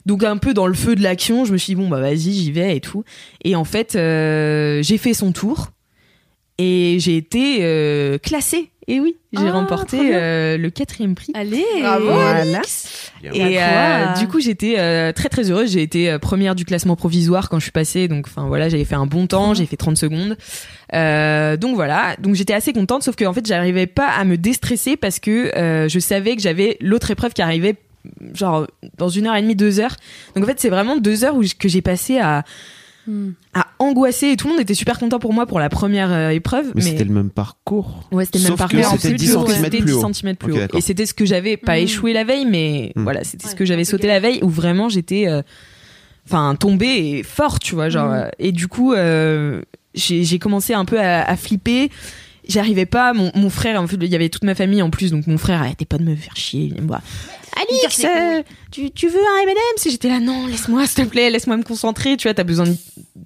Speaker 4: Donc un peu dans le feu de l'action, je me suis dit bon bah vas-y, j'y vais et tout. Et en fait, euh, j'ai fait son tour et j'ai été euh, classée. Et oui, j'ai
Speaker 6: Ah, trop
Speaker 4: remporté
Speaker 6: bien.
Speaker 4: euh, le quatrième prix.
Speaker 6: Allez
Speaker 4: Bravo,
Speaker 6: Voilà.
Speaker 4: Et euh, du coup, j'étais euh, très très heureuse. J'ai été euh, première du classement provisoire quand je suis passée. Donc, enfin voilà, j'avais fait un bon temps. J'ai fait 30 secondes. Euh, donc voilà. Donc j'étais assez contente. Sauf que en fait, j'arrivais pas à me déstresser parce que euh, je savais que j'avais l'autre épreuve qui arrivait genre dans une heure et demie, deux heures. Donc en fait, c'est vraiment deux heures où j- que j'ai passé à à angoisser et tout le monde était super content pour moi pour la première euh, épreuve.
Speaker 3: Mais c'était le même parcours.
Speaker 4: Ouais, c'était le
Speaker 3: Sauf
Speaker 4: même
Speaker 3: que
Speaker 4: parcours.
Speaker 3: c'était 10 centimètres
Speaker 4: C'était
Speaker 3: plus
Speaker 4: 10
Speaker 3: haut.
Speaker 4: centimètres plus
Speaker 3: Ok,
Speaker 4: haut.
Speaker 3: d'accord. Mm.
Speaker 4: Et c'était ce que j'avais pas échoué la veille, mais voilà, c'était ce que j'avais sauté la veille où vraiment j'étais, euh, enfin, tombée et fort, tu vois, genre.
Speaker 6: Mm.
Speaker 4: euh, Et du coup, euh, j'ai j'ai commencé un peu à, à flipper. J'arrivais pas, mon, mon frère, en fait, il y avait toute ma famille en plus, donc mon frère arrêtait pas de me faire chier. Il me voit, Alix, euh, tu, tu veux un M&M's J'étais là, non, laisse-moi, s'il te plaît, laisse-moi me concentrer. Tu vois, t'as besoin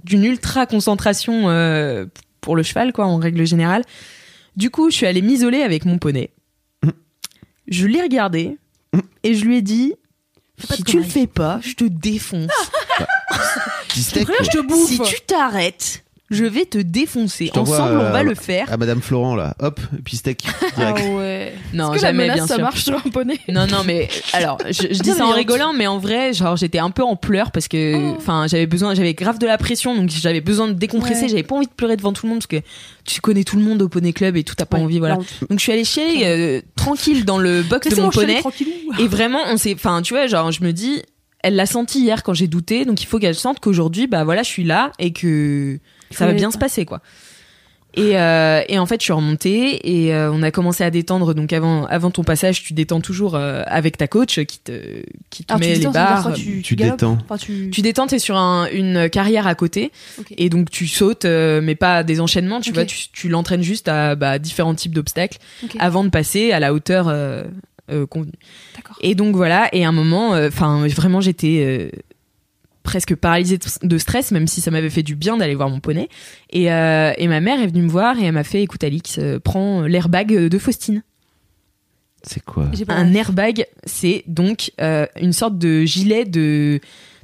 Speaker 4: d'une ultra concentration euh, pour le cheval, quoi, en règle générale. Du coup, je suis allée m'isoler avec mon poney. Mm. Je l'ai regardé et je lui ai dit si tu le Mm. fais pas, je te défonce.
Speaker 3: Distec,
Speaker 4: Frère, je te
Speaker 3: quoi.
Speaker 4: bouffe. Si tu t'arrêtes, je vais te défoncer.
Speaker 3: Je t'envoie,
Speaker 4: Ensemble, on
Speaker 3: euh,
Speaker 4: va le faire. Ah
Speaker 3: À Madame Florent, là. Hop, pistec. direct.
Speaker 4: ouais. Non,
Speaker 2: Ah Est-ce que la
Speaker 4: jamais,
Speaker 2: menace,
Speaker 4: bien
Speaker 2: ça
Speaker 4: sûr.
Speaker 2: marche sur un poney
Speaker 4: Non, non, mais alors, je, je dis
Speaker 2: Non,
Speaker 4: ça
Speaker 2: mais
Speaker 4: en
Speaker 2: on-
Speaker 4: rigolant, mais en vrai, genre, j'étais un peu en pleurs parce
Speaker 6: Oh.
Speaker 4: que, enfin, j'avais besoin, j'avais grave de la pression, donc j'avais besoin de décompresser,
Speaker 6: Ouais.
Speaker 4: j'avais pas envie de pleurer devant tout le monde parce que tu connais tout le monde au Poney Club et tout, t'as pas envie, voilà.
Speaker 6: la honte.
Speaker 4: Donc je suis allée chier euh, tranquille dans le box de
Speaker 6: Laissez-moi
Speaker 4: mon
Speaker 6: chialer
Speaker 4: poney.
Speaker 6: tranquillou.
Speaker 4: Et vraiment, on s'est, enfin, tu vois, genre, je me dis, elle l'a senti hier quand j'ai douté, donc il faut qu'elle sente qu'aujourd'hui, bah voilà, je suis là et que ça va
Speaker 6: l'aider,
Speaker 4: bien se passer, quoi. Et, euh, et en fait, je suis remontée et euh, on a commencé à détendre. Donc avant, avant ton passage, tu détends toujours euh, avec ta coach qui te, qui te
Speaker 7: Ah, tu
Speaker 4: met
Speaker 7: détends, ça
Speaker 4: les
Speaker 7: veut dire
Speaker 4: barres.
Speaker 7: quoi, tu- tu galopes
Speaker 3: détends.
Speaker 7: Enfin, tu-
Speaker 4: Tu détends, t'es sur un- une carrière à côté. Et donc, tu sautes, euh, mais pas à des enchaînements. Tu
Speaker 6: Ok.
Speaker 4: vois, tu, tu l'entraînes juste à bah, différents types d'obstacles
Speaker 6: Ok.
Speaker 4: avant de passer à la hauteur euh, euh, convenue. Et donc, voilà. Et à un moment, euh, enfin, vraiment, j'étais euh, presque paralysée de- de stress, même si ça m'avait fait du bien d'aller voir mon poney. Et, euh, et ma mère est venue me voir et elle m'a fait écoute, Alix, euh, prends l'airbag de Faustine.
Speaker 3: C'est quoi
Speaker 4: Un airbag, c'est donc euh, une sorte de gilet de,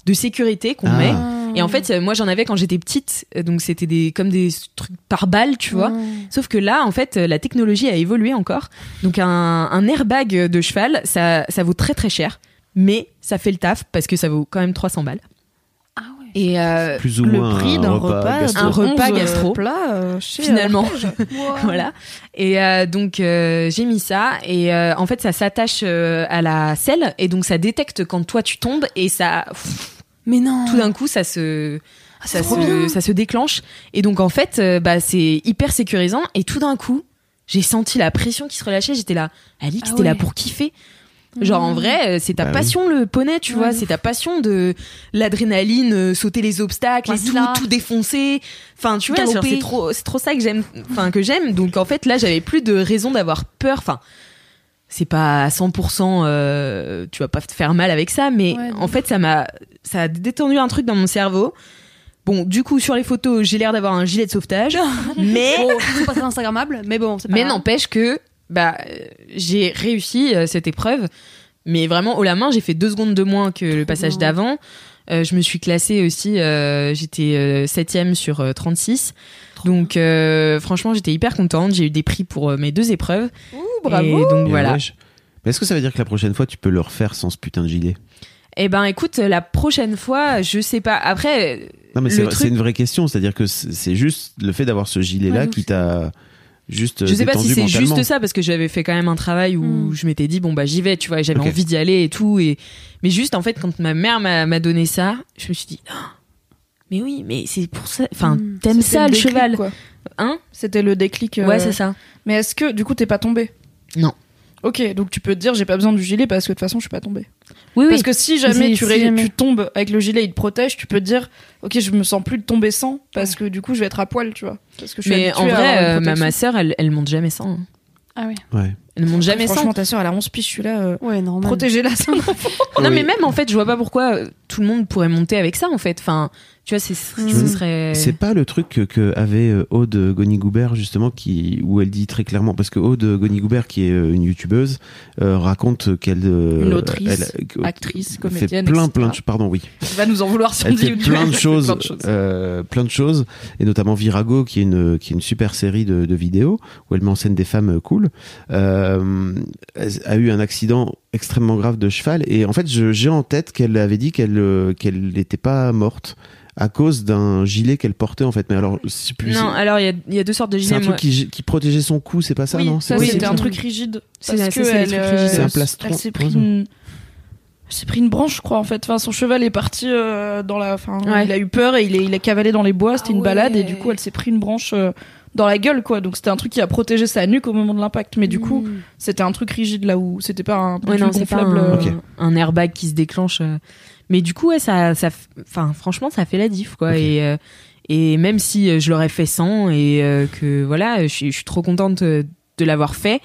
Speaker 4: de sécurité qu'on
Speaker 3: Ah.
Speaker 4: met. Et en fait, euh, moi j'en avais quand j'étais petite, euh, donc c'était des comme des trucs par balle, tu vois. Sauf que là, en fait, euh, la technologie a évolué encore. Donc un, un airbag de cheval, ça, ça vaut très très cher, mais ça fait le taf parce que ça vaut quand même 300 balles. Et euh,
Speaker 3: Plus ou
Speaker 4: le
Speaker 3: moins
Speaker 4: prix
Speaker 3: un
Speaker 4: d'un
Speaker 3: repas
Speaker 4: repas,
Speaker 3: gastro.
Speaker 4: un repas
Speaker 2: 11, euh,
Speaker 4: gastro
Speaker 2: plats, euh, chez, euh,
Speaker 4: finalement.
Speaker 2: Lafarge.
Speaker 4: voilà. Et euh, donc euh, j'ai mis ça et euh, en fait ça s'attache euh, à la selle et donc ça détecte quand toi tu tombes et ça.
Speaker 7: Mais non.
Speaker 4: Tout d'un coup ça se. ça,
Speaker 7: trop bien.
Speaker 4: se, ça se déclenche et donc en fait euh, bah, c'est hyper sécurisant et tout d'un coup j'ai senti la pression qui se relâchait j'étais là Alix
Speaker 6: Ah
Speaker 4: t'es là
Speaker 6: ouais.
Speaker 4: pour kiffer genre en
Speaker 6: Mmh.
Speaker 4: vrai euh, c'est ta
Speaker 6: Bah oui.
Speaker 4: passion le poney tu vois c'est ta passion de l'adrénaline euh, sauter les obstacles et tout,
Speaker 6: Vas-y là.
Speaker 4: tout défoncer enfin tu vois
Speaker 6: Galoper.
Speaker 4: genre, c'est trop c'est trop ça que j'aime enfin que j'aime donc en fait là j'avais plus de raison d'avoir peur enfin c'est pas à 100% euh, tu vas pas te faire mal avec ça mais
Speaker 7: Ouais, de
Speaker 4: en fait ça m'a ça a détendu un truc dans mon cerveau bon du coup sur les photos j'ai l'air d'avoir un gilet de sauvetage mais
Speaker 7: Bon, c'est Oh, pas très Instagrammable, mais bon, c'est pas
Speaker 4: mais
Speaker 7: grave.
Speaker 4: n'empêche que bah euh, j'ai réussi euh, cette épreuve mais vraiment haut la main j'ai fait deux secondes de moins que le passage
Speaker 7: bien.
Speaker 4: d'avant Euh, je me suis classée aussi euh, j'étais euh, septième sur euh, 36 donc euh, franchement j'étais hyper contente j'ai eu des prix pour euh, mes deux épreuves bravo donc
Speaker 3: Et
Speaker 4: voilà
Speaker 3: wesh. Mais est-ce que ça veut dire que la prochaine fois, tu peux le refaire sans ce putain de gilet
Speaker 4: Eh ben, écoute, la prochaine fois, je sais pas. Après, euh,
Speaker 3: Non, mais
Speaker 4: Le
Speaker 3: c'est vrai-
Speaker 4: truc-
Speaker 3: c'est une vraie question. C'est-à-dire que c'est c'est juste le fait d'avoir ce gilet-là
Speaker 7: Ouais, de
Speaker 3: qui t'a juste. euh,
Speaker 4: je sais pas si
Speaker 3: détendu
Speaker 4: c'est
Speaker 3: mentalement.
Speaker 4: juste ça parce que j'avais fait quand même un travail où
Speaker 7: Hmm.
Speaker 4: je m'étais dit bon bah j'y vais, tu vois, et j'avais
Speaker 3: Ok.
Speaker 4: envie d'y aller et tout. Et mais juste en fait, quand ma mère m'a m'a donné ça, je me suis dit. Ah, mais oui, mais c'est pour ça. Enfin,
Speaker 7: Hmm.
Speaker 4: t'aimes
Speaker 2: C'était
Speaker 4: ça le
Speaker 2: déclic,
Speaker 4: cheval,
Speaker 2: quoi.
Speaker 4: hein
Speaker 2: C'était le déclic. euh,
Speaker 4: Ouais, c'est ça.
Speaker 2: Mais est-ce que du coup t'es pas tombé
Speaker 4: Non.
Speaker 2: Ok, donc tu peux te dire j'ai pas besoin du gilet parce que de toute façon je suis pas tombé.
Speaker 4: Oui,
Speaker 2: Parce que si jamais,
Speaker 7: Si, si
Speaker 2: tu, ré-
Speaker 7: jamais.
Speaker 2: tu tombes avec le gilet, il te protège, tu peux te dire ok je me sens plus de tomber sans parce que du coup je vais être à poil, tu vois. Parce que je suis
Speaker 4: Mais
Speaker 2: habituée
Speaker 4: en
Speaker 2: à avoir une
Speaker 4: vrai, euh, ma,
Speaker 2: protection.
Speaker 4: ma sœur, elle, elle monte jamais sans. hein.
Speaker 7: Ah oui.
Speaker 3: Ouais.
Speaker 4: Elle monte jamais sans.
Speaker 2: Franchement ta soeur elle a 11 piges, je suis là. euh,
Speaker 7: Ouais, normal.
Speaker 2: Protégez-la, c'est un enfant.
Speaker 4: Non,
Speaker 3: Oui.
Speaker 4: mais même en fait, je vois pas pourquoi euh, tout le monde pourrait monter avec ça en fait. Enfin, tu vois, c'est- ce
Speaker 7: Hmm.
Speaker 4: serait.
Speaker 3: C'est pas le truc que, que avait euh, Aude Gonigoubert justement qui où elle dit très clairement parce que Aude Gonigoubert qui est euh, une youtubeuse euh, raconte qu'elle euh,
Speaker 2: Une autrice,
Speaker 3: elle-
Speaker 2: actrice,
Speaker 3: fait
Speaker 2: comédienne.
Speaker 3: plein
Speaker 2: etc..
Speaker 3: plein de pardon oui
Speaker 2: Elle va nous en vouloir sans
Speaker 3: elle fait
Speaker 2: dire
Speaker 3: plein de choses euh, plein de choses et notamment Virago qui est une qui est une super série de, de vidéos où elle met en scène des femmes euh, cool euh, elle a eu un accident extrêmement grave de cheval et en fait je- j'ai en tête qu'elle avait dit qu'elle euh, qu'elle n'était pas morte à cause d'un gilet qu'elle portait en fait mais alors c'est plus
Speaker 4: Non, alors il y a- il y, a deux sortes de
Speaker 3: c'est
Speaker 4: gilets.
Speaker 3: un
Speaker 4: moi.
Speaker 3: truc qui, qui protégeait son cou c'est
Speaker 4: Ah
Speaker 3: pas ça non
Speaker 2: ça,
Speaker 3: oui,
Speaker 2: c'était
Speaker 3: c'est
Speaker 2: un
Speaker 3: ça.
Speaker 2: truc rigide.
Speaker 4: C'est
Speaker 2: Parce
Speaker 4: la-
Speaker 2: que
Speaker 4: ça, c'est les
Speaker 2: elle,
Speaker 4: trucs
Speaker 2: euh,
Speaker 4: rigides.
Speaker 3: C'est un plastron.
Speaker 2: Elle s'est pris une. elle s'est pris une branche, je crois, en fait. Enfin, son cheval est parti euh, dans la. Enfin,
Speaker 4: Ouais.
Speaker 2: il a eu peur et il est, il est cavalé dans les bois. C'était
Speaker 7: Ah
Speaker 2: une balade
Speaker 7: ouais.
Speaker 2: et du coup, elle s'est pris une branche euh, dans la gueule, quoi. Donc, c'était un truc qui a protégé sa nuque au moment de l'impact. Mais du coup, c'était un truc rigide là où c'était pas un.
Speaker 4: Ouais,
Speaker 2: truc
Speaker 4: non, c'est pas
Speaker 2: gonflable,
Speaker 4: un,
Speaker 2: euh,
Speaker 3: Ok.
Speaker 4: un airbag qui se déclenche. euh. Mais du coup, ouais, ça, ça, f- enfin, franchement, ça fait la diff, quoi.
Speaker 3: Ok.
Speaker 4: Et, euh, et même si euh, je l'aurais fait sans et euh, que voilà, je suis je suis trop contente euh, de l'avoir fait.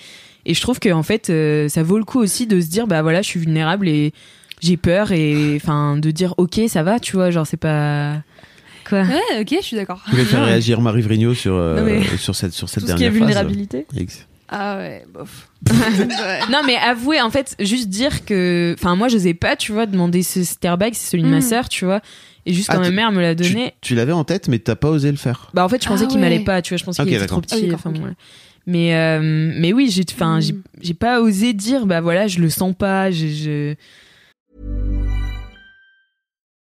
Speaker 4: Et je trouve que en fait, euh, ça vaut le coup aussi de se dire, bah voilà, je suis vulnérable et j'ai peur et enfin de dire, ok, ça va, tu vois, genre c'est pas quoi.
Speaker 7: Ouais, Eh, ok, je suis d'accord.
Speaker 3: Je voulais faire réagir Marie Vrigno sur, euh,
Speaker 4: Non, mais-
Speaker 3: sur cette, sur cette
Speaker 2: Ah. Tout ce qui est
Speaker 3: dernière phrase.
Speaker 2: vulnérabilité.
Speaker 3: Ex-
Speaker 7: Ah ouais, bof.
Speaker 4: Non, mais avouer, en fait, juste dire que. Enfin, moi, je sais pas, tu vois, demander ce cet airbag, c'est celui de ma
Speaker 7: Mm.
Speaker 4: sœur, tu vois. Et juste quand
Speaker 3: Ah,
Speaker 4: ma
Speaker 3: tu-
Speaker 4: mère me l'a
Speaker 3: Tu,
Speaker 4: donné.
Speaker 3: tu l'avais en tête, mais t'as pas osé le faire.
Speaker 4: Bah, en fait, je
Speaker 7: Ah
Speaker 4: pensais qu'il
Speaker 7: ouais.
Speaker 4: m'allait pas, tu vois. Je pensais
Speaker 3: Ok,
Speaker 4: qu'il était trop
Speaker 3: d'accord.
Speaker 7: Ah oui,
Speaker 4: petit.
Speaker 7: d'accord,
Speaker 4: enfin,
Speaker 7: ok.
Speaker 4: bon, ouais. Mais, euh, mais oui, j'ai enfin, j'ai-
Speaker 7: Mm.
Speaker 4: j'ai pas osé dire, bah voilà, je le sens pas, je. je-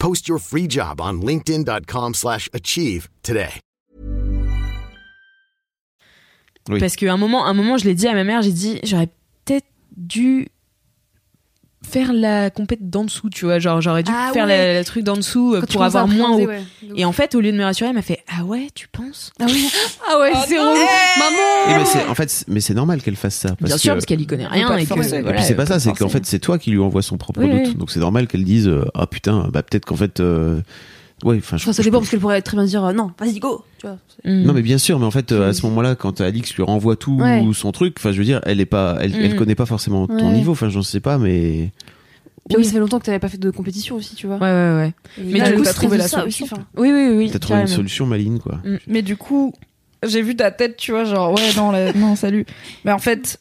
Speaker 12: Post your free job on linkedin.com/achieve slash achieve today.
Speaker 3: Oui.
Speaker 4: Parce qu'à un moment, un moment, je l'ai dit à ma mère, j'ai dit, j'aurais peut-être dû faire la compète d'en dessous, tu vois. Genre, j'aurais dû
Speaker 7: Ah
Speaker 4: faire
Speaker 7: ouais.
Speaker 4: la- le truc d'en dessous euh,
Speaker 7: Quand tu
Speaker 4: pour avoir
Speaker 7: commences à
Speaker 4: moins haut.
Speaker 7: appréhender, ouais.
Speaker 4: Et en fait, au lieu de me rassurer, elle m'a fait Ah ouais, tu penses
Speaker 7: Ah oui, ah ouais, c'est relou. Maman
Speaker 3: Et mais c'est- en fait, c'est- mais c'est normal qu'elle fasse ça. Parce
Speaker 4: Eh Bien sûr,
Speaker 3: que-
Speaker 4: parce qu'elle y connaît rien.
Speaker 2: pas te
Speaker 4: Et, que,
Speaker 2: forcer,
Speaker 3: Et
Speaker 2: quoi.
Speaker 4: voilà,
Speaker 3: puis c'est pas
Speaker 4: elle
Speaker 3: ça,
Speaker 4: peut
Speaker 3: c'est
Speaker 4: forcer.
Speaker 3: qu'en fait, c'est toi qui lui envoie son propre
Speaker 4: Oui,
Speaker 3: doute.
Speaker 4: oui.
Speaker 3: Donc c'est normal qu'elle dise euh, Ah putain, bah peut-être qu'en fait. euh, Ouais, enfin, je,
Speaker 7: Enfin, ça
Speaker 3: je-
Speaker 7: dépend parce qu'elle pourrait très bien dire euh, non, vas-y, go. Tu vois.
Speaker 4: Mm.
Speaker 3: Non mais bien sûr, mais en fait euh, à ce
Speaker 4: Hmm.
Speaker 3: moment-là, quand Alix lui renvoie tout
Speaker 7: Ouais.
Speaker 3: son truc, enfin je veux dire, elle est pas, elle, elle
Speaker 4: Mm.
Speaker 3: connaît pas forcément ton
Speaker 7: Ouais.
Speaker 3: niveau, enfin j'en sais pas, mais
Speaker 7: Puis oui, ça fait longtemps que t'avais pas fait de compétition aussi, tu vois.
Speaker 4: Ouais, ouais, ouais.
Speaker 7: Et
Speaker 4: Mais
Speaker 7: là,
Speaker 4: du
Speaker 7: le
Speaker 4: coup,
Speaker 7: stress
Speaker 2: trouver
Speaker 7: de
Speaker 2: la
Speaker 7: ça
Speaker 2: solution,
Speaker 7: aussi, enfin.
Speaker 4: Oui, oui, oui.
Speaker 3: t'as trouvé une
Speaker 4: carrément.
Speaker 3: solution maligne quoi.
Speaker 4: Mm.
Speaker 2: Mais du coup, j'ai vu ta tête, tu vois, genre, ouais, non, la- non, salut. Mais en fait,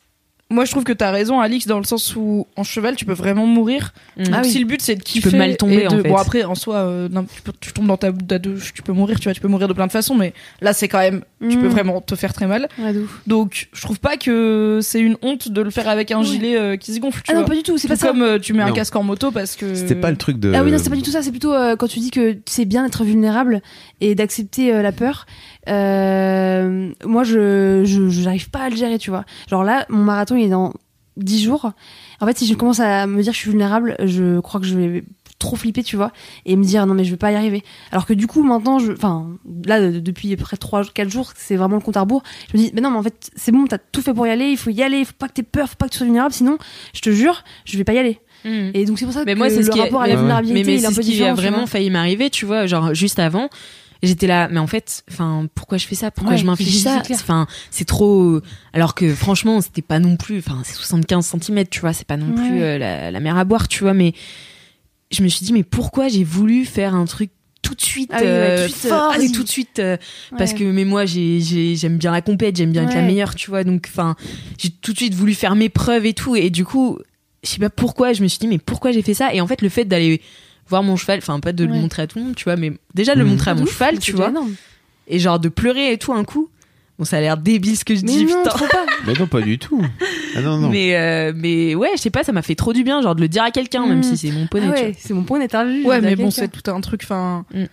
Speaker 2: moi, je trouve que t'as raison, Alix, dans le sens où en cheval, tu peux vraiment mourir.
Speaker 4: Mm.
Speaker 7: Ah
Speaker 2: Donc, si le but, c'est de kiffer.
Speaker 4: peux mal tomber,
Speaker 2: et de-
Speaker 4: en fait.
Speaker 2: Bon, après, en soi, euh, non, tu, peux- tu tombes dans ta, ta douche, tu peux mourir, tu vois, tu peux mourir de plein de façons, mais là, c'est quand même, tu peux
Speaker 7: Mm.
Speaker 2: vraiment te faire très mal.
Speaker 7: Ouais, de ouf.
Speaker 2: Donc, je trouve pas que c'est une honte de le faire avec un
Speaker 7: Ouais.
Speaker 2: gilet euh, qui se gonfle, tu
Speaker 7: Ah non,
Speaker 2: vois.
Speaker 7: pas du tout, c'est
Speaker 2: Tout
Speaker 7: pas ça.
Speaker 2: comme euh, tu mets un
Speaker 3: Non.
Speaker 2: casque en moto parce que.
Speaker 3: C'était pas le truc de.
Speaker 7: Ah oui, non, c'est pas du tout ça. C'est plutôt euh, quand tu dis que c'est bien d'être vulnérable et d'accepter euh, la peur. Euh, moi, je je- je- j'arrive pas à le gérer, tu vois. Genre là, mon marathon, il est dans 10 jours. En fait, si je commence à me dire que je suis vulnérable, je crois que je vais trop flipper, tu vois, et me dire non mais je vais pas y arriver. Alors que du coup maintenant, je, enfin là de- depuis près de 3 4 jours, c'est vraiment le compte à rebours. Je me dis mais non mais en fait c'est bon, t'as tout fait pour y aller, il faut y aller, faut pas que t'aies peur, faut pas que tu sois vulnérable, sinon je te jure, je vais pas y aller. Et donc c'est pour ça
Speaker 4: mais
Speaker 7: que
Speaker 4: moi c'est
Speaker 7: le
Speaker 4: ce qui
Speaker 7: rapport à
Speaker 4: mais-
Speaker 7: la vulnérabilité
Speaker 4: mais, mais
Speaker 7: il est un
Speaker 4: c'est
Speaker 7: peu
Speaker 4: ce qui a
Speaker 7: différent. tu vois.
Speaker 4: vraiment failli m'arriver tu vois genre juste avant j'étais là mais en fait enfin pourquoi je fais ça pourquoi
Speaker 7: Ouais,
Speaker 4: je m'inflige
Speaker 7: c'est
Speaker 4: ça
Speaker 7: clair.
Speaker 4: enfin c'est trop alors que franchement c'était pas non plus enfin c'est 75 cm tu vois c'est pas non
Speaker 7: Ouais,
Speaker 4: plus
Speaker 7: ouais.
Speaker 4: euh, la, la mer à boire tu vois mais je me suis dit mais pourquoi j'ai voulu faire un truc tout de suite,
Speaker 7: Ah oui, ouais,
Speaker 4: euh,
Speaker 7: tout de suite, euh,
Speaker 4: fort et
Speaker 7: vas-y.
Speaker 4: tout de suite euh, parce
Speaker 7: Ouais.
Speaker 4: que mais moi j'ai- j'ai- j'aime bien la compète j'aime bien être la
Speaker 7: Ouais.
Speaker 4: meilleure tu vois donc enfin j'ai tout de suite voulu faire mes preuves et tout et du coup je sais pas pourquoi je me suis dit mais pourquoi j'ai fait ça et en fait le fait d'aller voir mon cheval enfin pas de le
Speaker 7: Ouais. Ah
Speaker 4: montrer à tout le monde tu vois mais déjà de le
Speaker 3: Mhm.
Speaker 4: montrer à
Speaker 7: De
Speaker 4: mon
Speaker 7: ouf,
Speaker 4: cheval
Speaker 7: mais
Speaker 4: tu
Speaker 7: c'est déjà
Speaker 4: vois
Speaker 7: énorme.
Speaker 4: et genre de pleurer et tout un coup bon ça a l'air débile ce que je
Speaker 7: Mais
Speaker 4: dis
Speaker 7: non,
Speaker 4: putain
Speaker 7: trop pas.
Speaker 3: Mais non, pas du tout. Ah non, non.
Speaker 4: mais euh, mais ouais je sais pas ça m'a fait trop du bien genre de le dire à quelqu'un même
Speaker 7: Mhm.
Speaker 4: si c'est mon poney
Speaker 7: Ah
Speaker 4: tu
Speaker 7: ouais, c'est mon point d'interview.
Speaker 2: Ouais,
Speaker 7: je dis à
Speaker 2: mais bon,
Speaker 7: quelqu'un.
Speaker 2: c'est tout un truc. Enfin,
Speaker 4: Mm.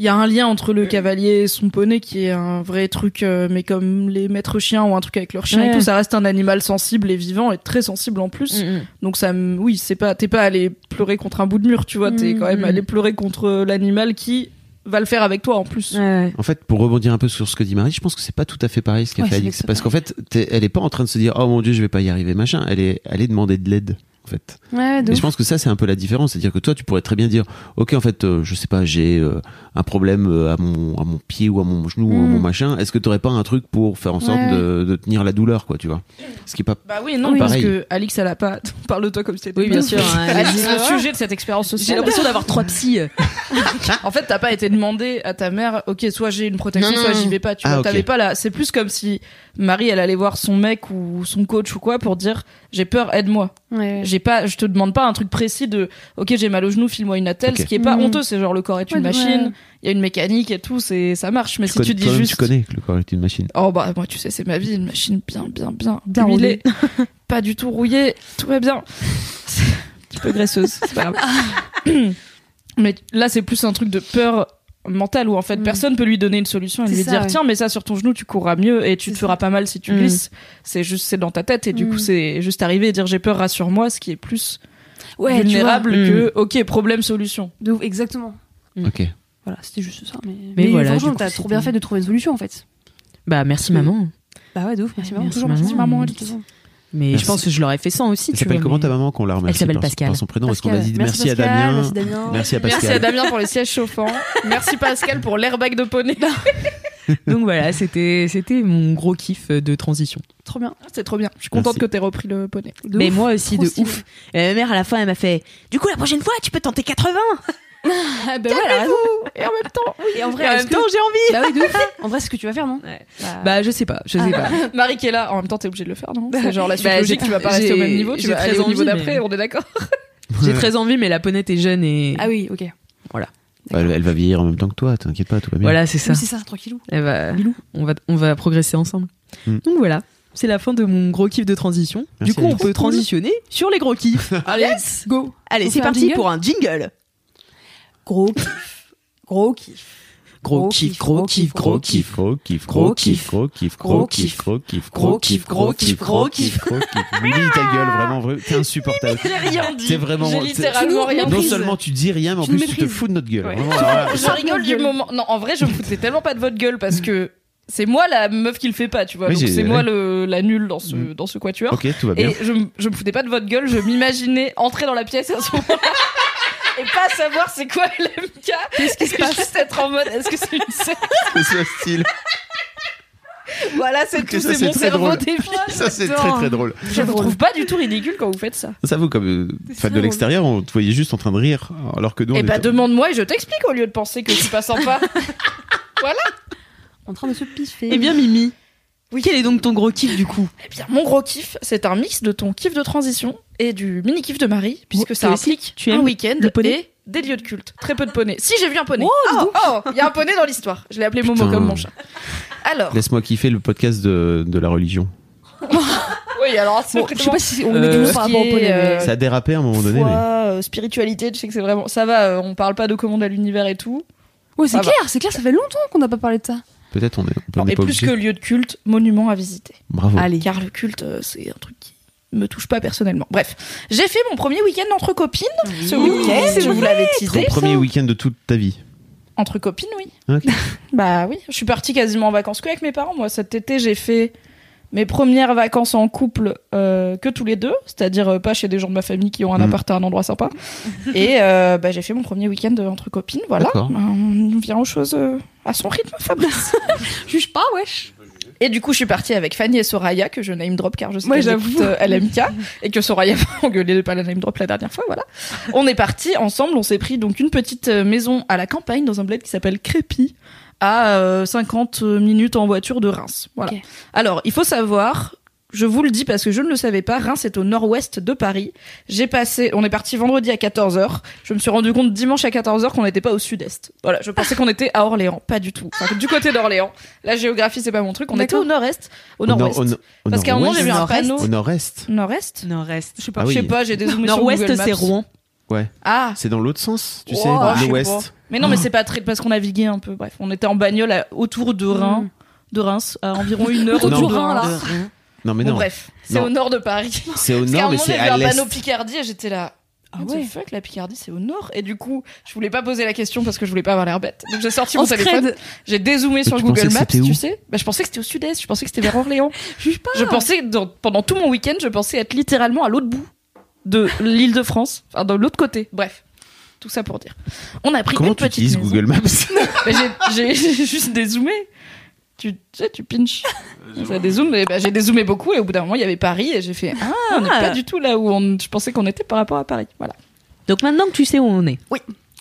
Speaker 2: il y a un lien entre
Speaker 7: Hmm.
Speaker 2: le cavalier et son poney qui est un vrai truc, euh, mais comme les maîtres chiens ou un truc avec leur chien et
Speaker 4: Ouais.
Speaker 2: tout, ça reste un animal sensible et vivant et très sensible en plus.
Speaker 4: vois. Mhm.
Speaker 2: Donc ça, me- oui, c'est pas, t'es pas allé pleurer contre un bout de mur, tu vois, t'es
Speaker 7: Mm,
Speaker 2: quand même
Speaker 4: mm.
Speaker 2: allé pleurer contre l'animal qui va le faire avec toi en plus.
Speaker 3: En fait, pour rebondir un peu sur ce que dit Marie, je pense que c'est pas tout à fait pareil ce qu'a
Speaker 7: Ouais,
Speaker 3: fait
Speaker 7: c'est
Speaker 3: Alix.
Speaker 7: exactement
Speaker 3: Parce qu'en fait, t'es- elle est pas en train de se dire, oh mon dieu, je vais pas y arriver, machin. Elle est, elle est demandée de l'aide, en fait.
Speaker 7: Ouais, ouais, Ah, de
Speaker 3: Et
Speaker 7: ouf.
Speaker 3: je pense que ça, c'est un peu la différence. C'est-à-dire que toi, tu pourrais très bien dire, OK, en fait, euh, je sais pas, j'ai euh, un problème euh, à mon, à mon pied ou à mon genou ou à
Speaker 7: Mm.
Speaker 3: mon machin. Est-ce que t'aurais pas un truc pour faire en sorte
Speaker 7: Ouais,
Speaker 3: de, de tenir la douleur, quoi, tu vois? Ce qui est pas.
Speaker 2: Bah oui, non,
Speaker 3: Oui.
Speaker 2: parce
Speaker 3: Ah, Pareil.
Speaker 2: que Alix, elle a pas. Parle de toi comme si c'était.
Speaker 4: oui bien sûr hein,
Speaker 2: Alix,
Speaker 4: vas-y.
Speaker 2: le sujet de cette expérience
Speaker 4: j'ai
Speaker 2: sociale.
Speaker 4: l'impression d'avoir trois psys
Speaker 2: En fait, t'as pas été demandé à ta mère, ok, soit j'ai une protection,
Speaker 4: Non, non,
Speaker 2: soit
Speaker 4: non.
Speaker 2: j'y vais pas. Tu
Speaker 3: Ah,
Speaker 2: vois,
Speaker 3: ok.
Speaker 2: t'avais pas là. C'est plus comme si Marie, elle allait voir son mec ou son coach ou quoi pour dire, j'ai peur, aide-moi.
Speaker 7: Ouais, ouais.
Speaker 2: J'ai pas, je te demande pas un truc précis de, ok, j'ai mal au genou, file-moi une attelle,
Speaker 3: Ok.
Speaker 2: ce qui est pas
Speaker 7: Mhm.
Speaker 2: honteux. C'est genre le corps est une
Speaker 7: Ouais,
Speaker 2: machine,
Speaker 7: ouais.
Speaker 2: il y a une mécanique et tout, c'est ça marche. Mais si
Speaker 3: connais-
Speaker 2: tu dis
Speaker 3: toi-même,
Speaker 2: juste,
Speaker 3: tu connais que le corps est une machine.
Speaker 2: oh bah moi, tu sais, c'est ma vie, une machine bien, bien, bien,
Speaker 7: Bien
Speaker 2: huilée, pas du tout rouillée, tout va bien. C'est un petit peu graisseuse, c'est pas grave. Mais là, c'est plus un truc de peur mentale où en fait
Speaker 7: Mm.
Speaker 2: personne peut lui donner une solution et
Speaker 7: C'est
Speaker 2: lui
Speaker 7: ça,
Speaker 2: dire
Speaker 7: ouais.
Speaker 2: tiens mais ça sur ton genou tu courras mieux et tu
Speaker 7: C'est
Speaker 2: te
Speaker 7: ça.
Speaker 2: feras pas mal si tu
Speaker 4: Mm.
Speaker 2: glisses c'est juste c'est dans ta tête et du
Speaker 7: Mm.
Speaker 2: coup c'est juste arriver et dire j'ai peur rassure-moi ce qui est plus
Speaker 7: Ouais, tu
Speaker 2: vulnérable
Speaker 4: vois.
Speaker 3: Mm.
Speaker 2: que ok problème solution
Speaker 7: vois, de ouf, exactement.
Speaker 3: OK.
Speaker 7: Voilà, c'était juste ça. Mais, mais,
Speaker 4: Mais voilà,
Speaker 7: franchement,
Speaker 4: du coup,
Speaker 7: t'as
Speaker 4: c'était-
Speaker 7: trop bien fait de trouver une solution en fait.
Speaker 4: bah merci maman
Speaker 7: Bah ouais, de ouf, merci maman.
Speaker 4: Merci,
Speaker 7: Toujours
Speaker 4: maman.
Speaker 7: merci maman.
Speaker 4: Merci. mais
Speaker 3: Merci.
Speaker 4: je pense que je l'aurais fait sans aussi
Speaker 3: Elle
Speaker 4: tu
Speaker 3: s'appelle
Speaker 4: vois,
Speaker 3: comment
Speaker 4: mais-
Speaker 3: ta maman qu'on la remercie
Speaker 4: s'appelle
Speaker 3: par,
Speaker 4: Pascal.
Speaker 3: par son prénom Est-ce qu'on a
Speaker 7: Pascal.
Speaker 3: dit merci, à
Speaker 7: Pascal,
Speaker 3: Damien
Speaker 7: Merci Damien.
Speaker 3: Merci à Pascal.
Speaker 2: merci à Damien pour les sièges chauffants merci Pascal pour l'airbag de poney
Speaker 4: Donc voilà, c'était c'était mon gros kiff de transition.
Speaker 7: Trop bien.
Speaker 2: c'est trop bien je suis contente
Speaker 3: Merci.
Speaker 2: que t'aies repris le poney
Speaker 7: De
Speaker 4: mais
Speaker 7: ouf.
Speaker 4: moi aussi
Speaker 7: Trop
Speaker 4: de
Speaker 7: stylé.
Speaker 4: ouf. Et ma mère à la fin elle m'a fait "Du coup la prochaine fois, tu peux tenter 80."
Speaker 7: Ah, bah ouais, elle a raison.
Speaker 2: et en même temps
Speaker 7: Et en vrai,
Speaker 4: Et en
Speaker 7: est-ce
Speaker 4: même
Speaker 7: que-
Speaker 4: temps, j'ai envie.
Speaker 7: Bah oui, de ouf. En vrai, c'est ce que tu vas faire, non
Speaker 4: Ouais.
Speaker 7: Bah,
Speaker 4: Bah je sais pas, je sais pas.
Speaker 2: Marie qui est là en même temps t'es obligée de le faire non c'est genre la suite
Speaker 4: Bah, j'ai-
Speaker 2: logique tu vas pas rester au
Speaker 4: j'ai-
Speaker 2: même niveau tu
Speaker 4: j'ai
Speaker 2: vas
Speaker 4: très
Speaker 2: aller au niveau
Speaker 4: envie,
Speaker 2: d'après
Speaker 4: mais-
Speaker 2: on est d'accord
Speaker 4: J'ai très envie mais la ponette est jeune et
Speaker 7: Ah oui, ok.
Speaker 3: Elle, elle va vieillir en même temps que toi, t'inquiète pas, tout va bien.
Speaker 4: voilà, c'est ça.
Speaker 7: Oui, c'est ça, tranquillou.
Speaker 4: Elle va- on va on va progresser ensemble.
Speaker 3: Mm.
Speaker 4: Donc voilà. C'est la fin de mon gros kiff de transition.
Speaker 3: Merci,
Speaker 4: du coup, on
Speaker 3: Alex.
Speaker 4: peut transitionner sur les gros kiffs. Allez,
Speaker 7: Go.
Speaker 4: allez,
Speaker 7: On
Speaker 4: c'est
Speaker 7: fait un
Speaker 4: parti
Speaker 7: jingle
Speaker 4: pour un jingle.
Speaker 7: Gros kiff. Gros kiff.
Speaker 4: Gros
Speaker 7: Gros
Speaker 4: kiff,
Speaker 7: kiff,
Speaker 4: gros
Speaker 7: gros
Speaker 4: kiff,
Speaker 7: kiff,
Speaker 4: gros kiff.
Speaker 3: gros kiff,
Speaker 4: Gros kiff,
Speaker 3: gros kiff,
Speaker 4: gros kiff,
Speaker 3: gros kiff,
Speaker 4: gros kiff, gros kiff, gros kiff,
Speaker 3: gros kiff. Billy, ta gueule, vraiment, vraiment, t'es insupportable.
Speaker 2: rien
Speaker 3: T'es vraiment.
Speaker 2: j'ai
Speaker 3: t'es-
Speaker 2: littéralement rien
Speaker 3: Non
Speaker 2: prise.
Speaker 3: seulement tu dis rien, mais en
Speaker 7: Tu nous
Speaker 3: plus tu te
Speaker 7: méprises.
Speaker 3: fous de notre gueule.
Speaker 2: Ouais.
Speaker 3: Vraiment, alors là,
Speaker 2: je rigole du moment. Non, en vrai, je me foutais tellement pas de votre gueule parce que c'est moi la meuf qui le fait pas, tu vois.
Speaker 3: Oui,
Speaker 2: Donc
Speaker 3: j'ai-
Speaker 2: c'est moi le, la nulle dans ce,
Speaker 3: Mm.
Speaker 2: dans ce quatuor.
Speaker 3: Ok, tout va bien.
Speaker 2: Et je, m- je me foutais pas de votre gueule, je m'imaginais entrer dans la pièce à ce moment-là. Et pas savoir c'est quoi LMK. Qu'est-ce qui se passe Juste être en mode, est-ce que c'est une secte
Speaker 3: C'est ce style.
Speaker 2: Voilà, c'est
Speaker 3: Ok,
Speaker 2: tout,
Speaker 3: ça,
Speaker 2: c'est
Speaker 3: c'est
Speaker 2: mon
Speaker 3: très
Speaker 2: cerveau
Speaker 3: drôle.
Speaker 2: débile.
Speaker 3: Ça, c'est très très drôle.
Speaker 2: Je vous trouve pas du tout ridicule quand vous faites ça.
Speaker 3: Ça vous, comme euh, fan de
Speaker 7: drôle.
Speaker 3: l'extérieur, on te voyait juste en train de rire, alors que nous, on
Speaker 2: Eh bah
Speaker 3: était-
Speaker 2: demande-moi et je t'explique au lieu de penser que je suis pas sympa.
Speaker 7: En train de se piffer.
Speaker 4: Eh bien Mimi, quel est donc ton gros kiff du coup
Speaker 2: Eh bien, mon gros kiff, c'est un mix de ton kiff de transition et du mini kiff de Marie, puisque
Speaker 4: Oh,
Speaker 2: ça
Speaker 4: toi aussi,
Speaker 2: implique
Speaker 4: tu
Speaker 2: un
Speaker 4: aimes
Speaker 2: week-end
Speaker 4: le poney
Speaker 2: et des lieux de culte. Très peu de poney. Si, j'ai vu un poney. oh, oh, il y a un poney dans l'histoire. Je l'ai appelé Momo
Speaker 3: Putain.
Speaker 2: comme mon chat. Alors,
Speaker 3: Laisse-moi kiffer le podcast de, de la religion.
Speaker 2: oui, alors, c'est
Speaker 7: Bon, je sais pas si on met
Speaker 4: Euh,
Speaker 7: du nom par rapport au
Speaker 2: qui est,
Speaker 7: poney, mais-
Speaker 2: euh,
Speaker 3: Ça a dérapé à un moment donné,
Speaker 2: foi,
Speaker 3: mais.
Speaker 2: euh, spiritualité, je sais que c'est vraiment. Ça va, euh, on parle pas de commande à l'univers et tout.
Speaker 7: Ouais, c'est
Speaker 2: ça va.
Speaker 7: clair, c'est clair, ça fait longtemps qu'on n'a pas parlé de ça.
Speaker 3: Peut-être on est, on
Speaker 2: Non,
Speaker 3: n'est
Speaker 2: et
Speaker 3: pas
Speaker 2: plus
Speaker 3: obligé.
Speaker 2: que lieu de culte, monument à visiter.
Speaker 3: Bravo.
Speaker 7: Allez.
Speaker 2: Car le culte, euh, c'est un truc qui me touche pas personnellement. Bref, j'ai fait mon premier week-end entre copines ce week-end. Je vous l'avais
Speaker 3: Ton
Speaker 2: teasé.
Speaker 3: premier week-end de toute ta vie.
Speaker 2: Entre copines, oui.
Speaker 3: Ok.
Speaker 2: Bah oui, je suis partie quasiment en vacances que avec mes parents. Moi, cet été, j'ai fait mes premières vacances en couple euh, que tous les deux, c'est-à-dire euh, pas chez des gens de ma famille qui ont un
Speaker 3: Mhm.
Speaker 2: appart à un endroit sympa. Et euh, bah, j'ai fait mon premier week-end euh, entre copines, voilà.
Speaker 3: D'accord.
Speaker 2: Bah, on vient aux choses euh, à son rythme, Fabrice.
Speaker 7: Juge pas, wesh.
Speaker 2: et du coup, je suis partie avec Fanny et Soraya, que je name drop car je sais
Speaker 4: Ouais,
Speaker 2: qu'elles
Speaker 4: j'avoue.
Speaker 2: écoutent, euh, LMK, et que Soraya m'a engueulé de pas la name drop la dernière fois, voilà. On est parti ensemble, on s'est pris donc une petite euh, maison à la campagne dans un bled qui s'appelle Crépy à euh, 50 minutes en voiture de Reims. Voilà.
Speaker 7: Ok.
Speaker 2: Alors, il faut savoir, je vous le dis parce que je ne le savais pas, Reims est au nord-ouest de Paris. J'ai passé, on est parti vendredi à 14h. Je me suis rendu compte dimanche à 14h qu'on n'était pas au sud-est. Voilà, je
Speaker 3: Ah.
Speaker 2: pensais qu'on était à Orléans, pas du tout. Enfin, du côté d'Orléans. La géographie, c'est pas mon truc. On était au nord-est, au
Speaker 3: Au nord-
Speaker 2: nord-ouest.
Speaker 3: au no- au
Speaker 2: parce qu'à un moment, j'ai vu un
Speaker 3: nord-ouest.
Speaker 2: panneau.
Speaker 3: Au nord-est.
Speaker 2: Nord-est
Speaker 4: Nord-Est.
Speaker 2: Je sais pas,
Speaker 3: Ah
Speaker 2: je sais
Speaker 3: oui.
Speaker 2: pas, j'ai des zooms sur
Speaker 4: Nord-Ouest,
Speaker 2: Google
Speaker 4: c'est
Speaker 2: Maps.
Speaker 4: Rouen.
Speaker 3: Ouais.
Speaker 2: Ah
Speaker 3: C'est dans l'autre sens, tu
Speaker 2: Wow,
Speaker 3: sais,
Speaker 2: je sais
Speaker 3: l'ouest.
Speaker 2: pas. Mais non, mais c'est pas très parce qu'on naviguait un peu. Bref, on était en bagnole à- autour de Reims, de Reims à environ une heure
Speaker 3: Autour
Speaker 2: de
Speaker 3: du
Speaker 2: Reims, là.
Speaker 3: Non, mais
Speaker 2: Bon,
Speaker 3: non.
Speaker 2: bref, c'est
Speaker 3: Non.
Speaker 2: au nord de Paris.
Speaker 3: C'est au
Speaker 2: Parce qu'à un
Speaker 3: nord, mais
Speaker 2: moment,
Speaker 3: c'est
Speaker 2: j'ai vu
Speaker 3: à
Speaker 2: un panneau
Speaker 3: l'est.
Speaker 2: Picardie et j'étais là. Ah
Speaker 7: ouais.
Speaker 2: ouais. fuck, la Picardie c'est au nord. Et du coup, je voulais pas poser la question parce que je voulais pas avoir l'air bête. Donc j'ai sorti mon
Speaker 7: On se
Speaker 2: téléphone,
Speaker 7: crède.
Speaker 2: j'ai dézoomé sur
Speaker 3: tu pensais
Speaker 2: Google
Speaker 3: que
Speaker 2: Maps,
Speaker 3: c'était où
Speaker 2: tu sais. Bah, je pensais que c'était au sud-est, je pensais que c'était vers Orléans.
Speaker 7: Juge pas.
Speaker 2: Je pensais, dans- pendant tout mon week-end, je pensais être littéralement à l'autre bout de l'île de France, enfin de l'autre côté. Bref, tout ça pour dire. On a pris
Speaker 3: Comment
Speaker 2: une
Speaker 3: tu
Speaker 2: petite
Speaker 3: utilises
Speaker 2: maison.
Speaker 3: Google Maps
Speaker 2: Mais j'ai- j'ai j'ai juste dézoomé. Tu tu sais, tu pinches. Ça dézoome, et bah, j'ai dézoomé beaucoup et au bout d'un moment il y avait Paris et j'ai fait Ah, on n'est pas du tout là où on, je pensais qu'on était par rapport à Paris. Voilà.
Speaker 4: Donc maintenant que tu sais où on est.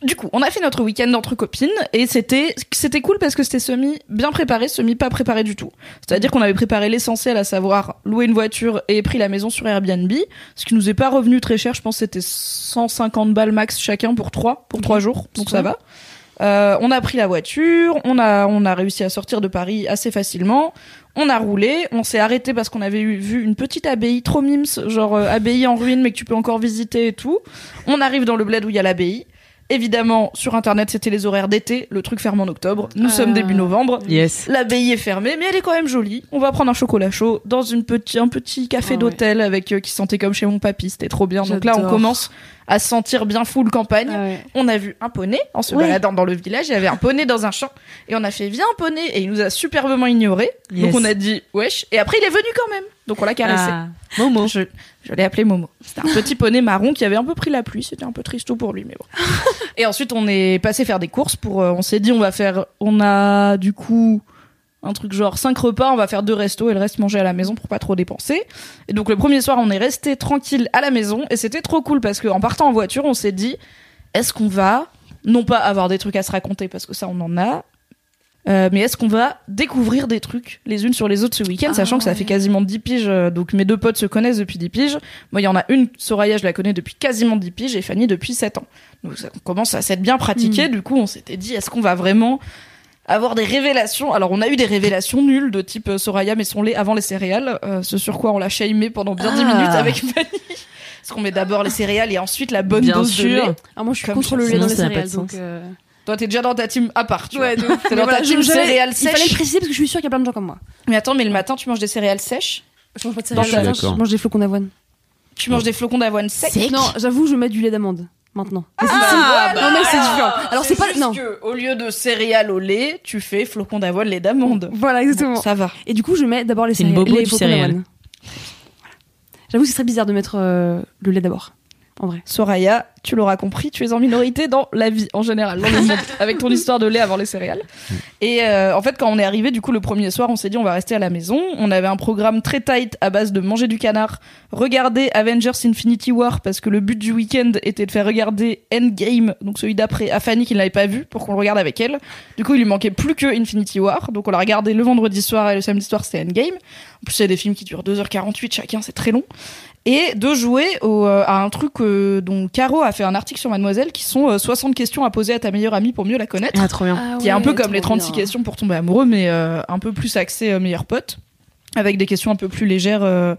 Speaker 2: Du coup, on a fait notre week-end entre copines et c'était c'était cool parce que c'était semi bien préparé, semi pas préparé du tout. C'est-à-dire qu'on avait préparé l'essentiel, à savoir louer une voiture et pris la maison sur Airbnb, ce qui nous est pas revenu très cher. Je pense que c'était 150 balles max chacun pour trois pour trois jours, donc ça va. Euh, on a pris la voiture, on a on a réussi à sortir de Paris assez facilement. On a roulé, on s'est arrêté parce qu'on avait eu- vu une petite abbaye trop mimes, genre euh, abbaye en ruine mais que tu peux encore visiter et tout. On arrive dans le bled où il y a l'abbaye. Évidemment, sur internet, c'était les horaires d'été, le truc ferme en octobre. Nous sommes début
Speaker 7: Euh,
Speaker 2: novembre.
Speaker 4: Yes.
Speaker 2: L'abbaye est fermée, mais elle est quand même jolie. On va prendre un chocolat chaud dans une petit, un petit café
Speaker 7: Ah ouais.
Speaker 2: d'hôtel avec euh, qui sentait comme chez mon papy, c'était trop bien. Donc là, on
Speaker 7: J'adore. Ah
Speaker 2: commence à se sentir bien full campagne. On a vu un poney en se
Speaker 7: Ouais.
Speaker 2: baladant dans le village. Il y avait un poney dans un champ et on a fait viens poney et il nous a superbement ignoré.
Speaker 4: Yes.
Speaker 2: Donc on a dit wesh et après il est venu quand même. Donc on l'a caressé.
Speaker 4: Ah. Momo.
Speaker 2: Je, je l'ai appelé Momo. C'était un petit poney marron qui avait un peu pris la pluie. C'était un peu tristo pour lui, mais bon. Et ensuite, on est passé faire des courses pour. euh, on s'est dit, on va faire. On a du coup un truc genre cinq repas. On va faire deux restos et le reste manger à la maison pour pas trop dépenser. Et donc le premier soir, on est resté tranquille à la maison et c'était trop cool parce qu'en partant en voiture, on s'est dit, est-ce qu'on va non pas avoir des trucs à se raconter parce que ça, on en a. euh, mais est-ce qu'on va découvrir des trucs les unes sur les autres ce week-end, sachant que ça fait quasiment 10 piges, euh, donc mes deux potes se connaissent depuis 10 piges, moi, il y en a une, Soraya, je la connais depuis quasiment 10 piges et Fanny depuis 7 ans. Donc ça commence à s'être bien pratiqué. Du coup, on s'était dit, est-ce qu'on va vraiment avoir des révélations Alors, on a eu des révélations nulles de type euh, Soraya met son lait avant les céréales, euh, ce sur quoi on l'a shamé pendant bien 10
Speaker 4: Ah.
Speaker 2: minutes avec Fanny. Parce qu'on met d'abord les céréales et ensuite la bonne
Speaker 4: Bien
Speaker 2: dose de
Speaker 4: sûr.
Speaker 2: lait.
Speaker 7: Ah, moi, je suis
Speaker 2: Comme
Speaker 7: contre
Speaker 2: ça,
Speaker 7: le lait
Speaker 4: sinon,
Speaker 7: dans les
Speaker 4: ça n'a pas de
Speaker 7: céréales, donc.
Speaker 4: sens.
Speaker 7: euh,
Speaker 2: Toi, t'es déjà dans ta team à part, tu vois. T'es
Speaker 7: mais
Speaker 2: dans
Speaker 7: voilà,
Speaker 2: ta
Speaker 7: je-
Speaker 2: team
Speaker 7: je-
Speaker 2: céréales
Speaker 7: Il fallait le
Speaker 2: sèches.
Speaker 7: préciser parce que je suis sûre qu'il y a plein de gens comme moi.
Speaker 2: Mais attends, mais le matin, tu manges des céréales sèches
Speaker 7: Je mange pas de
Speaker 3: Non, je suis
Speaker 7: céréales. le matin,
Speaker 3: d'accord.
Speaker 7: Je mange des flocons d'avoine.
Speaker 2: Tu manges des flocons d'avoine secs
Speaker 7: Non, j'avoue, je mets du lait d'amande maintenant. Mais c'est-
Speaker 2: Ah,
Speaker 7: c'est-
Speaker 2: bah
Speaker 7: non, mais c'est
Speaker 2: alors,
Speaker 7: différent. Alors, c'est pas.
Speaker 2: juste
Speaker 7: Non.
Speaker 2: que, au lieu de céréales au lait, tu fais flocons d'avoine, lait d'amande.
Speaker 7: Voilà, exactement.
Speaker 2: Ça va.
Speaker 7: Et du coup, je mets d'abord les
Speaker 4: C'est une
Speaker 7: céréales.
Speaker 4: bobo
Speaker 7: les
Speaker 4: du
Speaker 7: flocons
Speaker 4: céréal.
Speaker 7: d'avoine. Voilà. J'avoue, ce serait bizarre de mettre euh, le lait d'abord. En vrai.
Speaker 2: Soraya, tu l'auras compris, tu es en minorité dans la vie en général, dans le monde, avec ton histoire de lait avant les céréales. Et euh, en fait, quand on est arrivé, du coup, le premier soir, on s'est dit on va rester à la maison. On avait un programme très tight à base de manger du canard, regarder Avengers Infinity War parce que le but du week-end était de faire regarder Endgame, donc celui d'après, à Fanny qui ne l'avait pas vu pour qu'on le regarde avec elle. Du coup, il lui manquait plus que Infinity War, donc on l'a regardé le vendredi soir et le samedi soir, c'était Endgame. En plus, il y a des films qui durent 2h48 chacun, c'est très long et de jouer au, euh, à un truc euh, dont Caro a fait un article sur Mademoiselle qui sont euh, 60 questions à poser à ta meilleure amie pour mieux la connaître.
Speaker 4: Ah, trop bien.
Speaker 2: qui est un peu comme les 36
Speaker 7: questions.
Speaker 2: questions pour tomber amoureux, mais euh, un peu plus axé euh, meilleur pote, avec des questions un peu plus légères, euh,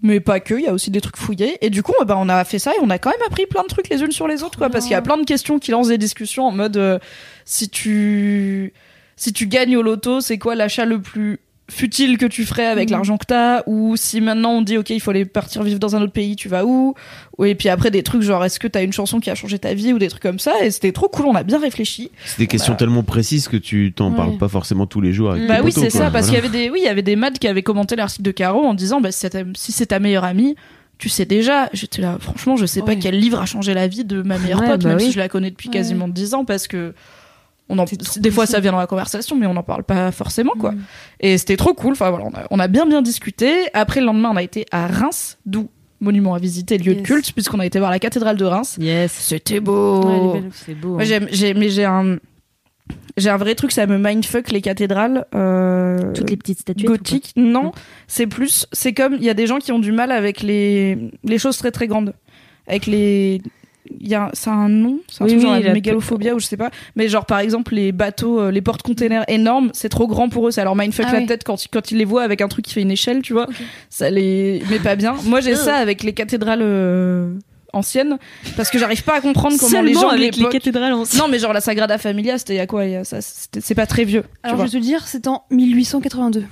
Speaker 2: mais pas que, il y a aussi des trucs fouillés. Et du coup, euh, bah, on a fait ça et on a quand même appris plein de trucs les unes sur les autres, quoi, parce qu'il y a plein de questions qui lancent des discussions en mode euh, si tu si tu gagnes au loto, c'est quoi l'achat le plus futile que tu ferais avec l'argent que t'as, ou si maintenant on dit ok il faut aller partir vivre dans un autre pays, tu vas où Ou- Et puis après des trucs genre est-ce que t'as une chanson qui a changé ta vie ou des trucs comme ça, et c'était trop cool, on a bien réfléchi.
Speaker 3: C'est des questions tellement précises que tu t'en
Speaker 2: Bah. Ouais.
Speaker 3: parles pas forcément tous les jours avec
Speaker 2: Bah
Speaker 3: tes
Speaker 2: oui,
Speaker 3: potos,
Speaker 2: c'est
Speaker 3: quoi.
Speaker 2: ça, parce qu'il y
Speaker 3: Voilà.
Speaker 2: avait des, oui, il y avait des mads qui avaient commenté l'article de Caro en disant, bah, si c'est ta, si c'est ta meilleure amie, tu sais déjà. J'étais là, franchement, je sais pas quel livre a changé la vie de ma meilleure
Speaker 4: Ouais,
Speaker 2: pote,
Speaker 4: bah
Speaker 2: même
Speaker 4: oui.
Speaker 2: si je la connais depuis quasiment 10 ans, parce que on en, des fois ça vient dans la conversation, mais on n'en parle pas forcément, quoi.
Speaker 4: Mm.
Speaker 2: Et c'était trop cool. Enfin voilà, on a, on a bien bien discuté. Après le lendemain, on a été à Reims, d'où monument à visiter, lieu de
Speaker 4: Yes.
Speaker 2: culte, puisqu'on a été voir la cathédrale de Reims.
Speaker 4: Yes.
Speaker 2: C'était beau.
Speaker 4: C'est beau. hein.
Speaker 2: Moi, j'aime- j'ai- mais j'ai un, j'ai un vrai truc, ça me mindfuck les cathédrales. euh,
Speaker 13: Toutes les petites statuettes.
Speaker 2: gothiques. Non, c'est plus, c'est comme, il y a des gens qui ont du mal avec les, les choses très très grandes. Avec les. Il y a, ça a un nom, c'est un
Speaker 4: Oui,
Speaker 2: truc genre
Speaker 4: oui,
Speaker 2: la
Speaker 4: la-
Speaker 2: mégalophobia ou je sais pas. Mais genre par exemple les bateaux, euh, les porte-containers énormes, c'est trop grand pour eux. Ça leur mindfuck
Speaker 4: Ah
Speaker 2: la
Speaker 4: oui.
Speaker 2: tête quand ils, quand ils les voient avec un truc qui fait une échelle, tu vois. Ça les met pas bien. Moi j'ai ça avec les cathédrales euh, anciennes parce que j'arrive pas à comprendre comment les
Speaker 6: Seulement
Speaker 2: gens de
Speaker 6: avec les
Speaker 2: l'époque-
Speaker 6: cathédrales
Speaker 2: non, mais genre la Sagrada Familia, c'était il y a quoi il y a ça, c'était- C'est pas très vieux. tu
Speaker 7: Alors,
Speaker 2: vois.
Speaker 7: je vais te dire, c'est en 1882.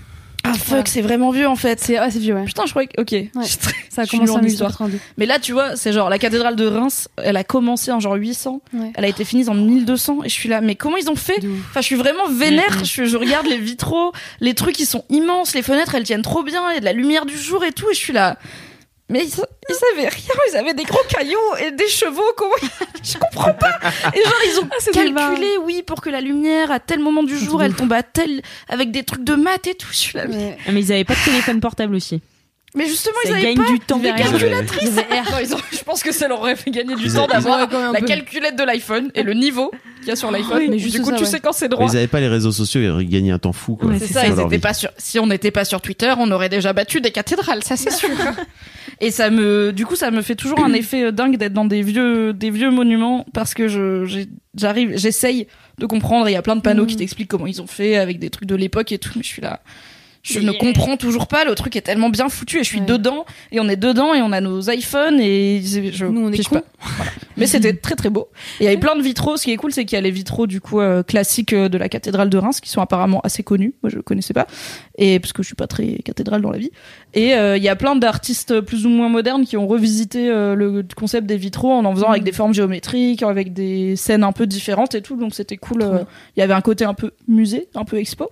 Speaker 2: Ah fuck, c'est vraiment vieux en fait.
Speaker 7: C'est ouais, c'est vieux, ouais.
Speaker 2: Putain, je croyais que. Ok. Je suis très-
Speaker 7: Ça a
Speaker 2: je suis
Speaker 7: commencé
Speaker 2: nulle
Speaker 7: en
Speaker 2: histoire.
Speaker 7: 1882.
Speaker 2: Mais là, tu vois, c'est genre la cathédrale de Reims, elle a commencé en genre 800,
Speaker 7: Ouais.
Speaker 2: elle a été finie en 1200, et je suis là, mais comment ils ont fait Enfin, je suis vraiment
Speaker 7: Mm,
Speaker 2: vénère, je, je regarde les vitraux, les trucs ils sont immenses, les fenêtres elles tiennent trop bien, il y a de la lumière du jour et tout, et je suis là. Mais ils, sa- ils savaient rien, ils avaient des gros cailloux et des chevaux, comment Je comprends pas Et genre, ils ont
Speaker 7: Ah,
Speaker 2: calculé, oui, pour que la lumière à tel moment du jour elle tombe à tel. avec des trucs de maths et tout, je suis là. mais-
Speaker 7: Ouais.
Speaker 6: Ah, Mais ils avaient pas de téléphone portable aussi.
Speaker 2: Mais justement,
Speaker 6: Ça
Speaker 2: ils avaient
Speaker 6: gagne
Speaker 2: pas
Speaker 6: du temps.
Speaker 2: des
Speaker 6: Ils avaient-
Speaker 2: calculatrices. Non, ils ont- Je pense que ça leur aurait fait gagner du
Speaker 3: Ils
Speaker 2: temps
Speaker 3: avaient-
Speaker 2: d'avoir
Speaker 7: ils avaient-
Speaker 2: la calculette de l'iPhone et le niveau
Speaker 4: Ah
Speaker 2: qu'il y
Speaker 6: Ah
Speaker 2: a sur l'iPhone.
Speaker 7: oui,
Speaker 2: Mais
Speaker 7: mais
Speaker 2: du
Speaker 7: juste
Speaker 2: coup,
Speaker 7: ça,
Speaker 2: tu
Speaker 7: ouais.
Speaker 2: sais quand c'est droit.
Speaker 3: Mais ils avaient pas les réseaux sociaux, ils auraient gagné un temps fou. quoi.
Speaker 6: Ouais,
Speaker 2: C'est
Speaker 6: c'est
Speaker 2: ça,
Speaker 3: dans
Speaker 2: ils
Speaker 3: leur
Speaker 2: étaient
Speaker 3: vie.
Speaker 2: pas sur... si on n'était pas sur Twitter, on aurait déjà battu des cathédrales, ça c'est sûr. Et ça me, du coup, ça me fait toujours un effet euh, dingue d'être dans des vieux, des vieux monuments parce que je, j'ai- j'arrive, j'essaye de comprendre. et Il y a plein de panneaux
Speaker 7: Mmh.
Speaker 2: qui t'expliquent comment ils ont fait avec des trucs de l'époque et tout, mais je suis là. Je ne comprends toujours pas. Le truc est tellement bien foutu et je suis
Speaker 7: Ouais.
Speaker 2: dedans et on est dedans et on a nos iPhones et je.
Speaker 7: Nous, on est
Speaker 2: je sais
Speaker 7: cons.
Speaker 2: pas. Voilà. Mais c'était très très beau. Et il y avait plein de vitraux. Ce qui est cool, c'est qu'il y a les vitraux du coup euh, classiques euh, de la cathédrale de Reims qui sont apparemment assez connus. Moi, je connaissais pas et parce que je suis pas très cathédrale dans la vie. Et euh, il y a plein d'artistes plus ou moins modernes qui ont revisité euh, le concept des vitraux en en faisant avec des formes géométriques, avec des scènes un peu différentes et tout. Donc c'était cool. euh, Il y avait un côté un peu musée, un peu expo.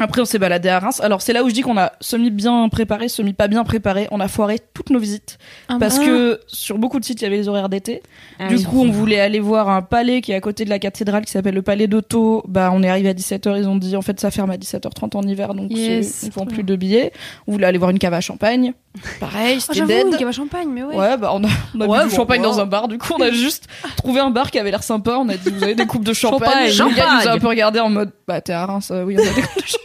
Speaker 2: Après, on s'est baladé à Reims. Alors, c'est là où je dis qu'on a semi bien préparé, semi pas bien préparé. On a foiré toutes nos visites. parce que Euh, sur beaucoup de sites, il y avait les horaires d'été.
Speaker 7: Ah
Speaker 2: du coup, on voulait aller voir un palais qui est à côté de la cathédrale qui s'appelle le palais d'Otto. Bah, on est arrivé à 17h. Ils ont dit, en fait, ça ferme à 17h30 en hiver. Donc,
Speaker 7: Yes,
Speaker 2: c'est- on
Speaker 7: trop
Speaker 2: vend plus
Speaker 7: bien.
Speaker 2: de billets. On voulait aller voir une cave à champagne. Pareil,
Speaker 7: Ah,
Speaker 2: c'était
Speaker 7: j'avoue,
Speaker 2: dead.
Speaker 7: une cave à champagne, mais ouais.
Speaker 2: Ouais, bah on a, on a
Speaker 7: Ouais,
Speaker 2: bu du
Speaker 7: bon,
Speaker 2: champagne
Speaker 7: bon.
Speaker 2: dans un bar. Du coup, on a juste trouvé un bar qui avait l'air sympa. On a dit, vous avez des coupes de champagne.
Speaker 6: Champagne.
Speaker 2: Le gars nous a un peu regardé en mode, bah t'es à Reims, euh, oui, on a des coupes de champagne.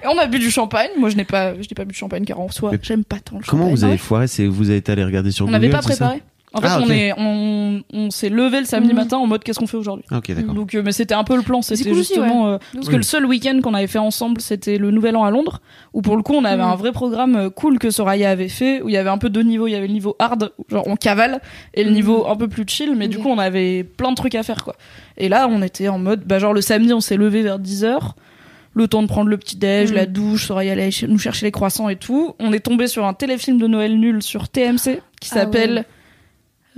Speaker 2: Et on a bu du champagne. Moi, je n'ai pas, je n'ai pas bu de champagne car en soi,
Speaker 3: Mais
Speaker 2: j'aime pas tant le champagne.
Speaker 3: Comment vous
Speaker 2: Ah
Speaker 3: avez
Speaker 2: ouais.
Speaker 3: foiré C'est vous êtes allé regarder sur
Speaker 2: On
Speaker 3: Google
Speaker 2: n'avait pas
Speaker 3: c'est ça
Speaker 2: préparé. En fait,
Speaker 3: Ah,
Speaker 2: on
Speaker 3: ok.
Speaker 2: est, on, on s'est levé le
Speaker 7: Mhm.
Speaker 2: samedi matin en mode, qu'est-ce qu'on fait aujourd'hui
Speaker 3: Ah, Ok, d'accord.
Speaker 2: donc, euh, mais c'était un peu le plan,
Speaker 7: C'est
Speaker 2: c'était
Speaker 7: cool aussi,
Speaker 2: justement euh, parce que
Speaker 3: Oui.
Speaker 2: le seul week-end qu'on avait fait ensemble, c'était le Nouvel An à Londres, où pour le coup on avait
Speaker 7: Mhm.
Speaker 2: un vrai programme euh, cool que Soraya avait fait, où il y avait un peu deux niveaux, il y avait le niveau hard, où genre on cavale, et le niveau un peu plus chill, mais du
Speaker 7: Mhm. Ok.
Speaker 2: coup on avait plein de trucs à faire quoi. Et là on était en mode, bah genre le samedi on s'est levé vers 10h, le temps de prendre le petit déj,
Speaker 7: Mhm.
Speaker 2: la douche, Soraya allait ch- nous chercher les croissants et tout. On est tombé sur un téléfilm de Noël nul sur TMC qui
Speaker 7: Ah
Speaker 2: s'appelle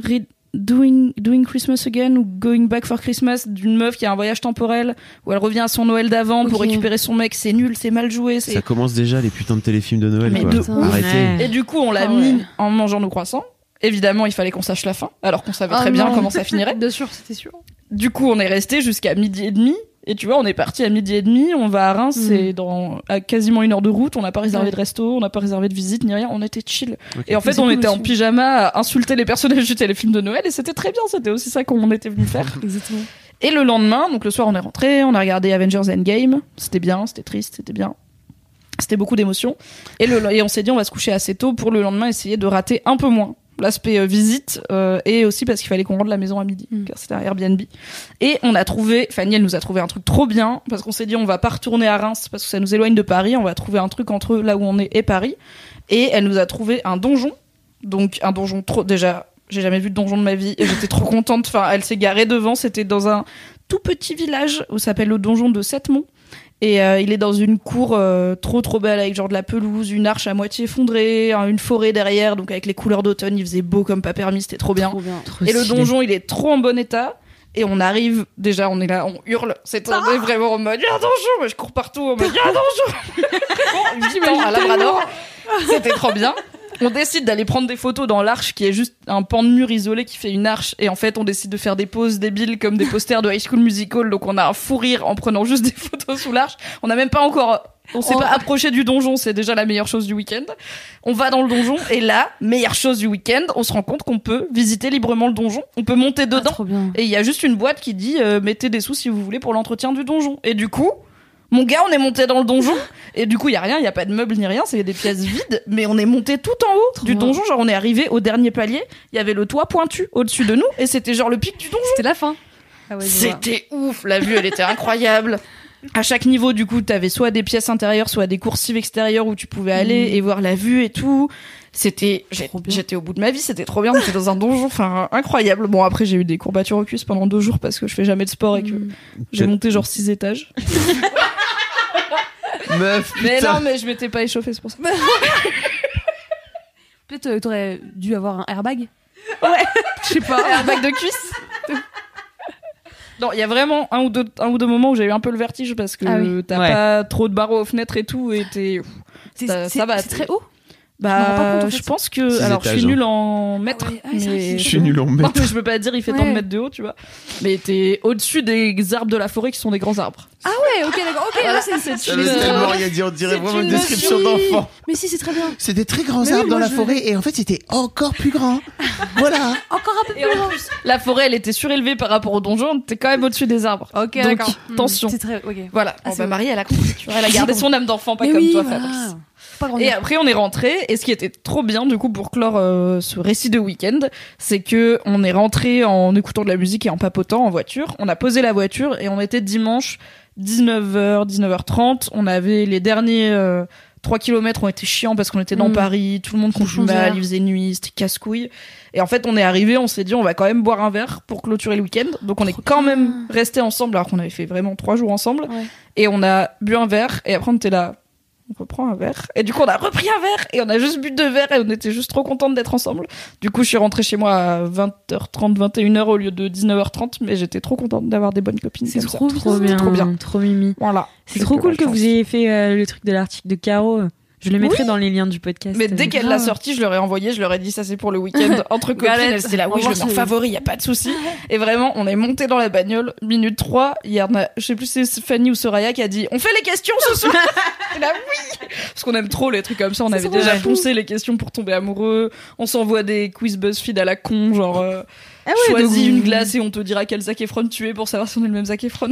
Speaker 2: Re- Doing, Doing Christmas Again ou Going Back for Christmas d'une meuf qui a un voyage temporel où elle revient à son Noël d'avant pour
Speaker 7: Ok.
Speaker 2: récupérer son mec. C'est nul, c'est mal joué. c'est-
Speaker 3: Ça commence déjà les putains de téléfilms de Noël.
Speaker 2: Mais
Speaker 3: quoi.
Speaker 2: de ouf.
Speaker 3: Arrêtez.
Speaker 2: Et du coup, on l'a
Speaker 7: Ah
Speaker 2: mis
Speaker 7: ouais.
Speaker 2: en mangeant nos croissants. Évidemment, il fallait qu'on sache la fin, alors qu'on savait
Speaker 7: Ah
Speaker 2: très bien
Speaker 7: non.
Speaker 2: comment ça finirait.
Speaker 7: Bien sûr, c'était sûr.
Speaker 2: Du coup, on est resté jusqu'à midi et demi. Et tu vois, on est parti à midi et demi, on va à Reims,
Speaker 7: Mhm.
Speaker 2: c'est dans à quasiment une heure de route, on n'a pas réservé
Speaker 7: Ouais.
Speaker 2: de resto, on n'a pas réservé de visite ni rien, on était chill.
Speaker 3: Ok.
Speaker 2: Et en fait,
Speaker 7: C'est
Speaker 2: on
Speaker 7: cool
Speaker 2: était en
Speaker 7: aussi.
Speaker 2: pyjama à insulter les personnages du téléfilm de Noël et c'était très bien, c'était aussi ça qu'on était venu faire.
Speaker 7: Exactement.
Speaker 2: Et le lendemain, donc le soir, on est rentré, on a regardé Avengers Endgame. C'était bien, c'était triste, c'était bien. C'était beaucoup d'émotions. Et, le- et on s'est dit, on va se coucher assez tôt pour le lendemain essayer de rater un peu moins l'aspect euh, visite euh, et aussi parce qu'il fallait qu'on rende la maison à midi
Speaker 7: Mm.
Speaker 2: car c'était un Airbnb et on a trouvé Fanny elle nous a trouvé un truc trop bien parce qu'on s'est dit on va pas retourner à Reims parce que ça nous éloigne de Paris on va trouver un truc entre là où on est et Paris et elle nous a trouvé un donjon donc un donjon trop déjà j'ai jamais vu de donjon de ma vie et j'étais trop contente enfin elle s'est garée devant c'était dans un tout petit village où s'appelle le donjon de Sept-Monts Et euh, il est dans une cour euh, trop trop belle avec genre de la pelouse, une arche à moitié effondrée, hein, une forêt derrière, donc avec les couleurs d'automne, il faisait beau comme pas permis, c'était trop bien. et le donjon, il est trop en bon état. Et on arrive, déjà on est là, on hurle, c'est on est vraiment en mode il y a un donjon, Moi, je cours partout en mode il y a un donjon. J'imagine un labrador, c'était trop bien. On décide d'aller prendre des photos dans l'arche qui est juste un pan de mur isolé qui fait une arche et en fait on décide de faire des poses débiles comme des posters de High School Musical donc on a un fou rire en prenant juste des photos sous l'arche. On n'a même pas encore on s'est pas approché du donjon, c'est déjà la meilleure chose du week-end. On va dans le donjon et là, meilleure chose du week-end, on se rend compte qu'on peut visiter librement le donjon. On peut monter dedans
Speaker 7: Trop bien.
Speaker 2: et il y a juste une boîte qui dit euh, mettez des sous si vous voulez pour l'entretien du donjon. Et du coup, mon gars, on est monté dans le donjon. Et du coup, il y a rien, il y a pas de meubles ni rien, c'est des pièces vides. Mais on est monté tout en haut du
Speaker 7: bien.
Speaker 2: donjon. Genre, on est arrivé au dernier palier. Il y avait le toit pointu au-dessus de nous et c'était genre le pic du donjon.
Speaker 6: C'était la fin.
Speaker 2: C'était ouf, la vue elle était incroyable. À chaque niveau, du coup, t'avais soit des pièces intérieures, soit des coursives extérieures où tu pouvais aller et voir la vue et tout. C'était, j'ai- j'étais au bout de ma vie, c'était trop bien. J'étais dans un donjon, enfin incroyable. Bon après, j'ai eu des courbatures au cuisse pendant deux jours parce que je fais jamais de sport et que j'ai
Speaker 3: T'as-
Speaker 2: monté genre six étages.
Speaker 3: Meuf,
Speaker 2: Mais
Speaker 3: putain.
Speaker 2: non, mais je m'étais pas échauffée, c'est pour ça.
Speaker 7: Peut-être euh, t'aurais dû avoir un airbag.
Speaker 2: Je sais pas. Un bac de cuisse. Non, il y a vraiment un ou deux, un ou deux moments où j'ai eu un peu le vertige parce que
Speaker 7: Ah oui.
Speaker 2: t'as
Speaker 4: Ouais.
Speaker 2: pas trop de barreaux aux fenêtres et tout et t'es.
Speaker 7: C'est-
Speaker 2: Ça-
Speaker 7: c'est-
Speaker 2: ça va,
Speaker 7: C'est
Speaker 2: t'es-
Speaker 7: très haut. Je me rends pas
Speaker 2: Bah,
Speaker 7: compte, en fait.
Speaker 2: je pense que.
Speaker 3: Six
Speaker 2: alors, je
Speaker 3: étages, hein.
Speaker 2: suis nulle en mètres.
Speaker 7: Ah ouais, ah ouais, c'est vrai que
Speaker 2: mais...
Speaker 7: c'est
Speaker 3: Je suis nul en
Speaker 2: Non,
Speaker 3: maître.
Speaker 2: mais je peux pas dire, il fait tant de
Speaker 7: Ouais.
Speaker 2: mètres de haut, tu vois. Mais t'es au-dessus des arbres de la forêt qui sont des grands arbres.
Speaker 7: Ah ouais, ok, d'accord. Ok, là, c'est- c'est
Speaker 3: Ça veut
Speaker 2: une-
Speaker 3: tellement rien dire, on dirait
Speaker 2: c'est
Speaker 3: vraiment une
Speaker 2: une
Speaker 3: description
Speaker 7: Oui.
Speaker 3: d'enfant.
Speaker 7: Mais si, c'est très bien.
Speaker 3: C'est des très grands
Speaker 7: Mais oui,
Speaker 3: arbres dans
Speaker 7: moi,
Speaker 3: la
Speaker 7: je-
Speaker 3: forêt et en fait c'était encore plus grand. voilà.
Speaker 7: Encore un peu plus
Speaker 2: Et en
Speaker 7: loin.
Speaker 2: La forêt, elle était surélevée par rapport au donjon, t'es quand même au-dessus des arbres.
Speaker 6: Ok,
Speaker 2: Donc,
Speaker 6: d'accord.
Speaker 2: tension.
Speaker 7: C'est très. Ok.
Speaker 2: Voilà.
Speaker 7: Ah,
Speaker 2: Bon,
Speaker 7: c'est
Speaker 2: bah,
Speaker 7: bon.
Speaker 2: Marie, elle a compris, tu vois. Elle a gardé son âme d'enfant, pas
Speaker 7: Mais
Speaker 2: comme
Speaker 7: oui,
Speaker 2: toi,
Speaker 7: voilà.
Speaker 2: Fabrice.
Speaker 7: Faut Pas
Speaker 2: Et
Speaker 7: grandir.
Speaker 2: après, on est rentré. Et ce qui était trop bien, du coup, pour clore euh, ce récit de week-end, c'est que on est rentré en écoutant de la musique et en papotant en voiture. On a posé la voiture et on était dimanche 19h, 19h30. On avait les derniers. euh, 3 km ont été chiants parce qu'on était dans
Speaker 7: Mm.
Speaker 2: Paris, tout le monde conduit mal,
Speaker 7: changeur.
Speaker 2: il faisait nuit, c'était casse-couille. Et en fait, on est arrivé, on s'est dit, on va quand même boire un verre pour clôturer le week-end. Donc, on est quand même restés ensemble, alors qu'on avait fait vraiment trois jours ensemble.
Speaker 7: Ouais.
Speaker 2: Et on a bu un verre, et après, on était là, on reprend un verre. Et du coup, on a repris un verre et on a juste bu deux verres et on était juste trop contentes d'être ensemble. Du coup, je suis rentrée chez moi à 20h30, 21h au lieu de 19h30, mais j'étais trop contente d'avoir des bonnes copines.
Speaker 6: C'est
Speaker 2: comme ça.
Speaker 6: trop, bien.
Speaker 2: Trop bien.
Speaker 6: Trop mimi.
Speaker 2: Voilà.
Speaker 6: C'est
Speaker 2: J'ai
Speaker 6: trop
Speaker 2: eu
Speaker 6: cool
Speaker 2: la
Speaker 6: que
Speaker 2: chance.
Speaker 6: vous ayez fait euh, le truc de l'article de Caro. Je le mettrai dans les liens du podcast. Ah.
Speaker 2: Mais dès qu'elle l'a sorti, je leur ai envoyé, je leur ai dit ça c'est pour le week-end entre copines.
Speaker 6: Galette.
Speaker 2: Elles étaient là,
Speaker 6: Au
Speaker 2: oui, je le mets
Speaker 6: revoir,
Speaker 2: en
Speaker 6: c'est-
Speaker 2: favori, y a pas de souci. Et vraiment, on est monté dans la bagnole, minute 3, il y en a, je sais plus si c'est Fanny ou Soraya qui a dit, on fait les questions ce soir! Et là, oui! Parce qu'on aime trop les trucs comme ça, on avait
Speaker 7: trop
Speaker 2: déjà
Speaker 7: fou.
Speaker 2: poncé les questions pour tomber amoureux, on s'envoie des quiz BuzzFeed à la con, genre, euh,
Speaker 6: Ah ouais,
Speaker 2: choisis
Speaker 6: donc-
Speaker 2: une glace et on te dira quel Zac Efron tu es pour savoir si on est le même Zac Efron.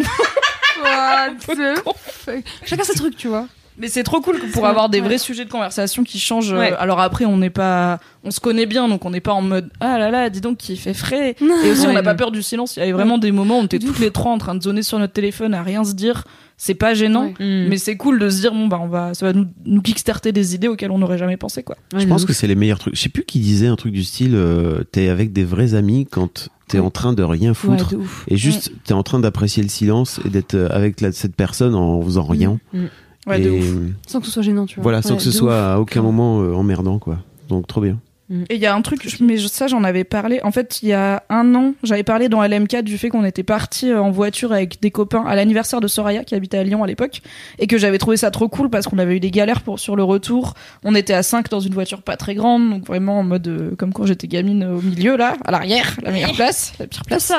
Speaker 7: Chacun ses trucs, tu vois.
Speaker 2: Mais c'est trop cool pour avoir des vrais sujets de conversation qui changent. euh,
Speaker 6: Ouais.
Speaker 2: Alors après, on n'est pas, on se connaît bien, donc on n'est pas en mode ah là là, dis donc qui fait frais. Et aussi, on n'a
Speaker 6: Ouais,
Speaker 2: pas
Speaker 6: non.
Speaker 2: peur du silence. Il y avait vraiment des moments où on était toutes les trois en train de zoner sur notre téléphone à rien se dire. C'est pas gênant,
Speaker 7: Ouais.
Speaker 6: Mm.
Speaker 2: mais c'est cool de se dire bon bah on va, ça va nous, nous kickstarter des idées auxquelles on n'aurait jamais pensé quoi.
Speaker 6: Ouais,
Speaker 3: Je pense que c'est les meilleurs trucs. Je sais plus qui disait un truc du style euh, t'es avec des vrais amis quand t'es en train de rien
Speaker 7: Ouais,
Speaker 3: foutre
Speaker 7: de ouf.
Speaker 3: et juste t'es en train d'apprécier le silence et d'être euh, avec la- cette personne en faisant rien.
Speaker 7: Mm,
Speaker 2: Ouais, de
Speaker 3: et
Speaker 2: ouf.
Speaker 3: euh,
Speaker 7: Sans que ce soit gênant, tu vois.
Speaker 3: voilà, sans
Speaker 7: Ouais,
Speaker 3: que ce
Speaker 7: de
Speaker 3: soit
Speaker 7: ouf.
Speaker 3: à aucun moment euh, emmerdant quoi. Donc trop bien.
Speaker 7: Mm.
Speaker 2: Et il y a un truc, je- mais je- ça j'en avais parlé. En fait, il y a un an, j'avais parlé dans LMK du fait qu'on était parti euh, en voiture avec des copains à l'anniversaire de Soraya qui habitait à Lyon à l'époque et que j'avais trouvé ça trop cool parce qu'on avait eu des galères pour, sur le retour. On était à 5 dans une voiture pas très grande, donc vraiment en mode euh, comme quand j'étais gamine euh, au milieu là, à l'arrière, la meilleure place, la pire place.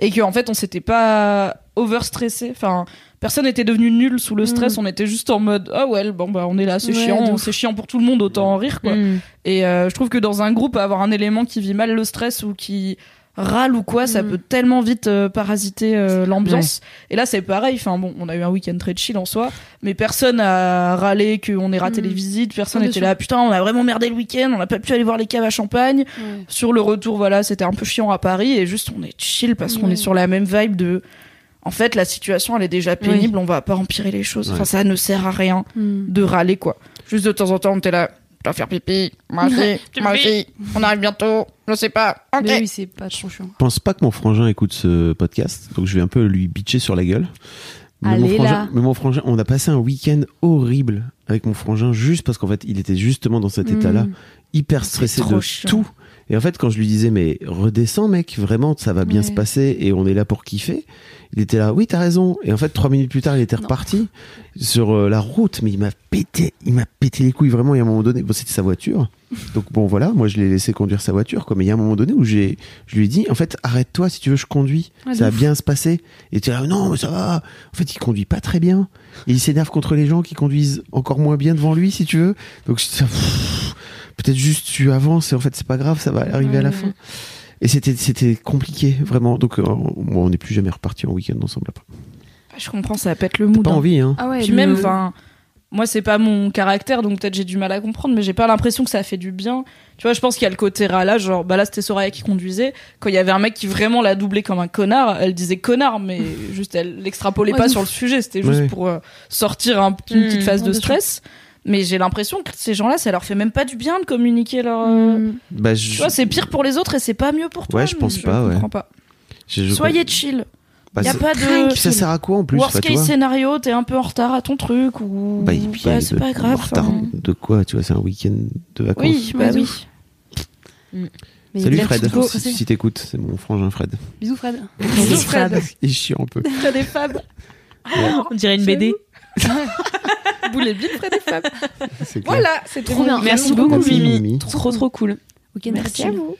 Speaker 2: Et qu'en fait, on s'était pas overstressé. Enfin, personne n'était devenu nul sous le stress. On était juste en mode ah ouais, bon bah on est là, c'est
Speaker 7: Mm. Ouais, de
Speaker 2: chiant,
Speaker 7: ouf.
Speaker 2: c'est chiant pour tout le monde, autant en rire quoi.
Speaker 6: Mm.
Speaker 2: Et euh, je trouve que dans un groupe, avoir un élément qui vit mal le stress ou qui râle ou quoi, ça
Speaker 7: Mhm.
Speaker 2: peut tellement vite euh, parasiter euh, l'ambiance. Et là, c'est pareil. Enfin bon, on a eu un week-end très chill en soi, mais personne a râlé qu'on ait raté
Speaker 7: Mhm.
Speaker 2: les visites. Personne
Speaker 7: Ouais, bien
Speaker 2: était
Speaker 7: sûr.
Speaker 2: là, putain, on a vraiment merdé le week-end, on n'a pas pu aller voir les caves à champagne.
Speaker 7: Ouais.
Speaker 2: Sur le retour, voilà, c'était un peu chiant à Paris et juste on est chill parce qu'on
Speaker 7: Ouais.
Speaker 2: est sur la même vibe de. En fait, la situation, elle est déjà pénible, on va pas empirer les choses. Enfin,
Speaker 3: Ouais.
Speaker 2: ça ne sert à rien
Speaker 7: Mm.
Speaker 2: de râler quoi. Juste de temps en temps, on était là, je dois faire pipi, moi aussi, moi aussi, on arrive bientôt, je sais pas, ok.
Speaker 7: Mais oui, c'est pas trop chiant.
Speaker 3: Je pense pas que mon frangin écoute ce podcast, donc je vais un peu lui bitcher sur la gueule. Mais mon
Speaker 7: Allez,
Speaker 3: frangin-
Speaker 7: là.
Speaker 3: mais mon frangin, on a passé un week-end horrible avec mon frangin juste parce qu'en fait, il était justement dans cet
Speaker 7: Mm.
Speaker 3: état-là, hyper stressé
Speaker 2: trop
Speaker 3: de
Speaker 2: chiant.
Speaker 3: tout. Et en fait, quand je lui disais, mais redescends, mec, vraiment, ça va bien
Speaker 7: Ouais.
Speaker 3: se passer et on est là pour kiffer, il était là, oui, t'as raison. Et en fait, trois minutes plus tard, il était
Speaker 7: Non.
Speaker 3: reparti sur euh, la route, mais il m'a pété, il m'a pété les couilles vraiment. Il y a un moment donné, bon, c'était sa voiture. Donc bon, voilà, moi, je l'ai laissé conduire sa voiture, quoi. Mais il y a un moment donné où j'ai, je lui ai dit, en fait, arrête-toi si tu veux, je conduis.
Speaker 7: Ouais, de
Speaker 3: ça va
Speaker 7: ouf.
Speaker 3: bien se passer. Et tu es là, non, mais ça va. En fait, il conduit pas très bien. Et il s'énerve contre les gens qui conduisent encore moins bien devant lui, si tu veux. Donc, je- pff, peut-être juste tu avances et en fait, c'est pas grave, ça va arriver à la fin. Et c'était, c'était compliqué, vraiment. Donc, euh, moi, on n'est plus jamais reparti en week-end ensemble après.
Speaker 2: Je comprends, ça pète le mood.
Speaker 3: Pas
Speaker 2: hein.
Speaker 3: envie, hein.
Speaker 7: Ah ouais,
Speaker 2: Puis même, enfin, moi, c'est pas mon caractère, donc peut-être j'ai du mal à comprendre, mais j'ai pas l'impression que ça a fait du bien. Tu vois, je pense qu'il y a le côté rala, genre, bah là, c'était Soraya qui conduisait. Quand il y avait un mec qui vraiment l'a doublé comme un connard, elle disait connard, mais juste, elle l'extrapolait
Speaker 7: Ouais,
Speaker 2: pas
Speaker 7: de
Speaker 2: sur le sujet. C'était juste
Speaker 3: Ouais.
Speaker 2: pour euh, sortir un, une
Speaker 4: Hmm,
Speaker 2: petite phase
Speaker 7: ouais,
Speaker 2: de
Speaker 7: bien sûr.
Speaker 2: stress. Mais j'ai l'impression que ces gens-là, ça leur fait même pas du bien de communiquer leur. euh,
Speaker 7: Hmm.
Speaker 3: Bah, je,
Speaker 2: Tu vois, c'est pire pour les autres et c'est pas mieux pour toi.
Speaker 3: Ouais, je pense pas, ouais.
Speaker 2: comprends pas.
Speaker 3: je- je-
Speaker 2: Soyez chill.
Speaker 3: bah,
Speaker 2: Il y a
Speaker 3: c'est-
Speaker 2: pas de.
Speaker 3: Puis ça sert à quoi en plus
Speaker 2: Worst
Speaker 3: enfin, tu
Speaker 2: case
Speaker 3: vois
Speaker 2: scénario, t'es un peu en retard à ton truc ou
Speaker 3: Bah, et puis,
Speaker 2: bah,
Speaker 3: elle
Speaker 2: c'est
Speaker 3: veut
Speaker 2: pas grave.
Speaker 3: en retard hein.
Speaker 2: enfin.
Speaker 3: de quoi Tu vois, c'est un week-end de vacances.
Speaker 2: Oui, bah oui.
Speaker 6: Mm.
Speaker 3: Salut Fred, si, si t'écoutes, c'est mon frangin Fred.
Speaker 7: Bisous Fred.
Speaker 3: Il chie un peu.
Speaker 2: T'as des femmes.
Speaker 4: On dirait une BD.
Speaker 2: Boulet bille, près des femmes.
Speaker 3: C'est clair.
Speaker 2: Voilà, c'est trop
Speaker 7: Trop bien.
Speaker 2: bien.
Speaker 4: Merci beaucoup,
Speaker 3: Merci,
Speaker 4: Mimi.
Speaker 3: Mimi.
Speaker 4: Trop, trop cool.
Speaker 7: Ok, merci.
Speaker 2: à
Speaker 7: vous.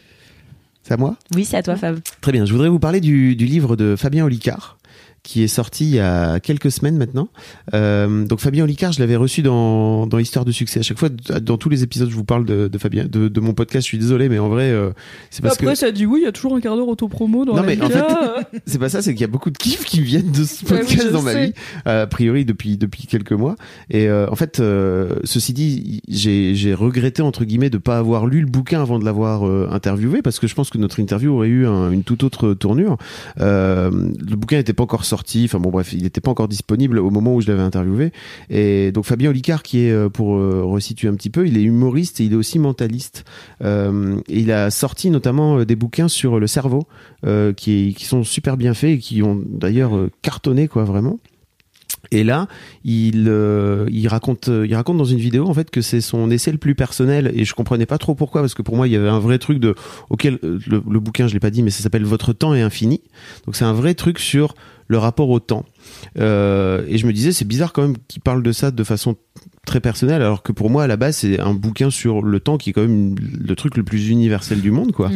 Speaker 3: C'est à moi
Speaker 4: Oui, c'est à toi, Fab.
Speaker 3: Très bien, je voudrais vous parler du, du livre de Fabien Olicard qui est sorti il y a quelques semaines maintenant. Euh, donc Fabien Olicard, je l'avais reçu dans, dans Histoire de succès. À chaque fois, dans tous les épisodes, je vous parle de, de Fabien, de, de mon podcast. Je suis désolé, mais en vrai, euh, c'est parce que
Speaker 2: Après, ça dit oui, il y a toujours un quart d'heure auto-promo dans
Speaker 3: Non,
Speaker 2: la
Speaker 3: mais en
Speaker 2: vie, Ah.
Speaker 3: fait,
Speaker 2: là.
Speaker 3: c'est pas ça, c'est qu'il y a beaucoup de kiffs qui viennent de ce
Speaker 2: Bah oui,
Speaker 3: podcast
Speaker 2: je
Speaker 3: dans ma
Speaker 2: sais.
Speaker 3: vie, euh, a priori depuis depuis quelques mois. Et euh, en fait, euh, ceci dit, j'ai j'ai regretté entre guillemets de pas avoir lu le bouquin avant de l'avoir euh, interviewé parce que je pense que notre interview aurait eu un- une toute autre tournure. Euh, le bouquin n'était pas encore sorti, enfin bon bref, il n'était pas encore disponible au moment où je l'avais interviewé. Et donc Fabien Olicard, qui est euh, pour euh, resituer un petit peu, il est humoriste et il est aussi mentaliste. Euh, et il a sorti notamment euh, des bouquins sur le cerveau euh, qui, qui sont super bien faits et qui ont d'ailleurs euh, cartonné quoi vraiment. Et là, il, euh, il raconte, euh, il raconte dans une vidéo en fait que c'est son essai le plus personnel et je comprenais pas trop pourquoi parce que pour moi il y avait un vrai truc de auquel euh, le, le bouquin je l'ai pas dit mais ça s'appelle Votre temps est infini donc c'est un vrai truc sur le rapport au temps Euh, et je me disais c'est bizarre quand même qu'il parle de ça de façon très personnelle alors que pour moi à la base c'est un bouquin sur le temps qui est quand même le truc le plus universel du monde quoi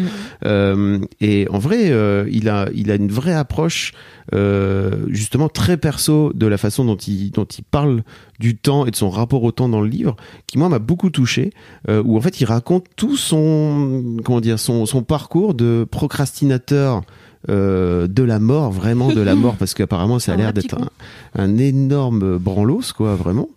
Speaker 3: euh, et en vrai, euh, il a, il a une vraie approche euh, justement très perso de la façon dont il, dont il parle du temps et de son rapport au temps dans le livre, qui moi m'a beaucoup touché. euh, où en fait, il raconte tout son, comment dire, son, son parcours de procrastinateur. euh, de la mort vraiment de la mort parce qu'apparemment ça a
Speaker 7: Un
Speaker 3: l'air
Speaker 7: vrai
Speaker 3: d'être
Speaker 7: petit
Speaker 3: un, un énorme branlos quoi vraiment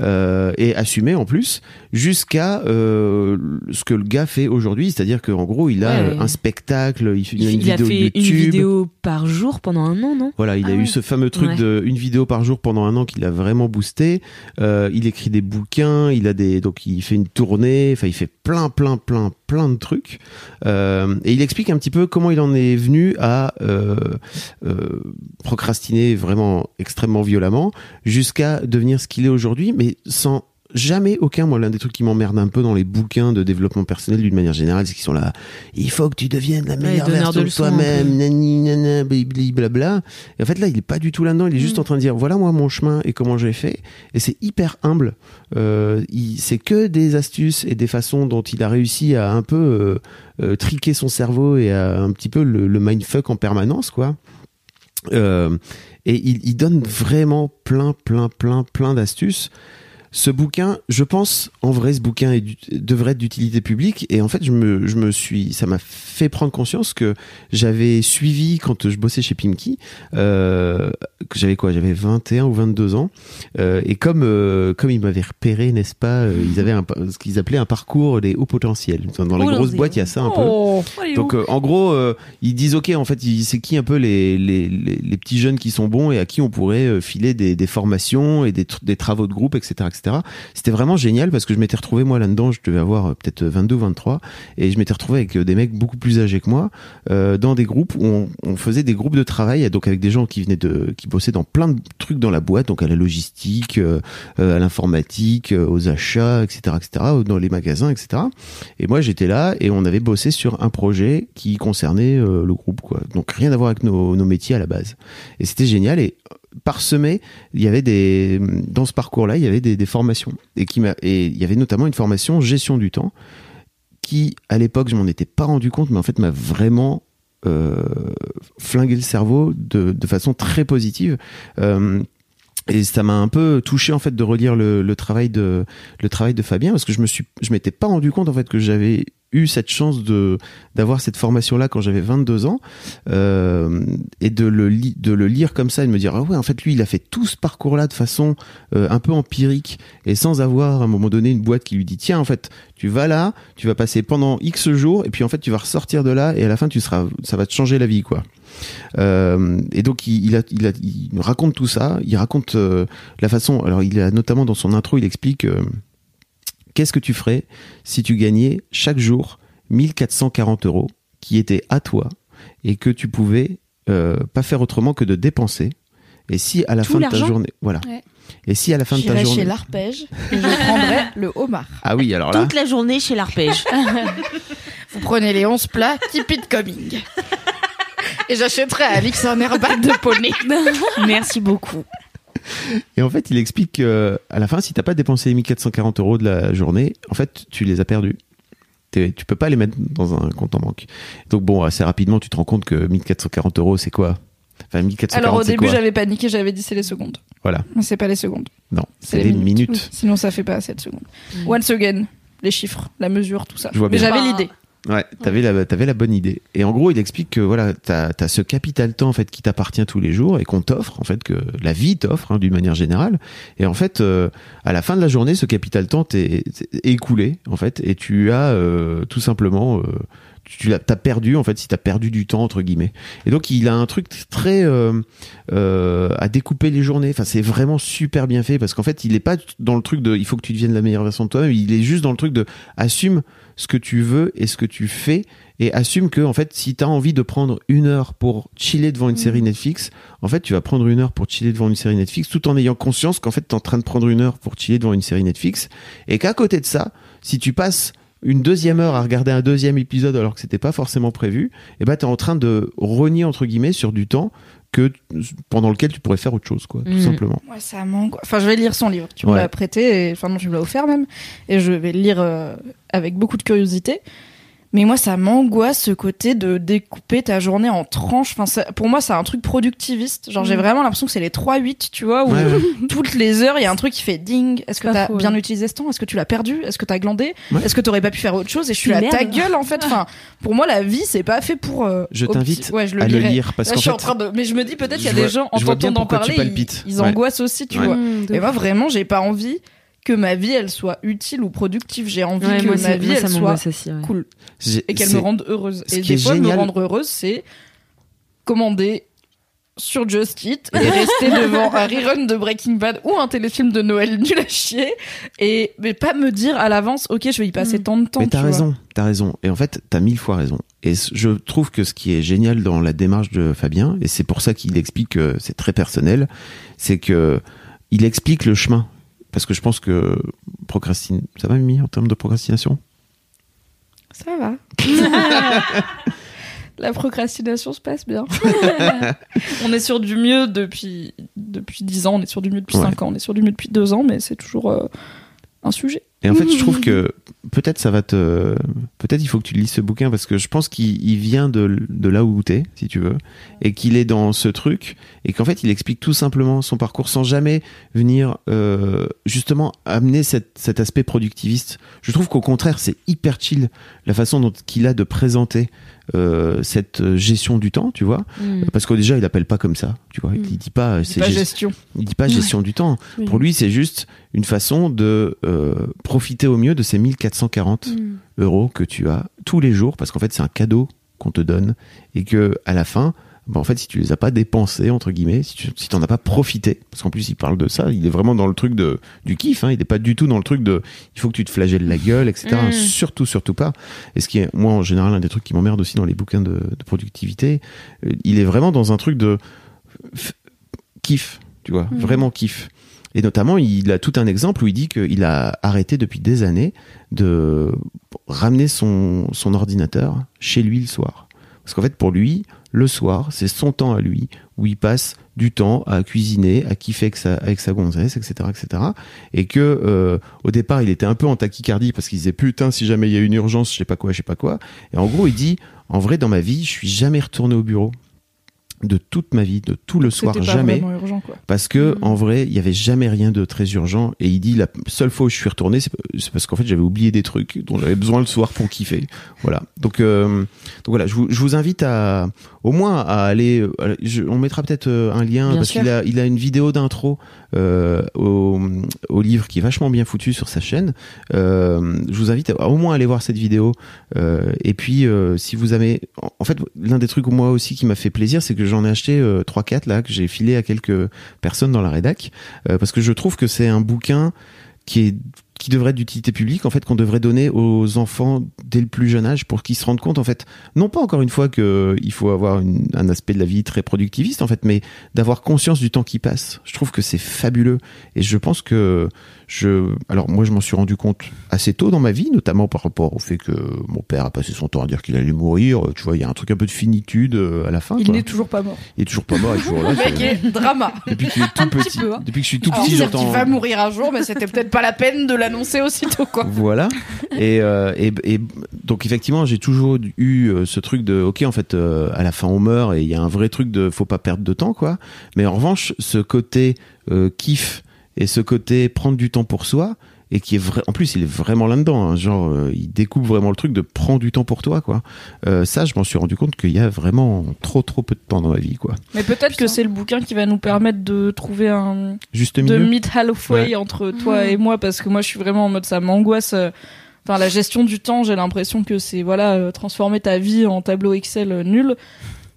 Speaker 3: euh, et assumé en plus jusqu'à euh, ce que le gars fait aujourd'hui c'est-à-dire qu'en gros il a
Speaker 4: Ouais.
Speaker 3: euh, un spectacle il, fait
Speaker 4: Il,
Speaker 3: une
Speaker 4: il a
Speaker 3: vidéo
Speaker 4: fait
Speaker 3: YouTube
Speaker 4: une vidéo par jour pendant un an, non
Speaker 3: voilà, il a
Speaker 4: Ah ouais.
Speaker 3: eu ce fameux truc
Speaker 4: Ouais.
Speaker 3: de une vidéo par jour pendant un an qui l'a vraiment boosté. Euh, il écrit des bouquins, il a des donc il fait une tournée, enfin il fait plein plein plein plein de trucs. Euh, et il explique un petit peu comment il en est venu à euh, euh, procrastiner vraiment extrêmement violemment jusqu'à devenir ce qu'il est aujourd'hui, mais sans jamais aucun moi l'un des trucs qui m'emmerde un peu dans les bouquins de développement personnel d'une manière générale c'est qu'ils sont là il faut que tu deviennes la meilleure
Speaker 4: donneur
Speaker 3: version
Speaker 4: de
Speaker 3: de
Speaker 4: leçons, un peu.
Speaker 3: toi-même nani, nana, blibli, blabla et en fait là il est pas du tout là-dedans il est juste en train de dire voilà moi mon chemin et comment j'ai fait et c'est hyper humble euh, il- c'est que des astuces et des façons dont il a réussi à un peu euh, euh, triquer son cerveau et à un petit peu le, le mindfuck en permanence quoi euh, et il, il donne vraiment plein, plein, plein, plein d'astuces. Ce bouquin, je pense, en vrai, ce bouquin est d'ut- devrait être d'utilité publique. Et en fait, je me, je me suis, ça m'a fait prendre conscience que j'avais suivi quand je bossais chez Pimki, euh, que j'avais quoi, j'avais 21 ou 22 ans. Euh, et comme, euh, comme ils m'avaient repéré, n'est-ce pas, euh, ils avaient un, pa- ce qu'ils appelaient un parcours des hauts potentiels. Dans les
Speaker 4: Oh,
Speaker 3: grosses
Speaker 4: c'est-
Speaker 3: boîtes, il y a ça un peu.
Speaker 2: Oh.
Speaker 3: Donc euh, en gros, euh, ils disent ok, en fait, ils- c'est qui un peu les, les, les, les petits jeunes qui sont bons et à qui on pourrait euh, filer des, des formations et des, tr- des travaux de groupe, etc., etc. etc. C'était vraiment génial parce que je m'étais retrouvé moi là-dedans, je devais avoir euh, peut-être 22, 23, et je m'étais retrouvé avec euh, des mecs beaucoup plus âgés que moi euh, dans des groupes où on, on faisait des groupes de travail, et donc avec des gens qui venaient de, qui bossaient dans plein de trucs dans la boîte, donc à la logistique, euh, euh, à l'informatique, euh, aux achats, etc., etc., euh, dans les magasins, etc. Et moi, j'étais là et on avait bossé sur un projet qui concernait euh, le groupe, quoi. Donc rien à voir avec nos, nos métiers à la base. Et c'était génial. Et euh, parsemé, il y avait des dans ce parcours-là, il y avait des, des formations et qui m'a et il y avait notamment une formation gestion du temps qui, à l'époque, je m'en étais pas rendu compte, mais en fait, m'a vraiment euh, flingué le cerveau de, de façon très positive. Euh, et ça m'a un peu touché en fait de relire le, le travail de le travail de Fabien parce que je me suis je m'étais pas rendu compte en fait que j'avais eu cette chance de d'avoir cette formation là quand j'avais 22 ans euh, et de le li- de le lire comme ça et de me dire ah ouais en fait lui il a fait tout ce parcours là de façon euh, un peu empirique et sans avoir à un moment donné une boîte qui lui dit tiens en fait tu vas là tu vas passer pendant X jours et puis en fait tu vas ressortir de là et à la fin tu seras ça va te changer la vie quoi euh, et donc il, il a- il a- il raconte tout ça, il raconte euh, la façon. Alors il a notamment dans son intro, il explique euh, qu'est-ce que tu ferais si tu gagnais chaque jour 1440 euros qui étaient à toi et que tu pouvais euh, pas faire autrement que de dépenser. Et si à la
Speaker 7: Tout
Speaker 3: fin de ta
Speaker 7: l'argent
Speaker 3: journée, voilà.
Speaker 7: Ouais.
Speaker 3: Et si à la fin de ta
Speaker 2: J'irai chez
Speaker 3: journée,
Speaker 2: l'arpège et je prendrai le homard.
Speaker 3: ah oui, alors là,
Speaker 6: Toute la journée chez l'arpège.
Speaker 2: Vous prenez les 11 plats Tipeee de coming. Et j'achèterai à Alix un herbat de poney.
Speaker 6: Merci beaucoup.
Speaker 3: Et en fait, il explique que, à la fin, si t'as pas dépensé les 1440 euros de la journée, en fait, tu les as perdus. T'es- Tu peux pas les mettre dans un compte en banque. Donc bon, assez rapidement, tu te rends compte que 1440 euros, c'est quoi Enfin, 1440
Speaker 2: Alors au
Speaker 3: c'est
Speaker 2: début,
Speaker 3: quoi
Speaker 2: j'avais paniqué, j'avais dit c'est les secondes.
Speaker 3: Voilà.
Speaker 2: Mais c'est pas les secondes.
Speaker 3: Non, c'est
Speaker 2: c'est les
Speaker 3: des minutes.
Speaker 2: Sinon, ça fait pas assez de secondes. Once again, les chiffres, la mesure, tout ça.
Speaker 3: Je vois
Speaker 2: Mais
Speaker 3: bien.
Speaker 2: j'avais
Speaker 6: Bah,
Speaker 2: l'idée.
Speaker 3: Ouais, t'avais la, t'avais la bonne idée. Et en gros, il explique que voilà, t'as, t'as ce capital temps en fait qui t'appartient tous les jours et qu'on t'offre en fait que la vie t'offre hein, d'une manière générale. Et en fait, euh, à la fin de la journée, ce capital temps t'est, t'est écoulé en fait et tu as euh, tout simplement euh, tu, tu l'as, t'as perdu en fait si t'as perdu du temps entre guillemets. Et donc il a un truc très euh, euh, à découper les journées. Enfin, c'est vraiment super bien fait parce qu'en fait, il est pas dans le truc de il faut que tu deviennes la meilleure version de toi-même. Il est juste dans le truc de assume ce que tu veux et ce que tu fais et assume que en fait si tu as envie de prendre une heure pour chiller devant une série Netflix en fait tu vas prendre une heure pour chiller devant une série Netflix tout en ayant conscience qu'en fait tu es en train de prendre une heure pour chiller devant une série Netflix et qu'à côté de ça si tu passes une deuxième heure à regarder un deuxième épisode alors que c'était pas forcément prévu et ben tu es en train de rogner entre guillemets sur du temps que pendant lequel tu pourrais faire autre chose quoi
Speaker 2: Mm.
Speaker 3: tout
Speaker 4: Mhm.
Speaker 3: simplement
Speaker 2: Ouais, ça manque. Enfin, je vais lire son livre. Tu me
Speaker 3: Ouais.
Speaker 2: l'as prêté, et- enfin non, tu me l'as offert même. Et je vais le lire euh, avec beaucoup de curiosité. Mais moi, ça m'angoisse ce côté de découper ta journée en tranches. Enfin, ça- pour moi, c'est un truc productiviste. Genre, j'ai
Speaker 4: Mm.
Speaker 2: vraiment l'impression que c'est les 3-8, tu vois, où
Speaker 3: Ouais, ouais.
Speaker 2: toutes les heures, il y a un truc qui fait ding. Est-ce que
Speaker 4: Pas
Speaker 2: t'as
Speaker 4: faux,
Speaker 2: bien utilisé ce temps Est-ce que tu l'as perdu Est-ce que t'as glandé
Speaker 3: Ouais.
Speaker 2: Est-ce que t'aurais pas pu faire autre chose Et je suis
Speaker 6: Puis
Speaker 2: à ta
Speaker 6: merde.
Speaker 2: gueule, en fait. Enfin, pour moi, la vie, c'est pas fait pour. euh,
Speaker 3: Je
Speaker 2: opti-
Speaker 3: t'invite
Speaker 2: Ouais, je le
Speaker 3: à le
Speaker 2: lirai.
Speaker 3: lire parce
Speaker 2: Là,
Speaker 3: qu'en
Speaker 2: je suis
Speaker 3: fait,
Speaker 2: en train de. Mais je me dis peut-être qu'il y a
Speaker 3: je
Speaker 2: des
Speaker 3: vois-
Speaker 2: gens en
Speaker 3: je vois bien
Speaker 2: t'entendant
Speaker 3: pourquoi tu
Speaker 2: parler, ils,
Speaker 3: palpites.
Speaker 2: ils
Speaker 3: Ouais.
Speaker 2: angoissent aussi, tu
Speaker 3: Ouais.
Speaker 2: vois.
Speaker 7: Mmh, de
Speaker 2: Et moi
Speaker 7: ouf.
Speaker 2: vraiment, j'ai pas envie que ma vie elle soit utile ou productive. J'ai envie
Speaker 4: Ouais,
Speaker 2: que
Speaker 4: moi,
Speaker 2: ma
Speaker 4: c'est-
Speaker 2: vie
Speaker 4: moi,
Speaker 2: elle
Speaker 4: ça
Speaker 2: soit
Speaker 4: m'angoisse aussi. ouais.
Speaker 2: cool
Speaker 3: J'ai-
Speaker 2: et qu'elle
Speaker 3: c'est-
Speaker 2: me rende heureuse.
Speaker 3: ce
Speaker 2: et
Speaker 3: qui
Speaker 2: des
Speaker 3: est
Speaker 2: fois, me
Speaker 3: génial-
Speaker 2: rendre heureuse, c'est commander sur Just Eat et rester devant un rerun de Breaking Bad ou un téléfilm de Noël nul à chier et mais pas me dire à l'avance ok je vais y
Speaker 4: Mmh.
Speaker 2: passer tant de temps
Speaker 3: Mais t'as
Speaker 2: tu vois.
Speaker 3: raison, t'as raison. Et en fait, t'as mille fois raison. Et c- je trouve que ce qui est génial dans la démarche de Fabien, et c'est pour ça qu'il explique que c'est très personnel, c'est que il explique le chemin. Parce que je pense que procrastine. Ça va, Mimi, en termes de procrastination
Speaker 2: ça va la procrastination se passe bien on est sur du mieux depuis depuis 10 ans on est sur du mieux depuis
Speaker 3: Ouais.
Speaker 2: 5 ans on est sur du mieux depuis 2 ans mais c'est toujours euh, un sujet
Speaker 3: Et en fait, je trouve que peut-être ça va te. Peut-être il faut que tu lises ce bouquin parce que je pense qu'il il vient de, l- de là où t'es, si tu veux, et qu'il est dans ce truc et qu'en fait il explique tout simplement son parcours sans jamais venir euh, justement amener cette- cet aspect productiviste. Je trouve qu'au contraire, c'est hyper chill la façon dont qu'il a de présenter euh, cette gestion du temps, tu vois,
Speaker 4: Mm.
Speaker 3: parce que déjà il appelle pas comme ça, tu vois, il dit pas euh, c'est
Speaker 2: pas
Speaker 3: gest-
Speaker 2: gestion
Speaker 3: il dit pas gestion du temps.
Speaker 7: Oui.
Speaker 3: Pour lui, c'est juste une façon de euh, profiter au mieux de ces 1440
Speaker 7: Mmh.
Speaker 3: euros que tu as tous les jours, parce qu'en fait, c'est un cadeau qu'on te donne et que à la fin, bah, en fait, si tu les as pas dépensés, entre guillemets, si tu si t'en as pas profité, parce qu'en plus, il parle de ça, il est vraiment dans le truc de, du kiff, hein, il n'est pas du tout dans le truc de il faut que tu te flagelles la gueule, etc.
Speaker 6: Mm.
Speaker 3: Surtout, surtout pas. Et ce qui est, moi, en général, un des trucs qui m'emmerde aussi dans les bouquins de, de productivité, euh, il est vraiment dans un truc de f- kiff, tu vois,
Speaker 6: Mm.
Speaker 3: vraiment kiff. Et notamment, il a tout un exemple où il dit qu'il a arrêté depuis des années de ramener son, son ordinateur chez lui le soir. Parce qu'en fait, pour lui, le soir, c'est son temps à lui, où il passe du temps à cuisiner, à kiffer avec sa, avec sa gonzesse, etc., etc. Et que euh, au départ, il était un peu en tachycardie parce qu'il disait putain, si jamais il y a une urgence, je sais pas quoi, je sais pas quoi. Et en gros, il dit, en vrai, dans ma vie, je suis jamais retourné au bureau de toute ma vie, de tout le soir,
Speaker 2: C'était pas
Speaker 3: jamais.
Speaker 2: vraiment urgent, quoi. Mm-hmm.
Speaker 3: Parce que en vrai, il y avait jamais rien de très urgent. Et il dit la seule fois où je suis retourné, c'est c'est parce qu'en fait j'avais oublié des trucs dont j'avais besoin le soir pour kiffer. Voilà. Donc euh, donc voilà, je vous, je vous invite à au moins à aller. à- je- on mettra peut-être euh, un lien
Speaker 6: Bien
Speaker 3: parce
Speaker 6: sûr.
Speaker 3: qu'il a il a une vidéo d'intro euh, au, au livre qui est vachement bien foutu sur sa chaîne. Euh, je vous invite à au moins aller voir cette vidéo. Euh, et puis, euh, si vous avez, en- en fait, l'un des trucs moi aussi qui m'a fait plaisir, c'est que j'en ai acheté euh, 3-4 là que j'ai filé à quelques personnes dans la rédac euh, parce que je trouve que c'est un bouquin qui est qui devrait être d'utilité publique, en fait, qu'on devrait donner aux enfants dès le plus jeune âge pour qu'ils se rendent compte, en fait, non pas encore une fois qu'il faut avoir une- un aspect de la vie très productiviste, en fait, mais d'avoir conscience du temps qui passe. Je trouve que c'est fabuleux. Et je pense que je. Alors, moi, je m'en suis rendu compte assez tôt dans ma vie, notamment par rapport au fait que mon père a passé son temps à dire qu'il allait mourir. Tu vois, il y a un truc un peu de finitude euh, à la fin.
Speaker 2: Il
Speaker 3: quoi.
Speaker 2: n'est toujours pas mort.
Speaker 3: Il est toujours pas mort, il est toujours là.
Speaker 2: Le mec
Speaker 3: c'est-
Speaker 2: est drama.
Speaker 3: Depuis qu'il est tout
Speaker 2: Un petit
Speaker 3: petit-
Speaker 2: peu, hein.
Speaker 3: depuis que je suis tout
Speaker 2: Alors,
Speaker 3: petit,
Speaker 2: dire
Speaker 3: j'entends-
Speaker 2: qu'il va mourir un jour, mais c'était peut-être pas la peine de l'annoncer aussitôt, quoi.
Speaker 3: Voilà. Et, euh, et, et donc effectivement, j'ai toujours eu euh, ce truc de ok, en fait, euh, à la fin on meurt et il y a un vrai truc de faut pas perdre de temps, quoi. Mais en revanche, ce côté euh, kiff et ce côté prendre du temps pour soi et qui est vrai. En plus, il est vraiment là-dedans. hein. genre, euh, il découpe vraiment le truc de prendre du temps pour toi, quoi. Euh, ça, je m'en suis rendu compte qu'il y a vraiment trop trop peu de temps dans ma vie, quoi.
Speaker 2: Mais peut-être que c'est le bouquin qui va nous permettre de trouver un.
Speaker 3: Juste
Speaker 2: de
Speaker 3: milieu.
Speaker 2: mid halfway
Speaker 3: Ouais.
Speaker 2: entre toi
Speaker 3: Mmh.
Speaker 2: et moi, parce que moi je suis vraiment en mode ça m'angoisse. euh, Enfin, la gestion du temps, j'ai l'impression que c'est, voilà, euh, transformer ta vie en tableau Excel euh, nul.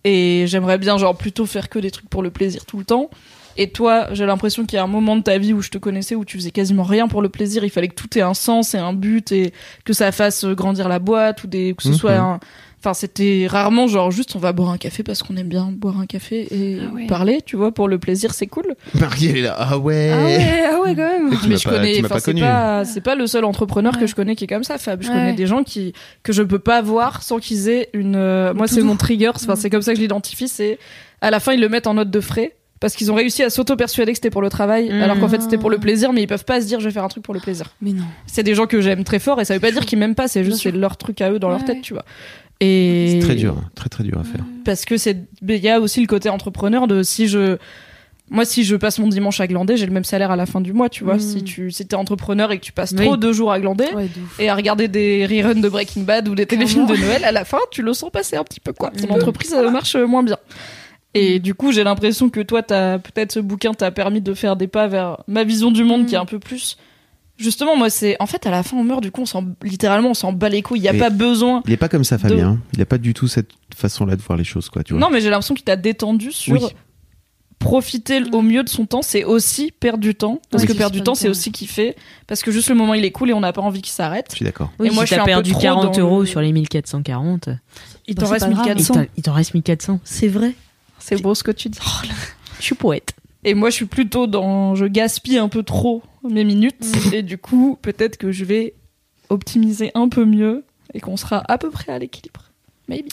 Speaker 2: Et j'aimerais bien, genre, plutôt faire que des trucs pour le plaisir tout le temps. Et toi, j'ai l'impression qu'il y a un moment de ta vie où je te connaissais, où tu faisais quasiment rien pour le plaisir. Il fallait que tout ait un sens et un but et que ça fasse euh, grandir la boîte ou des, que ce
Speaker 3: Mhm.
Speaker 2: soit un. Enfin, c'était rarement genre juste on va boire un café parce qu'on aime bien boire un café et parler, tu vois, pour le plaisir, c'est cool.
Speaker 3: Marie, elle est là. Ah ouais.
Speaker 2: ah ouais, quand même.
Speaker 3: Et tu
Speaker 2: Mais
Speaker 3: m'as
Speaker 2: je
Speaker 3: pas-
Speaker 2: connais,
Speaker 3: tu m'as
Speaker 2: enfin,
Speaker 3: pas
Speaker 2: c'est
Speaker 3: connu.
Speaker 2: pas, c'est pas le seul entrepreneur que je connais qui est comme ça, Fab. Je
Speaker 14: Ouais,
Speaker 2: connais
Speaker 14: ouais.
Speaker 2: des gens qui, que je peux pas voir sans qu'ils aient une, euh, moi, c'est
Speaker 14: doux.
Speaker 2: mon trigger, enfin, c'est comme ça que je l'identifie, c'est, à la fin, ils le mettent en note de frais. Parce qu'ils ont réussi à s'auto-persuader que c'était pour le travail, alors qu'en fait c'était pour le plaisir, mais ils peuvent pas se dire je vais faire un truc pour le plaisir.
Speaker 7: Mais non.
Speaker 2: C'est des gens que j'aime très fort et ça veut pas dire qu'ils m'aiment pas, c'est juste c'est leur truc à eux dans leur tête, tu vois. Et
Speaker 3: Très dur, hein. très très dur à faire.
Speaker 2: Mm. parce que c'est mais il y a aussi le côté entrepreneur de si je moi si je passe mon dimanche à glander j'ai le même salaire à la fin du mois tu vois
Speaker 14: Mm.
Speaker 2: si tu si t'es entrepreneur et que tu passes
Speaker 14: Oui.
Speaker 2: trop de jours à glander
Speaker 14: Ouais, de
Speaker 2: et à regarder des reruns de Breaking Bad ou des téléfilms de Noël à la fin tu le sens passer un petit peu quoi
Speaker 14: Mm.
Speaker 2: ton entreprise elle marche euh, moins bien et du coup j'ai l'impression que toi t'as peut-être ce bouquin t'a permis de faire des pas vers ma vision du monde
Speaker 14: Mm.
Speaker 2: qui est un peu plus justement moi c'est en fait à la fin on meurt du coup on s'en littéralement on s'en bat les couilles il y a
Speaker 3: Mais
Speaker 2: pas besoin
Speaker 3: Il est pas comme ça,
Speaker 2: de-
Speaker 3: Fabien. hein. Il a pas du tout cette façon-là de voir les choses, quoi. Tu vois.
Speaker 2: non, mais j'ai l'impression qu'il t'a détendu sur
Speaker 3: Oui.
Speaker 2: profiter
Speaker 4: Mm.
Speaker 2: au mieux de son temps, c'est aussi perdre du temps. Parce
Speaker 3: Oui,
Speaker 2: que
Speaker 3: c'est
Speaker 2: perdre du
Speaker 3: perdre
Speaker 2: temps,
Speaker 3: du
Speaker 2: c'est
Speaker 3: temps.
Speaker 2: aussi kiffer. Parce que juste le moment, il est cool et on n'a pas envie qu'il s'arrête.
Speaker 3: Je suis d'accord.
Speaker 2: Et
Speaker 4: Oui,
Speaker 2: moi,
Speaker 4: si
Speaker 2: je suis
Speaker 4: t'as
Speaker 2: un peu
Speaker 4: perdu
Speaker 2: trop
Speaker 4: 40
Speaker 2: dans
Speaker 4: euros
Speaker 2: le-
Speaker 4: sur les 1440.
Speaker 2: Il t'en reste 1400.
Speaker 4: Il t'en- Il t'en reste 1400.
Speaker 2: C'est vrai. C'est beau ce que tu dis.
Speaker 4: Je suis poète.
Speaker 2: Et moi, je suis plutôt dans. Je gaspille un peu trop mes minutes.
Speaker 4: Mm.
Speaker 2: Et du coup, peut-être que je vais optimiser un peu mieux et qu'on sera à peu près à l'équilibre. Maybe.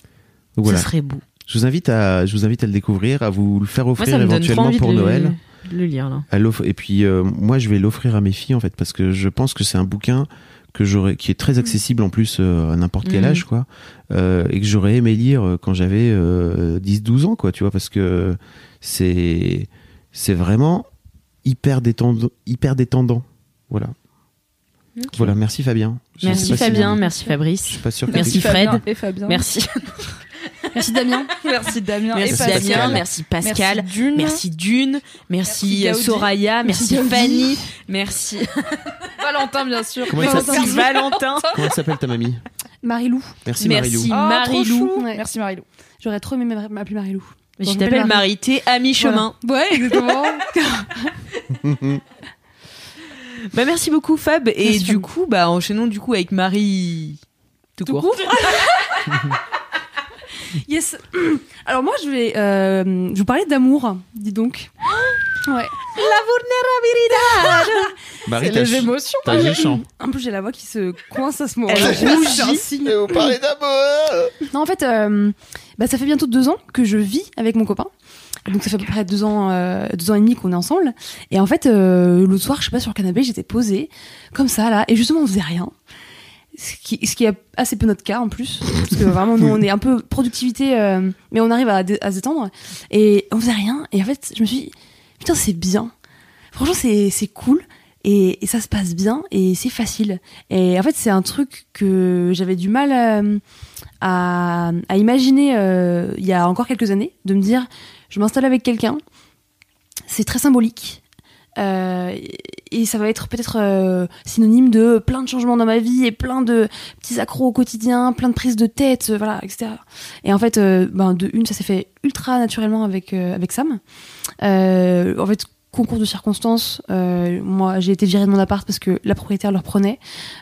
Speaker 3: Donc
Speaker 4: Ce
Speaker 3: voilà.
Speaker 4: serait beau.
Speaker 3: Je vous invite à, je vous invite à le découvrir, à vous le faire
Speaker 4: Moi,
Speaker 3: offrir
Speaker 4: ça me donne trop
Speaker 3: éventuellement
Speaker 4: envie
Speaker 3: pour
Speaker 4: de le-
Speaker 3: Noël.
Speaker 4: Le lire, là.
Speaker 3: À l'off- et puis euh, moi, je vais l'offrir à mes filles en fait, parce que je pense que c'est un bouquin que j'aurais, qui est
Speaker 4: Mm.
Speaker 3: très accessible en plus euh, à n'importe quel
Speaker 6: Mhm.
Speaker 3: âge, quoi, Euh, et que j'aurais aimé lire euh, quand j'avais 10-12 ans, quoi, tu vois, parce que c'est, c'est vraiment hyper détendant, hyper détendant, voilà. Voilà, merci Fabien. Je sais
Speaker 4: Merci
Speaker 3: pas si
Speaker 4: Fabien,
Speaker 3: vous-
Speaker 4: merci Fabrice.
Speaker 3: Je suis pas sûr que-
Speaker 4: Merci
Speaker 2: Fabien
Speaker 4: Fred.
Speaker 2: et Fabien.
Speaker 4: Merci.
Speaker 2: Merci Damien. Merci Damien. et
Speaker 4: Merci
Speaker 2: Pascal.
Speaker 4: Damien, merci Pascal,
Speaker 2: Merci Dune.
Speaker 4: merci Dune, merci, euh,
Speaker 2: Merci Gaudi.
Speaker 4: Soraya, merci,
Speaker 2: Merci Gaudi.
Speaker 4: Fanny, merci
Speaker 2: Valentin, bien sûr.
Speaker 3: Comment il s'appelle
Speaker 4: Merci Valentin.
Speaker 3: Comment elle s'appelle ta mamie
Speaker 7: Marilou.
Speaker 3: Merci Marilou.
Speaker 7: Marilou.
Speaker 2: Ah, Merci Marilou.
Speaker 7: J'aurais trop aimé m'appeler Marilou.
Speaker 4: Mais je t'appelle Marie, t'es à mi-chemin.
Speaker 7: Ouais, exactement.
Speaker 4: Bah merci beaucoup Fab et du coup bah enchaînons du coup avec Marie tout, court.
Speaker 7: yes. Alors moi, je vais euh, je vais vous parler d'amour, dis donc. Ouais. La vulnérabilité.
Speaker 3: Marie, t'as ch-
Speaker 2: émotions.
Speaker 3: t'as géchant.
Speaker 7: En plus, j'ai la voix qui se coince à ce moment.
Speaker 4: Elle rougit.
Speaker 3: Et vous parlez d'amour
Speaker 7: Non, en fait, euh, bah, ça fait bientôt deux ans que je vis avec mon copain. Donc ça fait à peu près deux ans, euh, deux ans et demi qu'on est ensemble. Et en fait, euh, l'autre soir, je sais pas, sur le canapé, j'étais posée, comme ça, là. Et justement, on faisait rien. Ce qui, ce qui est assez peu notre cas en plus. Parce que vraiment, nous, on est un peu productivité, euh, mais on arrive à, dé- à se détendre. Et on faisait rien. Et en fait, je me suis dit, putain, c'est bien. Franchement, c'est c'est cool. Et, et ça se passe bien. Et c'est facile. Et en fait, c'est un truc que j'avais du mal... euh, à, à imaginer euh, il y a encore quelques années, de me dire je m'installe avec quelqu'un, c'est très symbolique. euh, et ça va être peut-être euh, synonyme de plein de changements dans ma vie et plein de petits accros au quotidien, plein de prises de tête, euh, voilà, etc. Et en fait, euh, ben, de une, ça s'est fait ultra naturellement avec, euh, avec Sam. Euh, en fait, concours de circonstances, euh, moi j'ai été virée de mon appart parce que la propriétaire le reprenait.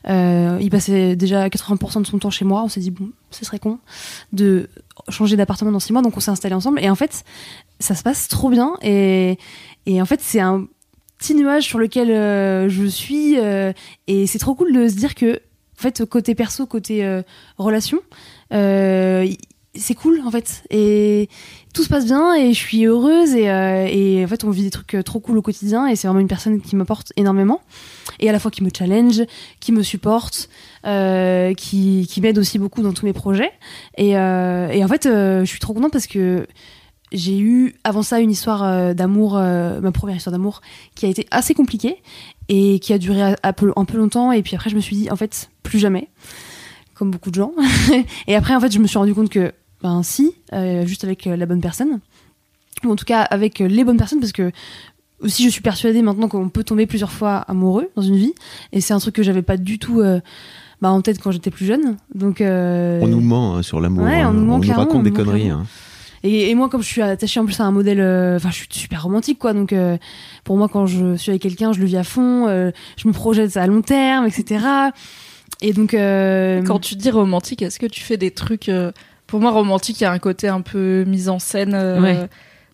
Speaker 7: Euh, il passait déjà 80% de son temps chez moi. On s'est dit, bon, ce serait con de changer d'appartement dans six mois. Donc on s'est installés ensemble. Et en fait, ça se passe trop bien. Et, et en fait, c'est un petit nuage sur lequel euh, je suis. euh, et c'est trop cool de se dire que, en fait, côté perso, côté euh, relation, euh, y- c'est cool en fait. Et tout se passe bien et je suis heureuse. Et, euh, et en fait, on vit des trucs euh, trop cool au quotidien. Et c'est vraiment une personne qui m'apporte énormément. Et à la fois qui me challenge, qui me supporte, euh, qui, qui m'aide aussi beaucoup dans tous mes projets. Et, euh, et en fait, euh, je suis trop contente parce que j'ai eu avant ça une histoire euh, d'amour, euh, ma première histoire d'amour, qui a été assez compliquée et qui a duré un un peu, un peu longtemps. Et puis après, je me suis dit, en fait, plus jamais, comme beaucoup de gens. et après, en fait, je me suis rendu compte que, ben si, euh, juste avec euh, la bonne personne, ou en tout cas avec euh, les bonnes personnes, parce que aussi je suis persuadée maintenant qu'on peut tomber plusieurs fois amoureux dans une vie, et c'est un truc que j'avais pas du tout euh, bah, en tête quand j'étais plus jeune. Donc, euh,
Speaker 3: On nous ment hein, sur l'amour.
Speaker 7: Ouais,
Speaker 3: hein.
Speaker 7: on nous ment clairement,
Speaker 3: raconte
Speaker 7: on
Speaker 3: des
Speaker 7: nous ment
Speaker 3: conneries.
Speaker 7: clairement.
Speaker 3: hein.
Speaker 7: Et, et moi, comme je suis attachée en plus à un modèle, euh, enfin, je suis super romantique, quoi. Donc, euh, pour moi, quand je suis avec quelqu'un, je le vis à fond, euh, je me projette à long terme, etc. Et donc, euh,
Speaker 2: Quand tu dis romantique, est-ce que tu fais des trucs euh, Pour moi, romantique, il y a un côté un peu mise en scène. euh,
Speaker 4: Ouais.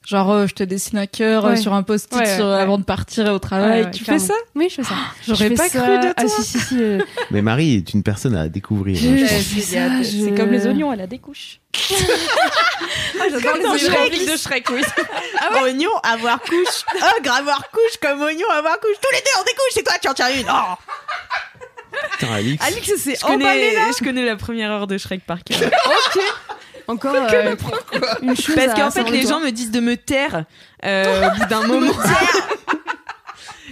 Speaker 2: Genre, euh, je te dessine un cœur euh,
Speaker 7: Ouais.
Speaker 2: sur un post-it
Speaker 4: Ouais,
Speaker 2: sur-
Speaker 4: ouais.
Speaker 2: avant de partir au travail.
Speaker 7: Ah Ouais, ouais,
Speaker 2: tu
Speaker 7: clairement.
Speaker 2: fais ça
Speaker 7: oui, je fais ça.
Speaker 2: J'aurais
Speaker 7: Je fais
Speaker 2: pas
Speaker 7: ça-
Speaker 2: cru de
Speaker 7: Ah,
Speaker 2: toi.
Speaker 7: si, si, si. euh,
Speaker 3: Mais Marie est une personne à découvrir. hein, je
Speaker 7: je
Speaker 3: pense.
Speaker 7: fais ça, je-
Speaker 2: C'est comme les oignons, elle a des couches.
Speaker 4: Comme dans
Speaker 2: C'est une
Speaker 4: Shrek. Ah
Speaker 2: réplique de Shrek, oui.
Speaker 4: Oignon, avoir couche, ogre, avoir couche, comme oignon, avoir couche. Tous les deux on découche, c'est toi qui en tiens une. Oh
Speaker 3: Putain, Alix.
Speaker 4: Alix, c'est je
Speaker 7: emballé,
Speaker 4: connais, je connais la première heure de Shrek par cœur.
Speaker 7: Encore euh, une chose.
Speaker 4: Parce
Speaker 7: à-
Speaker 4: qu'en
Speaker 7: à
Speaker 4: fait, les
Speaker 7: savoir
Speaker 4: gens me disent de me taire euh, au bout d'un moment.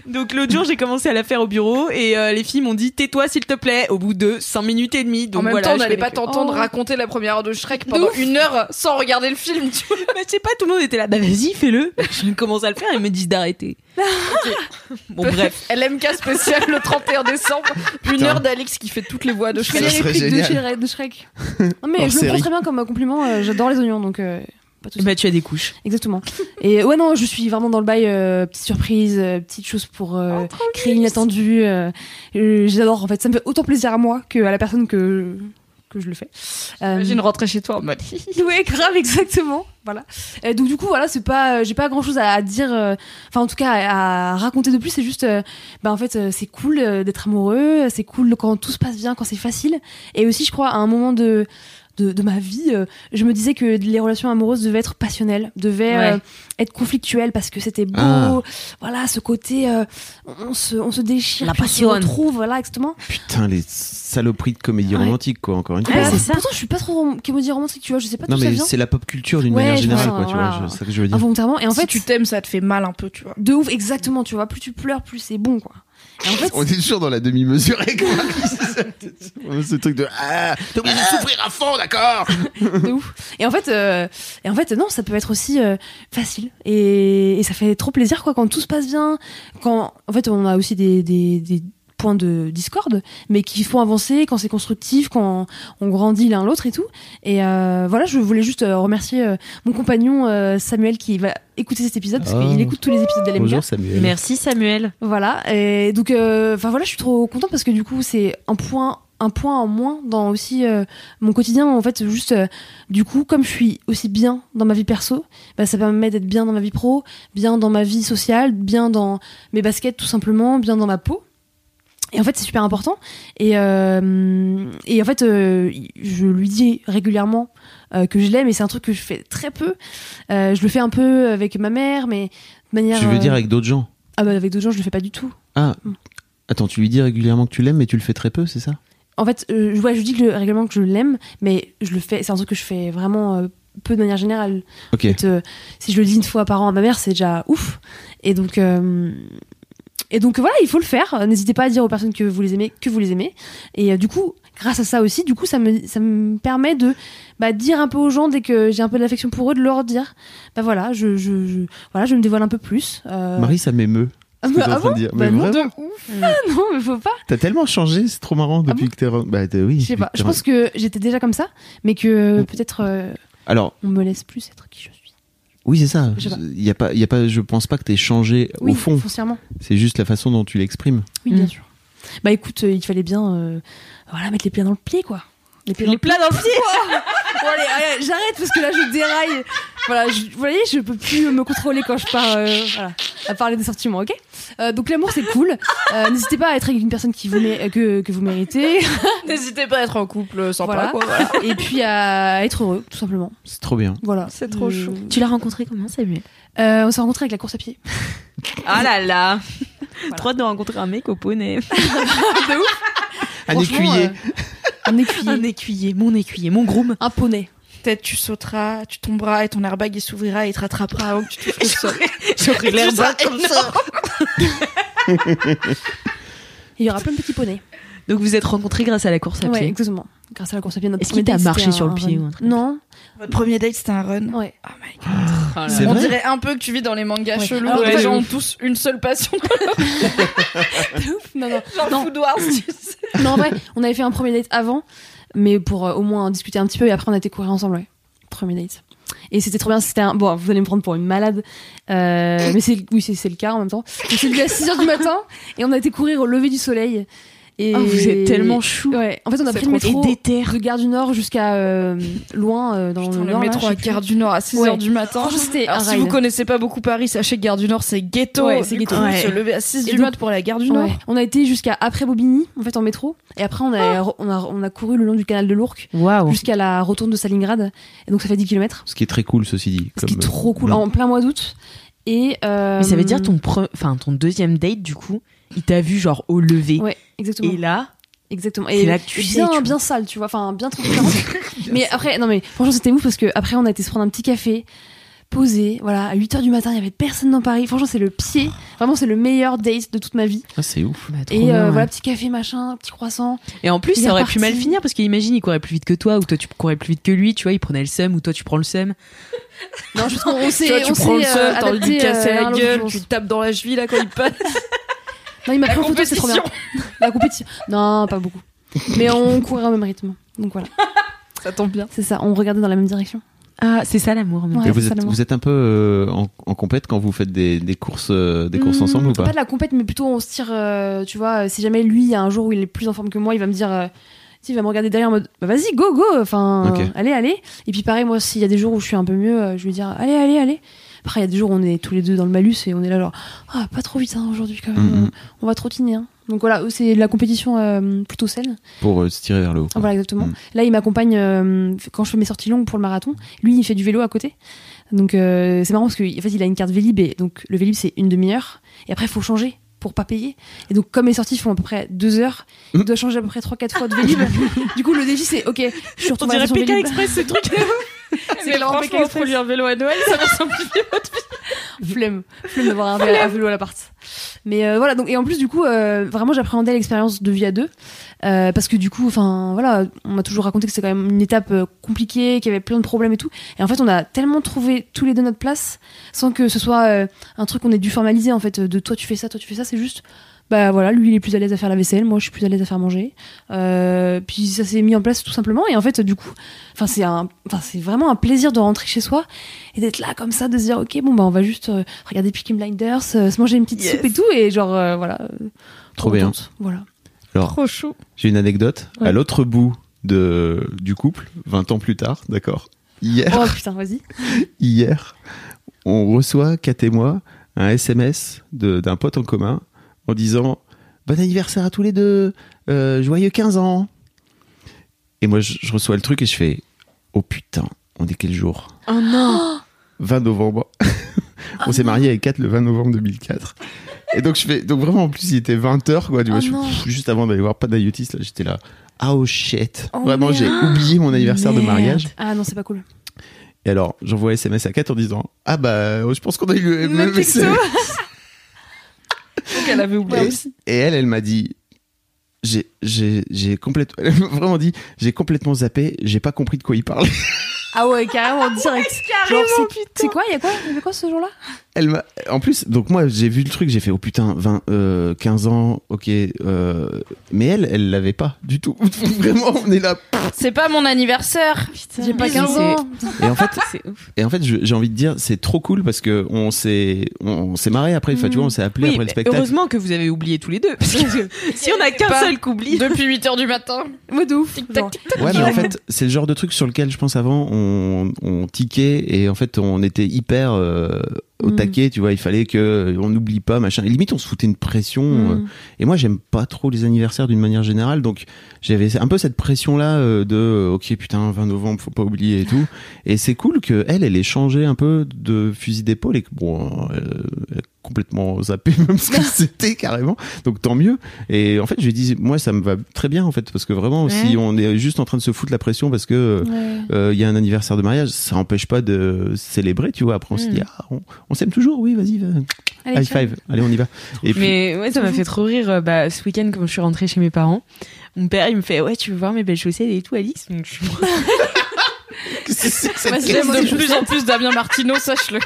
Speaker 4: Donc l'autre jour, j'ai commencé à la faire au bureau et euh, les filles m'ont dit tais-toi s'il te plaît au bout de 5 minutes et demie. Donc
Speaker 2: en même
Speaker 4: voilà,
Speaker 2: temps, on
Speaker 4: je
Speaker 2: n'allait
Speaker 4: connais
Speaker 2: pas
Speaker 4: plus.
Speaker 2: t'entendre
Speaker 7: Oh.
Speaker 2: raconter la première heure de Shrek pendant une heure sans regarder le film. Tu vois.
Speaker 4: Mais je sais pas, tout le monde était là. Bah vas-y, fais-le. Je commence à le faire et ils me disent d'arrêter. bon bref.
Speaker 2: LMK spécial le 31 décembre. Une
Speaker 3: Putain.
Speaker 2: heure d'Alix qui fait toutes les voix de
Speaker 7: Je fais
Speaker 3: Ça
Speaker 2: Shrek.
Speaker 7: les
Speaker 3: serait
Speaker 7: répliques de
Speaker 3: génial.
Speaker 7: Shrek. De Shrek. Non, mais
Speaker 3: En
Speaker 7: je le prends
Speaker 3: série.
Speaker 7: très bien comme un compliment. euh, J'adore les oignons, donc. euh, pas de souci.
Speaker 4: Bah tu as des couches.
Speaker 7: Exactement. Et ouais, non, je suis vraiment dans le bail, euh, petite surprise, euh, petite chose pour euh, créer l'inattendu. Euh, euh, J'adore, en fait, ça me fait autant plaisir à moi qu'à la personne que, que je le fais. Euh,
Speaker 2: J'imagine rentrer chez toi en mode.
Speaker 7: Ouais, grave, exactement. Voilà. Et donc du coup, voilà, c'est pas, euh, j'ai pas grand chose à, à dire, euh, enfin en tout cas à, à raconter de plus. C'est juste, euh, bah en fait, euh, c'est cool euh, d'être amoureux, euh, c'est cool quand tout se passe bien, quand c'est facile. Et aussi, je crois, à un moment de de, de ma vie, euh, je me disais que les relations amoureuses devaient être passionnelles, devaient
Speaker 4: Ouais.
Speaker 7: euh, être conflictuelles parce que c'était beau,
Speaker 3: Ah.
Speaker 7: voilà, ce côté, euh, on se, on se déchire,
Speaker 4: La
Speaker 7: puis
Speaker 4: passion.
Speaker 7: on se retrouve, voilà, exactement.
Speaker 3: Putain, les saloperies de comédie
Speaker 7: Ouais.
Speaker 3: romantique, quoi, encore une
Speaker 4: Ouais,
Speaker 3: fois. hein.
Speaker 4: c'est ça.
Speaker 7: Pourtant, je suis pas trop rom- comédie romantique, tu vois, je sais pas
Speaker 3: non,
Speaker 7: d'où ça
Speaker 3: mais
Speaker 7: vient.
Speaker 3: c'est la pop culture d'une
Speaker 7: Ouais,
Speaker 3: manière
Speaker 7: je
Speaker 3: générale,
Speaker 7: vois,
Speaker 3: quoi, tu
Speaker 7: voilà. Ah,
Speaker 3: vois. C'est ça que je veux dire.
Speaker 7: Involontairement. Et en fait,
Speaker 2: t'aimes, ça te fait mal un peu, tu vois.
Speaker 7: De ouf, exactement, tu vois. Plus tu pleures, plus c'est bon, quoi. Et en fait,
Speaker 3: On est toujours dans la demi-mesure avec Marie. On a ce truc de Ah, t'es obligé de souffrir à fond, d'accord
Speaker 7: de ouf. Et en fait, euh, et en fait, non, ça peut être aussi euh, facile. Et, et ça fait trop plaisir, quoi, quand tout se passe bien. Quand, en fait, on a aussi des, des, des points de discorde, mais qui font avancer quand c'est constructif, quand on grandit l'un l'autre et tout. Et euh, voilà, je voulais juste euh, remercier euh, mon compagnon euh, Samuel qui va écouter cet épisode parce
Speaker 3: Ah.
Speaker 7: qu'il écoute tous les épisodes d'LMK.
Speaker 3: Bonjour Samuel.
Speaker 6: Merci Samuel.
Speaker 7: Voilà. Et donc, euh, enfin voilà, je suis trop contente parce que du coup, c'est un point un point en moins dans aussi euh, mon quotidien en fait juste euh, du coup comme je suis aussi bien dans ma vie perso bah, ça permet d'être bien dans ma vie pro bien dans ma vie sociale bien dans mes baskets tout simplement bien dans ma peau et en fait c'est super important et euh, et en fait euh, je lui dis régulièrement euh, que je l'aime et c'est un truc que je fais très peu Euh, je le fais un peu avec ma mère mais de manière
Speaker 3: Tu veux dire
Speaker 7: euh,
Speaker 3: avec d'autres gens
Speaker 7: ah bah, avec d'autres gens je le fais pas du tout
Speaker 3: Ah, attends, tu lui dis régulièrement que tu l'aimes, mais tu le fais très peu, c'est ça
Speaker 7: En fait, euh, je- ouais, je dis que le, régulièrement que je l'aime, mais je le fais. C'est un truc que je fais vraiment euh, peu de manière générale.
Speaker 3: Ok.
Speaker 7: En fait, euh, si je le dis une fois par an à ma mère, c'est déjà ouf. Et donc, euh, et donc voilà, il faut le faire. N'hésitez pas à dire aux personnes que vous les aimez, que vous les aimez. Et euh, du coup, grâce à ça aussi, du coup, ça me, ça me permet de bah, dire un peu aux gens dès que j'ai un peu de l'affection pour eux, de leur dire, bah voilà, je, je, je- voilà, je me dévoile un peu plus. Euh,
Speaker 3: Marie, ça m'émeut.
Speaker 7: ah,
Speaker 3: ce que
Speaker 7: bah,
Speaker 3: t'es en
Speaker 7: ah
Speaker 3: train de
Speaker 7: bon
Speaker 3: dire.
Speaker 7: Bah
Speaker 3: Mais
Speaker 7: non,
Speaker 3: vraiment,
Speaker 7: de ouf. Ah non, mais faut pas.
Speaker 3: t'as tellement changé, c'est trop marrant depuis que t'es. re- Bah t'es- oui.
Speaker 7: Ah Je sais
Speaker 3: depuis
Speaker 7: pas.
Speaker 3: que
Speaker 7: Je
Speaker 3: t'es
Speaker 7: pense que j'étais déjà comme ça, mais que peut-être euh,
Speaker 3: re- Alors,
Speaker 7: on me laisse plus être qui je suis.
Speaker 3: oui, c'est ça.
Speaker 7: Je sais pas.
Speaker 3: Il y a pas, il y a pas. Je pense pas que t'aies changé
Speaker 7: Oui,
Speaker 3: au fond.
Speaker 7: foncièrement.
Speaker 3: C'est juste la façon dont tu l'exprimes.
Speaker 7: Oui,
Speaker 6: Mm.
Speaker 7: bien sûr. Bah écoute, euh, il fallait bien, euh, voilà, mettre les pieds dans le pied, quoi. Les pieds dans le pied.
Speaker 6: dans le pied.
Speaker 7: Bon, allez, allez, j'arrête parce que là je déraille. Voilà, je- vous voyez, je peux plus me contrôler quand je pars euh, voilà, à parler des sentiments, ok Euh, Donc l'amour c'est cool. Euh, N'hésitez pas à être avec une personne qui vous mé- euh, que, que vous méritez.
Speaker 2: N'hésitez pas à être en couple sympa,
Speaker 7: Voilà.
Speaker 2: quoi. voilà.
Speaker 7: Et puis à être heureux, tout simplement.
Speaker 3: C'est trop bien.
Speaker 7: Voilà.
Speaker 9: C'est trop
Speaker 7: Euh,
Speaker 9: chaud.
Speaker 6: Tu l'as rencontré comment Samuel
Speaker 7: euh, on s'est rencontrés avec la course à pied.
Speaker 6: Ah là là. Trop de rencontrer un mec au poney.
Speaker 3: Un
Speaker 7: Franchement,
Speaker 3: écuyer.
Speaker 4: euh,
Speaker 7: Un écuyer.
Speaker 6: Un écuyer, mon écuyer, mon groom.
Speaker 7: Un poney.
Speaker 2: Peut-être tu sauteras, tu tomberas et ton airbag il s'ouvrira et il te rattrapera avant que tu touches le sol.
Speaker 6: J'aurais l'air d'un comme ça.
Speaker 7: Il y aura plein de petits poneys.
Speaker 6: Donc vous êtes rencontrés grâce à la course à
Speaker 7: Ouais,
Speaker 6: pied.
Speaker 7: exactement. Grâce à la course à pied, notre
Speaker 6: Est-ce qu'il
Speaker 7: premier
Speaker 6: t'a
Speaker 7: date,
Speaker 6: marché
Speaker 7: c'était
Speaker 6: sur le
Speaker 7: un
Speaker 6: pied
Speaker 7: run.
Speaker 6: ou un truc
Speaker 7: Non.
Speaker 2: Votre premier date c'était un run.
Speaker 7: Ouais.
Speaker 2: Oh my god.
Speaker 3: Ah, C'est
Speaker 2: On
Speaker 3: vrai
Speaker 2: dirait un peu que tu vis dans les mangas
Speaker 7: Ouais.
Speaker 2: chelous.
Speaker 7: Ah
Speaker 2: où
Speaker 7: ouais,
Speaker 2: les
Speaker 7: de
Speaker 2: gens ont tous une seule passion,
Speaker 7: Non, non.
Speaker 2: genre
Speaker 7: Non.
Speaker 2: Food Wars, tu sais.
Speaker 7: non, en vrai, on avait fait un premier date avant, mais pour euh, au moins en discuter un petit peu et après on a été courir ensemble, ouais. Premier date. Et c'était trop bien, c'était un. Bon, vous allez me prendre pour une malade, euh, mais c'est oui, c'est c'est le cas en même temps. On s'est levé à 6h du matin et on a été courir au lever du soleil. Et
Speaker 6: Oh, vous êtes tellement chou.
Speaker 7: Ouais, en fait, on a
Speaker 6: C'est
Speaker 7: pris le
Speaker 6: trop trop
Speaker 7: métro
Speaker 6: déter.
Speaker 7: de Gare du Nord jusqu'à euh, loin euh, dans
Speaker 2: Putain,
Speaker 7: le,
Speaker 2: le
Speaker 7: nord, là,
Speaker 2: métro
Speaker 7: je
Speaker 2: à
Speaker 7: sais plus.
Speaker 2: Gare du Nord à 6h
Speaker 7: Ouais.
Speaker 2: du matin.
Speaker 7: Franchement, c'était un
Speaker 2: Alors, si
Speaker 7: ride.
Speaker 2: vous connaissez pas beaucoup Paris, sachez que Gare du Nord c'est ghetto. Hein.
Speaker 7: Ouais, c'est
Speaker 2: Du
Speaker 7: ghetto.
Speaker 2: coup,
Speaker 6: Ouais.
Speaker 2: Se lever à 6
Speaker 7: Et
Speaker 2: du
Speaker 7: donc-
Speaker 2: mat pour la Gare du Nord.
Speaker 7: Ouais. On a été jusqu'à après Bobigny, en fait, en métro. Et après, on a, on a, on a couru le long du canal de l'Ourcq
Speaker 6: Ah. Waouh.
Speaker 7: jusqu'à la retourne de Salingrad. Et donc, ça fait 10 km.
Speaker 3: Ce qui est très cool, ceci dit.
Speaker 7: Ce qui est
Speaker 3: comme- euh,
Speaker 7: trop cool. En plein mois d'août. Et. euh,
Speaker 6: Mais ça veut dire ton pre- enfin ton deuxième date du coup, il t'a vu genre au lever.
Speaker 7: Ouais, exactement.
Speaker 6: Et là,
Speaker 7: Exactement.
Speaker 6: C'est là que tu
Speaker 7: et
Speaker 6: sais,
Speaker 7: bien,
Speaker 6: tu vois.
Speaker 7: bien sale, tu vois. Enfin, bien transparente. mais après, non, mais franchement, c'était ouf parce que après, on a été se prendre un petit café, posé. Voilà, à 8 h du matin, il y avait personne dans Paris. Franchement, c'est le pied. Vraiment, c'est le meilleur date de toute ma vie.
Speaker 3: Ah, c'est ouf.
Speaker 6: bah, trop
Speaker 7: Et euh,
Speaker 6: bien,
Speaker 7: voilà,
Speaker 6: ouais.
Speaker 7: petit café, machin, petit croissant.
Speaker 6: Et en plus,
Speaker 7: il est
Speaker 6: ça aurait pu mal
Speaker 7: reparti.
Speaker 6: finir parce qu'imagine, il courait plus vite que toi ou toi tu courais plus vite que lui, tu vois, il prenait le seum ou toi tu prends le seum.
Speaker 7: Non, je pense qu'on
Speaker 2: Tu vois,
Speaker 7: s'est
Speaker 2: tu
Speaker 7: on
Speaker 2: prends le
Speaker 7: s'est, euh,
Speaker 2: sol, t'as envie de lui
Speaker 7: adapté,
Speaker 2: casser
Speaker 7: euh, l'un
Speaker 2: la
Speaker 7: à l'autre, je
Speaker 2: gueule,
Speaker 7: pense.
Speaker 2: tu tapes dans la cheville là quand il passe.
Speaker 7: Non, il m'a
Speaker 2: La
Speaker 7: pris en photo, c'est trop bien.
Speaker 2: compétition.
Speaker 7: La compétition. Non, pas beaucoup. Mais on courait au même rythme. Donc voilà,
Speaker 2: Ça tombe bien.
Speaker 7: c'est ça. On regardait dans la même direction.
Speaker 6: Ah, c'est ça l'amour. mais-
Speaker 7: Ouais,
Speaker 3: Et vous
Speaker 7: c'est ça,
Speaker 3: êtes,
Speaker 7: le
Speaker 3: vous êtes un peu euh, en, en compète quand vous faites des, des courses, euh, des courses
Speaker 7: Hmm,
Speaker 3: ensemble ou pas,
Speaker 7: Pas de la compète, mais plutôt on se tire. euh, tu vois, euh, si jamais lui, il y a un jour où il est plus en forme que moi, il va me dire. euh, tu sais, il va me regarder derrière en mode bah, vas-y go go enfin
Speaker 3: Ok.
Speaker 7: euh, allez allez et puis pareil moi s'il y a des jours où je suis un peu mieux euh, je vais dire allez allez allez après il y a des jours où on est tous les deux dans le malus et on est là genre ah pas trop vite hein, aujourd'hui quand même
Speaker 3: Mhm.
Speaker 7: euh, on va trottiner hein. donc voilà c'est de la compétition euh, plutôt saine
Speaker 3: Pour euh, se tirer vers le haut.
Speaker 7: Ah,
Speaker 3: quoi.
Speaker 7: Voilà, exactement.
Speaker 3: Mm.
Speaker 7: Là, il m'accompagne euh, quand je fais mes sorties longues pour le marathon. Lui, il fait du vélo à côté. Donc, euh, c'est marrant parce qu'en fait, il a une carte Vélib. Et donc, le Vélib, c'est une demi-heure. Et après, il faut changer pour pas payer. Et donc, comme mes sorties font à peu près deux heures,
Speaker 3: Mm.
Speaker 7: il doit changer à peu près trois, quatre fois de Vélib. du coup, le défi, c'est OK, je suis
Speaker 6: On
Speaker 7: retournée à la
Speaker 6: dirait Pékin
Speaker 7: station Vélib.
Speaker 6: Express ce truc.
Speaker 7: C'est clairement
Speaker 2: franchement,
Speaker 7: Pékin
Speaker 2: on produit un vélo à Noël, ça va simplifier votre vie.
Speaker 7: flemme flemme d'avoir un, vé- un vélo à l'appart mais euh, voilà donc et en plus du coup euh, vraiment j'appréhendais l'expérience de vie à deux euh, parce que du coup enfin voilà on m'a toujours raconté que c'était quand même une étape euh, compliquée qu'il y avait plein de problèmes et tout et en fait on a tellement trouvé tous les deux euh, notre place sans que ce soit euh, un truc qu'on ait dû formaliser en fait de toi tu fais ça toi tu fais ça c'est juste bah voilà, lui il est plus à l'aise à faire la vaisselle, moi je suis plus à l'aise à faire manger. Euh, puis ça s'est mis en place tout simplement et en fait du coup, enfin c'est un, enfin c'est vraiment un plaisir de rentrer chez soi et d'être là comme ça, de se dire ok bon bah on va juste euh, regarder Peaky Blinders, euh, se manger une petite soupe et tout et genre euh, voilà.
Speaker 3: Trop bien.
Speaker 7: contente, Voilà.
Speaker 3: Alors,
Speaker 11: Trop chou.
Speaker 3: J'ai une anecdote.
Speaker 7: Ouais.
Speaker 3: À l'autre bout de, du couple, 20 ans plus tard, d'accord Hier,
Speaker 7: Oh putain vas-y.
Speaker 3: hier, on reçoit, Kat et moi, un SMS de- d'un pote en commun en disant Bon anniversaire à tous les deux, euh, joyeux 15 ans. Et moi, je, je reçois le truc et je fais Oh putain, on est quel jour
Speaker 7: Oh non.
Speaker 3: 20 novembre. on
Speaker 7: Oh
Speaker 3: s'est marié avec 4 le 20 novembre 2004. Et donc, je fais, donc vraiment, en plus, il était 20h, quoi. Du
Speaker 7: Oh
Speaker 3: coup, je-
Speaker 7: non.
Speaker 3: pff, juste avant d'aller voir Panayotis, là, j'étais là. Ah, oh shit. vraiment, j'ai oublié mon anniversaire de mariage.
Speaker 7: Ah non c'est pas cool.
Speaker 3: Et alors, j'envoie SMS à 4 en disant, ah bah, je pense qu'on a eu le
Speaker 9: Le
Speaker 3: même
Speaker 9: texto.
Speaker 3: SMS.
Speaker 11: qu'elle avait oublié
Speaker 3: Et-
Speaker 11: aussi.
Speaker 3: Et elle, elle m'a dit, j'ai, j'ai, j'ai complètement, elle m'a vraiment dit, j'ai complètement zappé, j'ai pas compris de quoi il parlait.
Speaker 7: Ah ouais carrément direct. Genre, c'est- c'est quoi il y a quoi il y avait quoi ce jour là?
Speaker 3: Elle m'a. En plus, donc moi, j'ai vu le truc, j'ai fait oh putain, 20, euh, 15 ans, ok. euh, Mais elle, elle l'avait pas du tout. Vraiment, on est là.
Speaker 2: C'est pas mon anniversaire. J'ai pas 15 ans.
Speaker 3: Et en fait, et en fait, je- j'ai envie de dire, c'est trop cool parce que on s'est, on, on s'est marré après. Enfin, tu vois, on s'est appelé
Speaker 4: Oui,
Speaker 3: après le
Speaker 4: mais
Speaker 3: spectacle.
Speaker 4: heureusement que vous avez oublié tous les deux. Parce que si on a qu'un
Speaker 2: Pas.
Speaker 4: seul qu'oublie.
Speaker 2: Depuis 8 h du matin.
Speaker 7: Moi de ouf.
Speaker 2: Tic-tac,
Speaker 7: Genre,
Speaker 3: Ouais, mais en fait, c'est le genre de truc sur lequel je pense avant, on, on tiquait et en fait, on était hyper euh, au
Speaker 7: Mm.
Speaker 3: taquet, tu vois. Il fallait que euh, on n'oublie pas, machin. Et limite, on se foutait une pression. euh,
Speaker 7: Mm.
Speaker 3: et moi, j'aime pas trop les anniversaires d'une manière générale, donc j'avais un peu cette pression-là euh, de euh, ok putain 20 novembre, faut pas oublier et tout. Et c'est cool que elle, elle ait changé un peu de fusil d'épaule et que bon, euh, elle a complètement zappé même ce que c'était carrément. Donc tant mieux. Et en fait, je lui dis moi ça me va très bien en fait parce que vraiment si on est juste en train de se foutre la pression parce que euh,
Speaker 7: Ouais.
Speaker 3: il y a un anniversaire de mariage, ça empêche pas de célébrer, tu vois. Après on se dit ah on, on s'aime toujours, oui vas-y, va.
Speaker 7: Mm. Allez,
Speaker 3: high
Speaker 7: ciao.
Speaker 3: five, allez on y va. Et puis
Speaker 4: Mais ouais, ça m'a fait trop rire. euh, Bah, ce week-end, quand je suis rentrée chez mes parents, mon père, il me fait Ouais, tu veux voir mes belles chaussettes et tout, Alice Donc, je-
Speaker 3: qu'est-ce que c'est que cette
Speaker 2: J'aime de plus en plus Damien Martino, sache-le.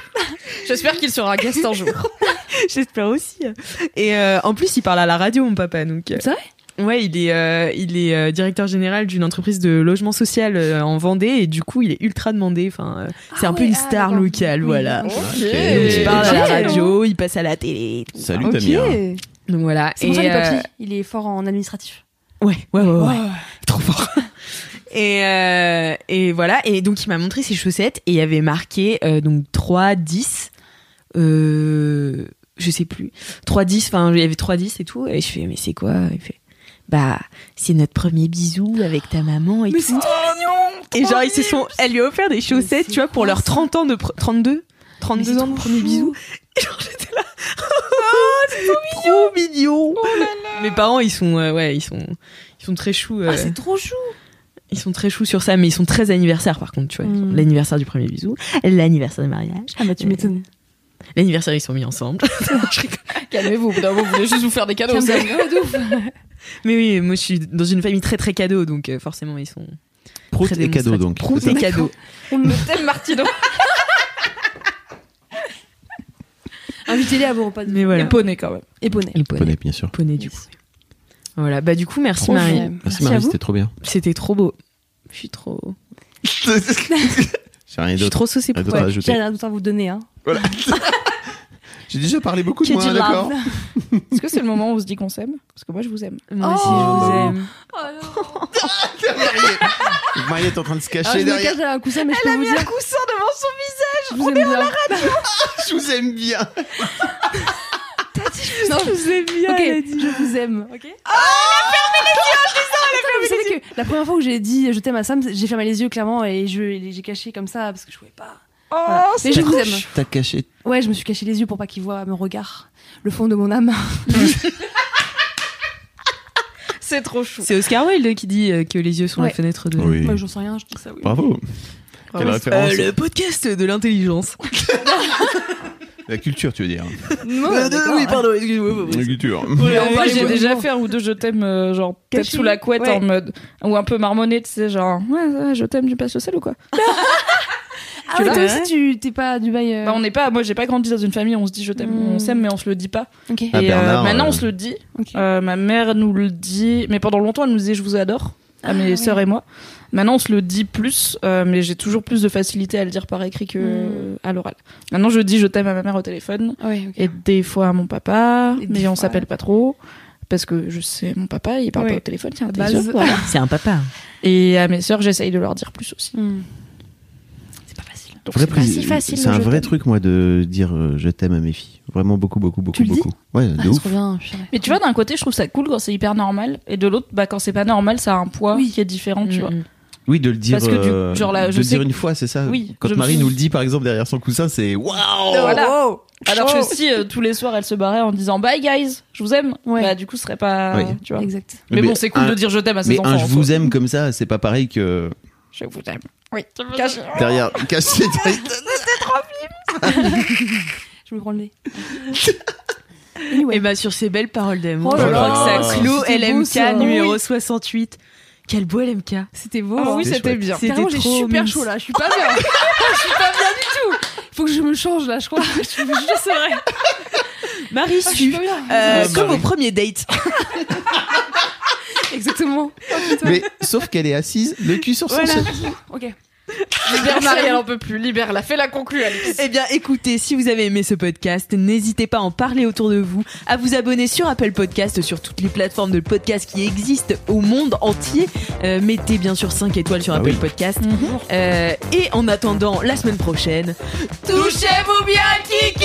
Speaker 2: J'espère qu'il sera guest un jour.
Speaker 4: J'espère aussi. Et euh, en plus, il parle à la radio, mon papa. Donc, euh,
Speaker 7: C'est vrai
Speaker 4: Ouais, il est, euh, il est euh, directeur général d'une entreprise de logement social euh, en Vendée et du coup, il est ultra demandé. Enfin, euh, c'est un peu
Speaker 7: ouais,
Speaker 4: une
Speaker 7: ah,
Speaker 4: star
Speaker 7: d'accord.
Speaker 4: locale, voilà.
Speaker 3: Ok.
Speaker 4: Il parle à la
Speaker 7: Ok.
Speaker 4: radio, il passe à la télé. et tout.
Speaker 3: Salut
Speaker 4: Ok.
Speaker 3: Damien.
Speaker 4: Donc voilà.
Speaker 7: C'est pour ça
Speaker 4: Et,
Speaker 7: les
Speaker 4: euh,
Speaker 7: papiers. Il est fort en administratif.
Speaker 4: Ouais, ouais, ouais, ouais. Trop fort. Et, euh, et voilà. Et donc, il m'a montré ses chaussettes et il y avait marqué euh, donc 3, 10. Euh, je sais plus. 3, 10. Enfin, il y avait 3, 10 et tout. Et je fais, mais c'est quoi Il fait, bah, c'est notre premier bisou avec ta maman et tout. et genre, ils se sont. Elle lui a offert des chaussettes, tu vois, pour leurs 30 ans de. pr- 32 32 ans de premier bisou. Et genre, j'étais là. Oh, c'est trop mignon! Oh Mes parents, ils sont. euh, ouais, ils sont. Ils sont très choux. euh,
Speaker 7: trop chou.
Speaker 4: ils sont très choux sur ça, mais ils sont très anniversaires par contre, tu vois. Ils ont
Speaker 7: Mm.
Speaker 4: L'anniversaire du premier bisou, l'anniversaire de mariage, Euh,
Speaker 7: Ah bah tu m'étonnes.
Speaker 4: l'anniversaire ils sont mis ensemble. Je rigole.
Speaker 2: Calmez-vous, au bout d'un moment, vous voulez juste vous faire des cadeaux. ça.
Speaker 4: mais oui, moi je suis dans une famille très très cadeau, donc euh, forcément ils sont
Speaker 3: Prout
Speaker 4: très
Speaker 3: et cadeau
Speaker 4: démonstratifs.
Speaker 3: donc.
Speaker 4: Prout
Speaker 3: C'est
Speaker 4: et
Speaker 3: ça
Speaker 4: cadeau.
Speaker 2: On le t'aime Martino.
Speaker 7: Invitez-les à vos repas.
Speaker 4: Mais voilà.
Speaker 2: poney quand même.
Speaker 7: Et poney.
Speaker 4: Et poney.
Speaker 3: Poney, bien sûr.
Speaker 4: Poney, du coup. Voilà, bah du coup merci
Speaker 7: Trop
Speaker 4: Marie.
Speaker 7: chou.
Speaker 3: Merci
Speaker 7: à
Speaker 3: Marie,
Speaker 7: vous.
Speaker 3: c'était trop bien.
Speaker 4: C'était trop beau. Je suis trop.
Speaker 3: J'ai rien
Speaker 4: Je suis
Speaker 3: d'autre
Speaker 4: trop saucée
Speaker 3: rien
Speaker 4: pour
Speaker 3: d'autre à
Speaker 4: toi.
Speaker 7: J'ai
Speaker 3: ajouter.
Speaker 7: rien d'autre à vous donner hein.
Speaker 3: J'ai déjà parlé beaucoup de
Speaker 7: Que
Speaker 3: moi,
Speaker 7: du love.
Speaker 3: Ah, d'accord
Speaker 2: Est-ce que c'est le moment où on se dit qu'on s'aime Parce que moi je vous aime. Oh.
Speaker 4: Moi aussi je vous aime.
Speaker 3: Marie est en train de se
Speaker 7: Ah,
Speaker 3: cacher
Speaker 7: je me
Speaker 3: derrière.
Speaker 7: cache derrière un coussin mais je peux vous dire.
Speaker 4: coussin
Speaker 7: Je
Speaker 4: devant son visage.
Speaker 7: vous aime bien.
Speaker 3: Je vous aime bien.
Speaker 7: Non, je vous aime bien.
Speaker 4: elle a
Speaker 7: dit je vous aime. Ok. Vous savez que la première fois où j'ai dit je t'aime à Sam, j'ai fermé les yeux clairement et je et j'ai caché comme ça parce que je pouvais pas.
Speaker 2: Oh,
Speaker 7: Voilà. Mais je vous aime.
Speaker 3: T'as caché.
Speaker 7: Ouais, je me suis caché les yeux pour pas qu'il voit mon regard, le fond de mon âme.
Speaker 2: C'est trop chou.
Speaker 4: C'est Oscar Wilde qui dit euh, que les yeux sont
Speaker 7: Ouais.
Speaker 4: la fenêtre de.
Speaker 3: Oui.
Speaker 7: Moi, j'en sais rien, je dis ça oui.
Speaker 3: Bravo. Quelle référence.
Speaker 4: Euh, le podcast de l'intelligence.
Speaker 3: La culture, tu veux dire.
Speaker 4: Euh, de- oui, pardon, excusez-moi.
Speaker 3: La culture.
Speaker 2: moi j'ai
Speaker 4: ouais.
Speaker 2: déjà fait un ou deux je t'aime euh, genre peut-être
Speaker 7: Caché.
Speaker 2: sous la couette
Speaker 4: Ouais.
Speaker 2: en mode ou un peu marmonné tu sais genre ouais, ouais, je t'aime tu passes le sel ou quoi
Speaker 7: Ah ouais, toi aussi, tu t'es pas à Dubaï. euh,
Speaker 2: Bah, on n'est pas, moi j'ai pas grandi dans une famille, on se dit je t'aime, on s'aime, mais on se le dit pas.
Speaker 7: ok.
Speaker 3: Ah,
Speaker 2: et
Speaker 3: Bernard,
Speaker 2: maintenant
Speaker 3: euh,
Speaker 2: on se le dit.
Speaker 7: Ok.
Speaker 2: Euh, ma mère nous le dit, mais pendant longtemps elle nous disait je vous adore à mes
Speaker 7: ouais.
Speaker 2: sœurs et moi. Maintenant on se le dit plus, euh, mais j'ai toujours plus de facilité à le dire par écrit que
Speaker 7: Mm.
Speaker 2: à l'oral. Maintenant je dis je t'aime à ma mère au téléphone
Speaker 7: Ouais, ok.
Speaker 2: et des fois à mon papa,
Speaker 7: Et des
Speaker 2: mais on
Speaker 7: fois,
Speaker 2: s'appelle pas trop. Parce que je sais, mon papa, il parle
Speaker 7: Ouais.
Speaker 2: pas au téléphone, tiens,
Speaker 7: Base.
Speaker 4: C'est un papa.
Speaker 2: Et à mes sœurs, j'essaye de leur dire plus aussi.
Speaker 7: Hmm.
Speaker 2: Donc,
Speaker 3: Vrai
Speaker 2: c'est pas
Speaker 3: prise-
Speaker 2: si facile.
Speaker 3: C'est
Speaker 2: le
Speaker 3: un
Speaker 2: je
Speaker 3: vrai
Speaker 2: t'aime.
Speaker 3: truc, moi, de dire euh, je t'aime à mes filles. Vraiment beaucoup, beaucoup, beaucoup,
Speaker 7: Tu le dis
Speaker 3: beaucoup. ouais, de
Speaker 7: Ah,
Speaker 3: ouf.
Speaker 7: trop bien, purée.
Speaker 2: Mais tu vois, d'un côté, je trouve ça cool quand c'est hyper normal, et de l'autre, bah, quand c'est pas normal, ça a un poids qui est différent,
Speaker 7: Mm,
Speaker 2: tu vois. Oh,
Speaker 3: Oui, de le dire.
Speaker 2: Parce que du-
Speaker 3: euh,
Speaker 2: genre là,
Speaker 3: de
Speaker 2: je
Speaker 3: le
Speaker 2: sais
Speaker 3: dire
Speaker 2: que-
Speaker 3: une fois, c'est ça.
Speaker 2: Oui,
Speaker 3: Quand
Speaker 2: je me
Speaker 3: Marie
Speaker 2: suis-
Speaker 3: nous le dit, par exemple, derrière son coussin, c'est
Speaker 7: Oh,
Speaker 3: waouh.
Speaker 2: Voilà. Alors que si euh, tous les soirs, elle se barrait en disant bye guys, je vous aime,
Speaker 7: Ouais.
Speaker 2: bah du coup, ce serait pas.
Speaker 3: Oui.
Speaker 2: Tu vois.
Speaker 7: Exact.
Speaker 2: Mais, bon, c'est cool
Speaker 3: un-
Speaker 2: de dire je t'aime à ses
Speaker 3: Mais
Speaker 2: enfants.
Speaker 3: un
Speaker 2: en
Speaker 3: je
Speaker 2: soi.
Speaker 3: vous aime comme ça, c'est pas pareil que
Speaker 2: Je vous aime. Oui. Cache-
Speaker 3: derrière. Caché derrière-
Speaker 7: Je me prends le nez.
Speaker 4: Et bah, sur ces belles paroles d'amour,
Speaker 7: Oh
Speaker 4: je
Speaker 7: là
Speaker 4: crois
Speaker 3: là.
Speaker 4: que ça clôt
Speaker 7: C'était beau,
Speaker 4: LMK
Speaker 7: ça.
Speaker 4: numéro 68. Quel beau LMK.
Speaker 7: C'était beau.
Speaker 2: Ah
Speaker 7: hein.
Speaker 2: oui,
Speaker 3: C'était
Speaker 2: c'était
Speaker 3: chouette.
Speaker 2: bien.
Speaker 4: C'était
Speaker 7: Carrément, j'ai
Speaker 4: trop Euh,
Speaker 7: super
Speaker 4: mince.
Speaker 7: chaud là. Je suis pas bien. je suis pas bien du tout. Faut que je me change là. Je crois que je suis juste vrai.
Speaker 4: Marie
Speaker 7: Ah, Je suis
Speaker 4: Su,
Speaker 7: pas bien.
Speaker 4: euh,
Speaker 3: Marie.
Speaker 4: comme au premier date.
Speaker 7: Exactement.
Speaker 3: Mais sauf qu'elle est assise, le cul sur son
Speaker 7: Voilà.
Speaker 3: sol.
Speaker 7: Ok.
Speaker 2: Libère Marie, elle en peut plus. Libère-la, fais-la conclure, Alice.
Speaker 4: Eh bien, écoutez, si vous avez aimé ce podcast, n'hésitez pas à en parler autour de vous, à vous abonner sur Apple Podcast, sur toutes les plateformes de podcast qui existent au monde entier. Euh, mettez bien sûr 5 étoiles sur
Speaker 3: Ah
Speaker 4: Apple
Speaker 3: oui.
Speaker 4: Podcast.
Speaker 2: Mhm.
Speaker 4: Euh, et en attendant la semaine prochaine, touchez-vous bien, Kiki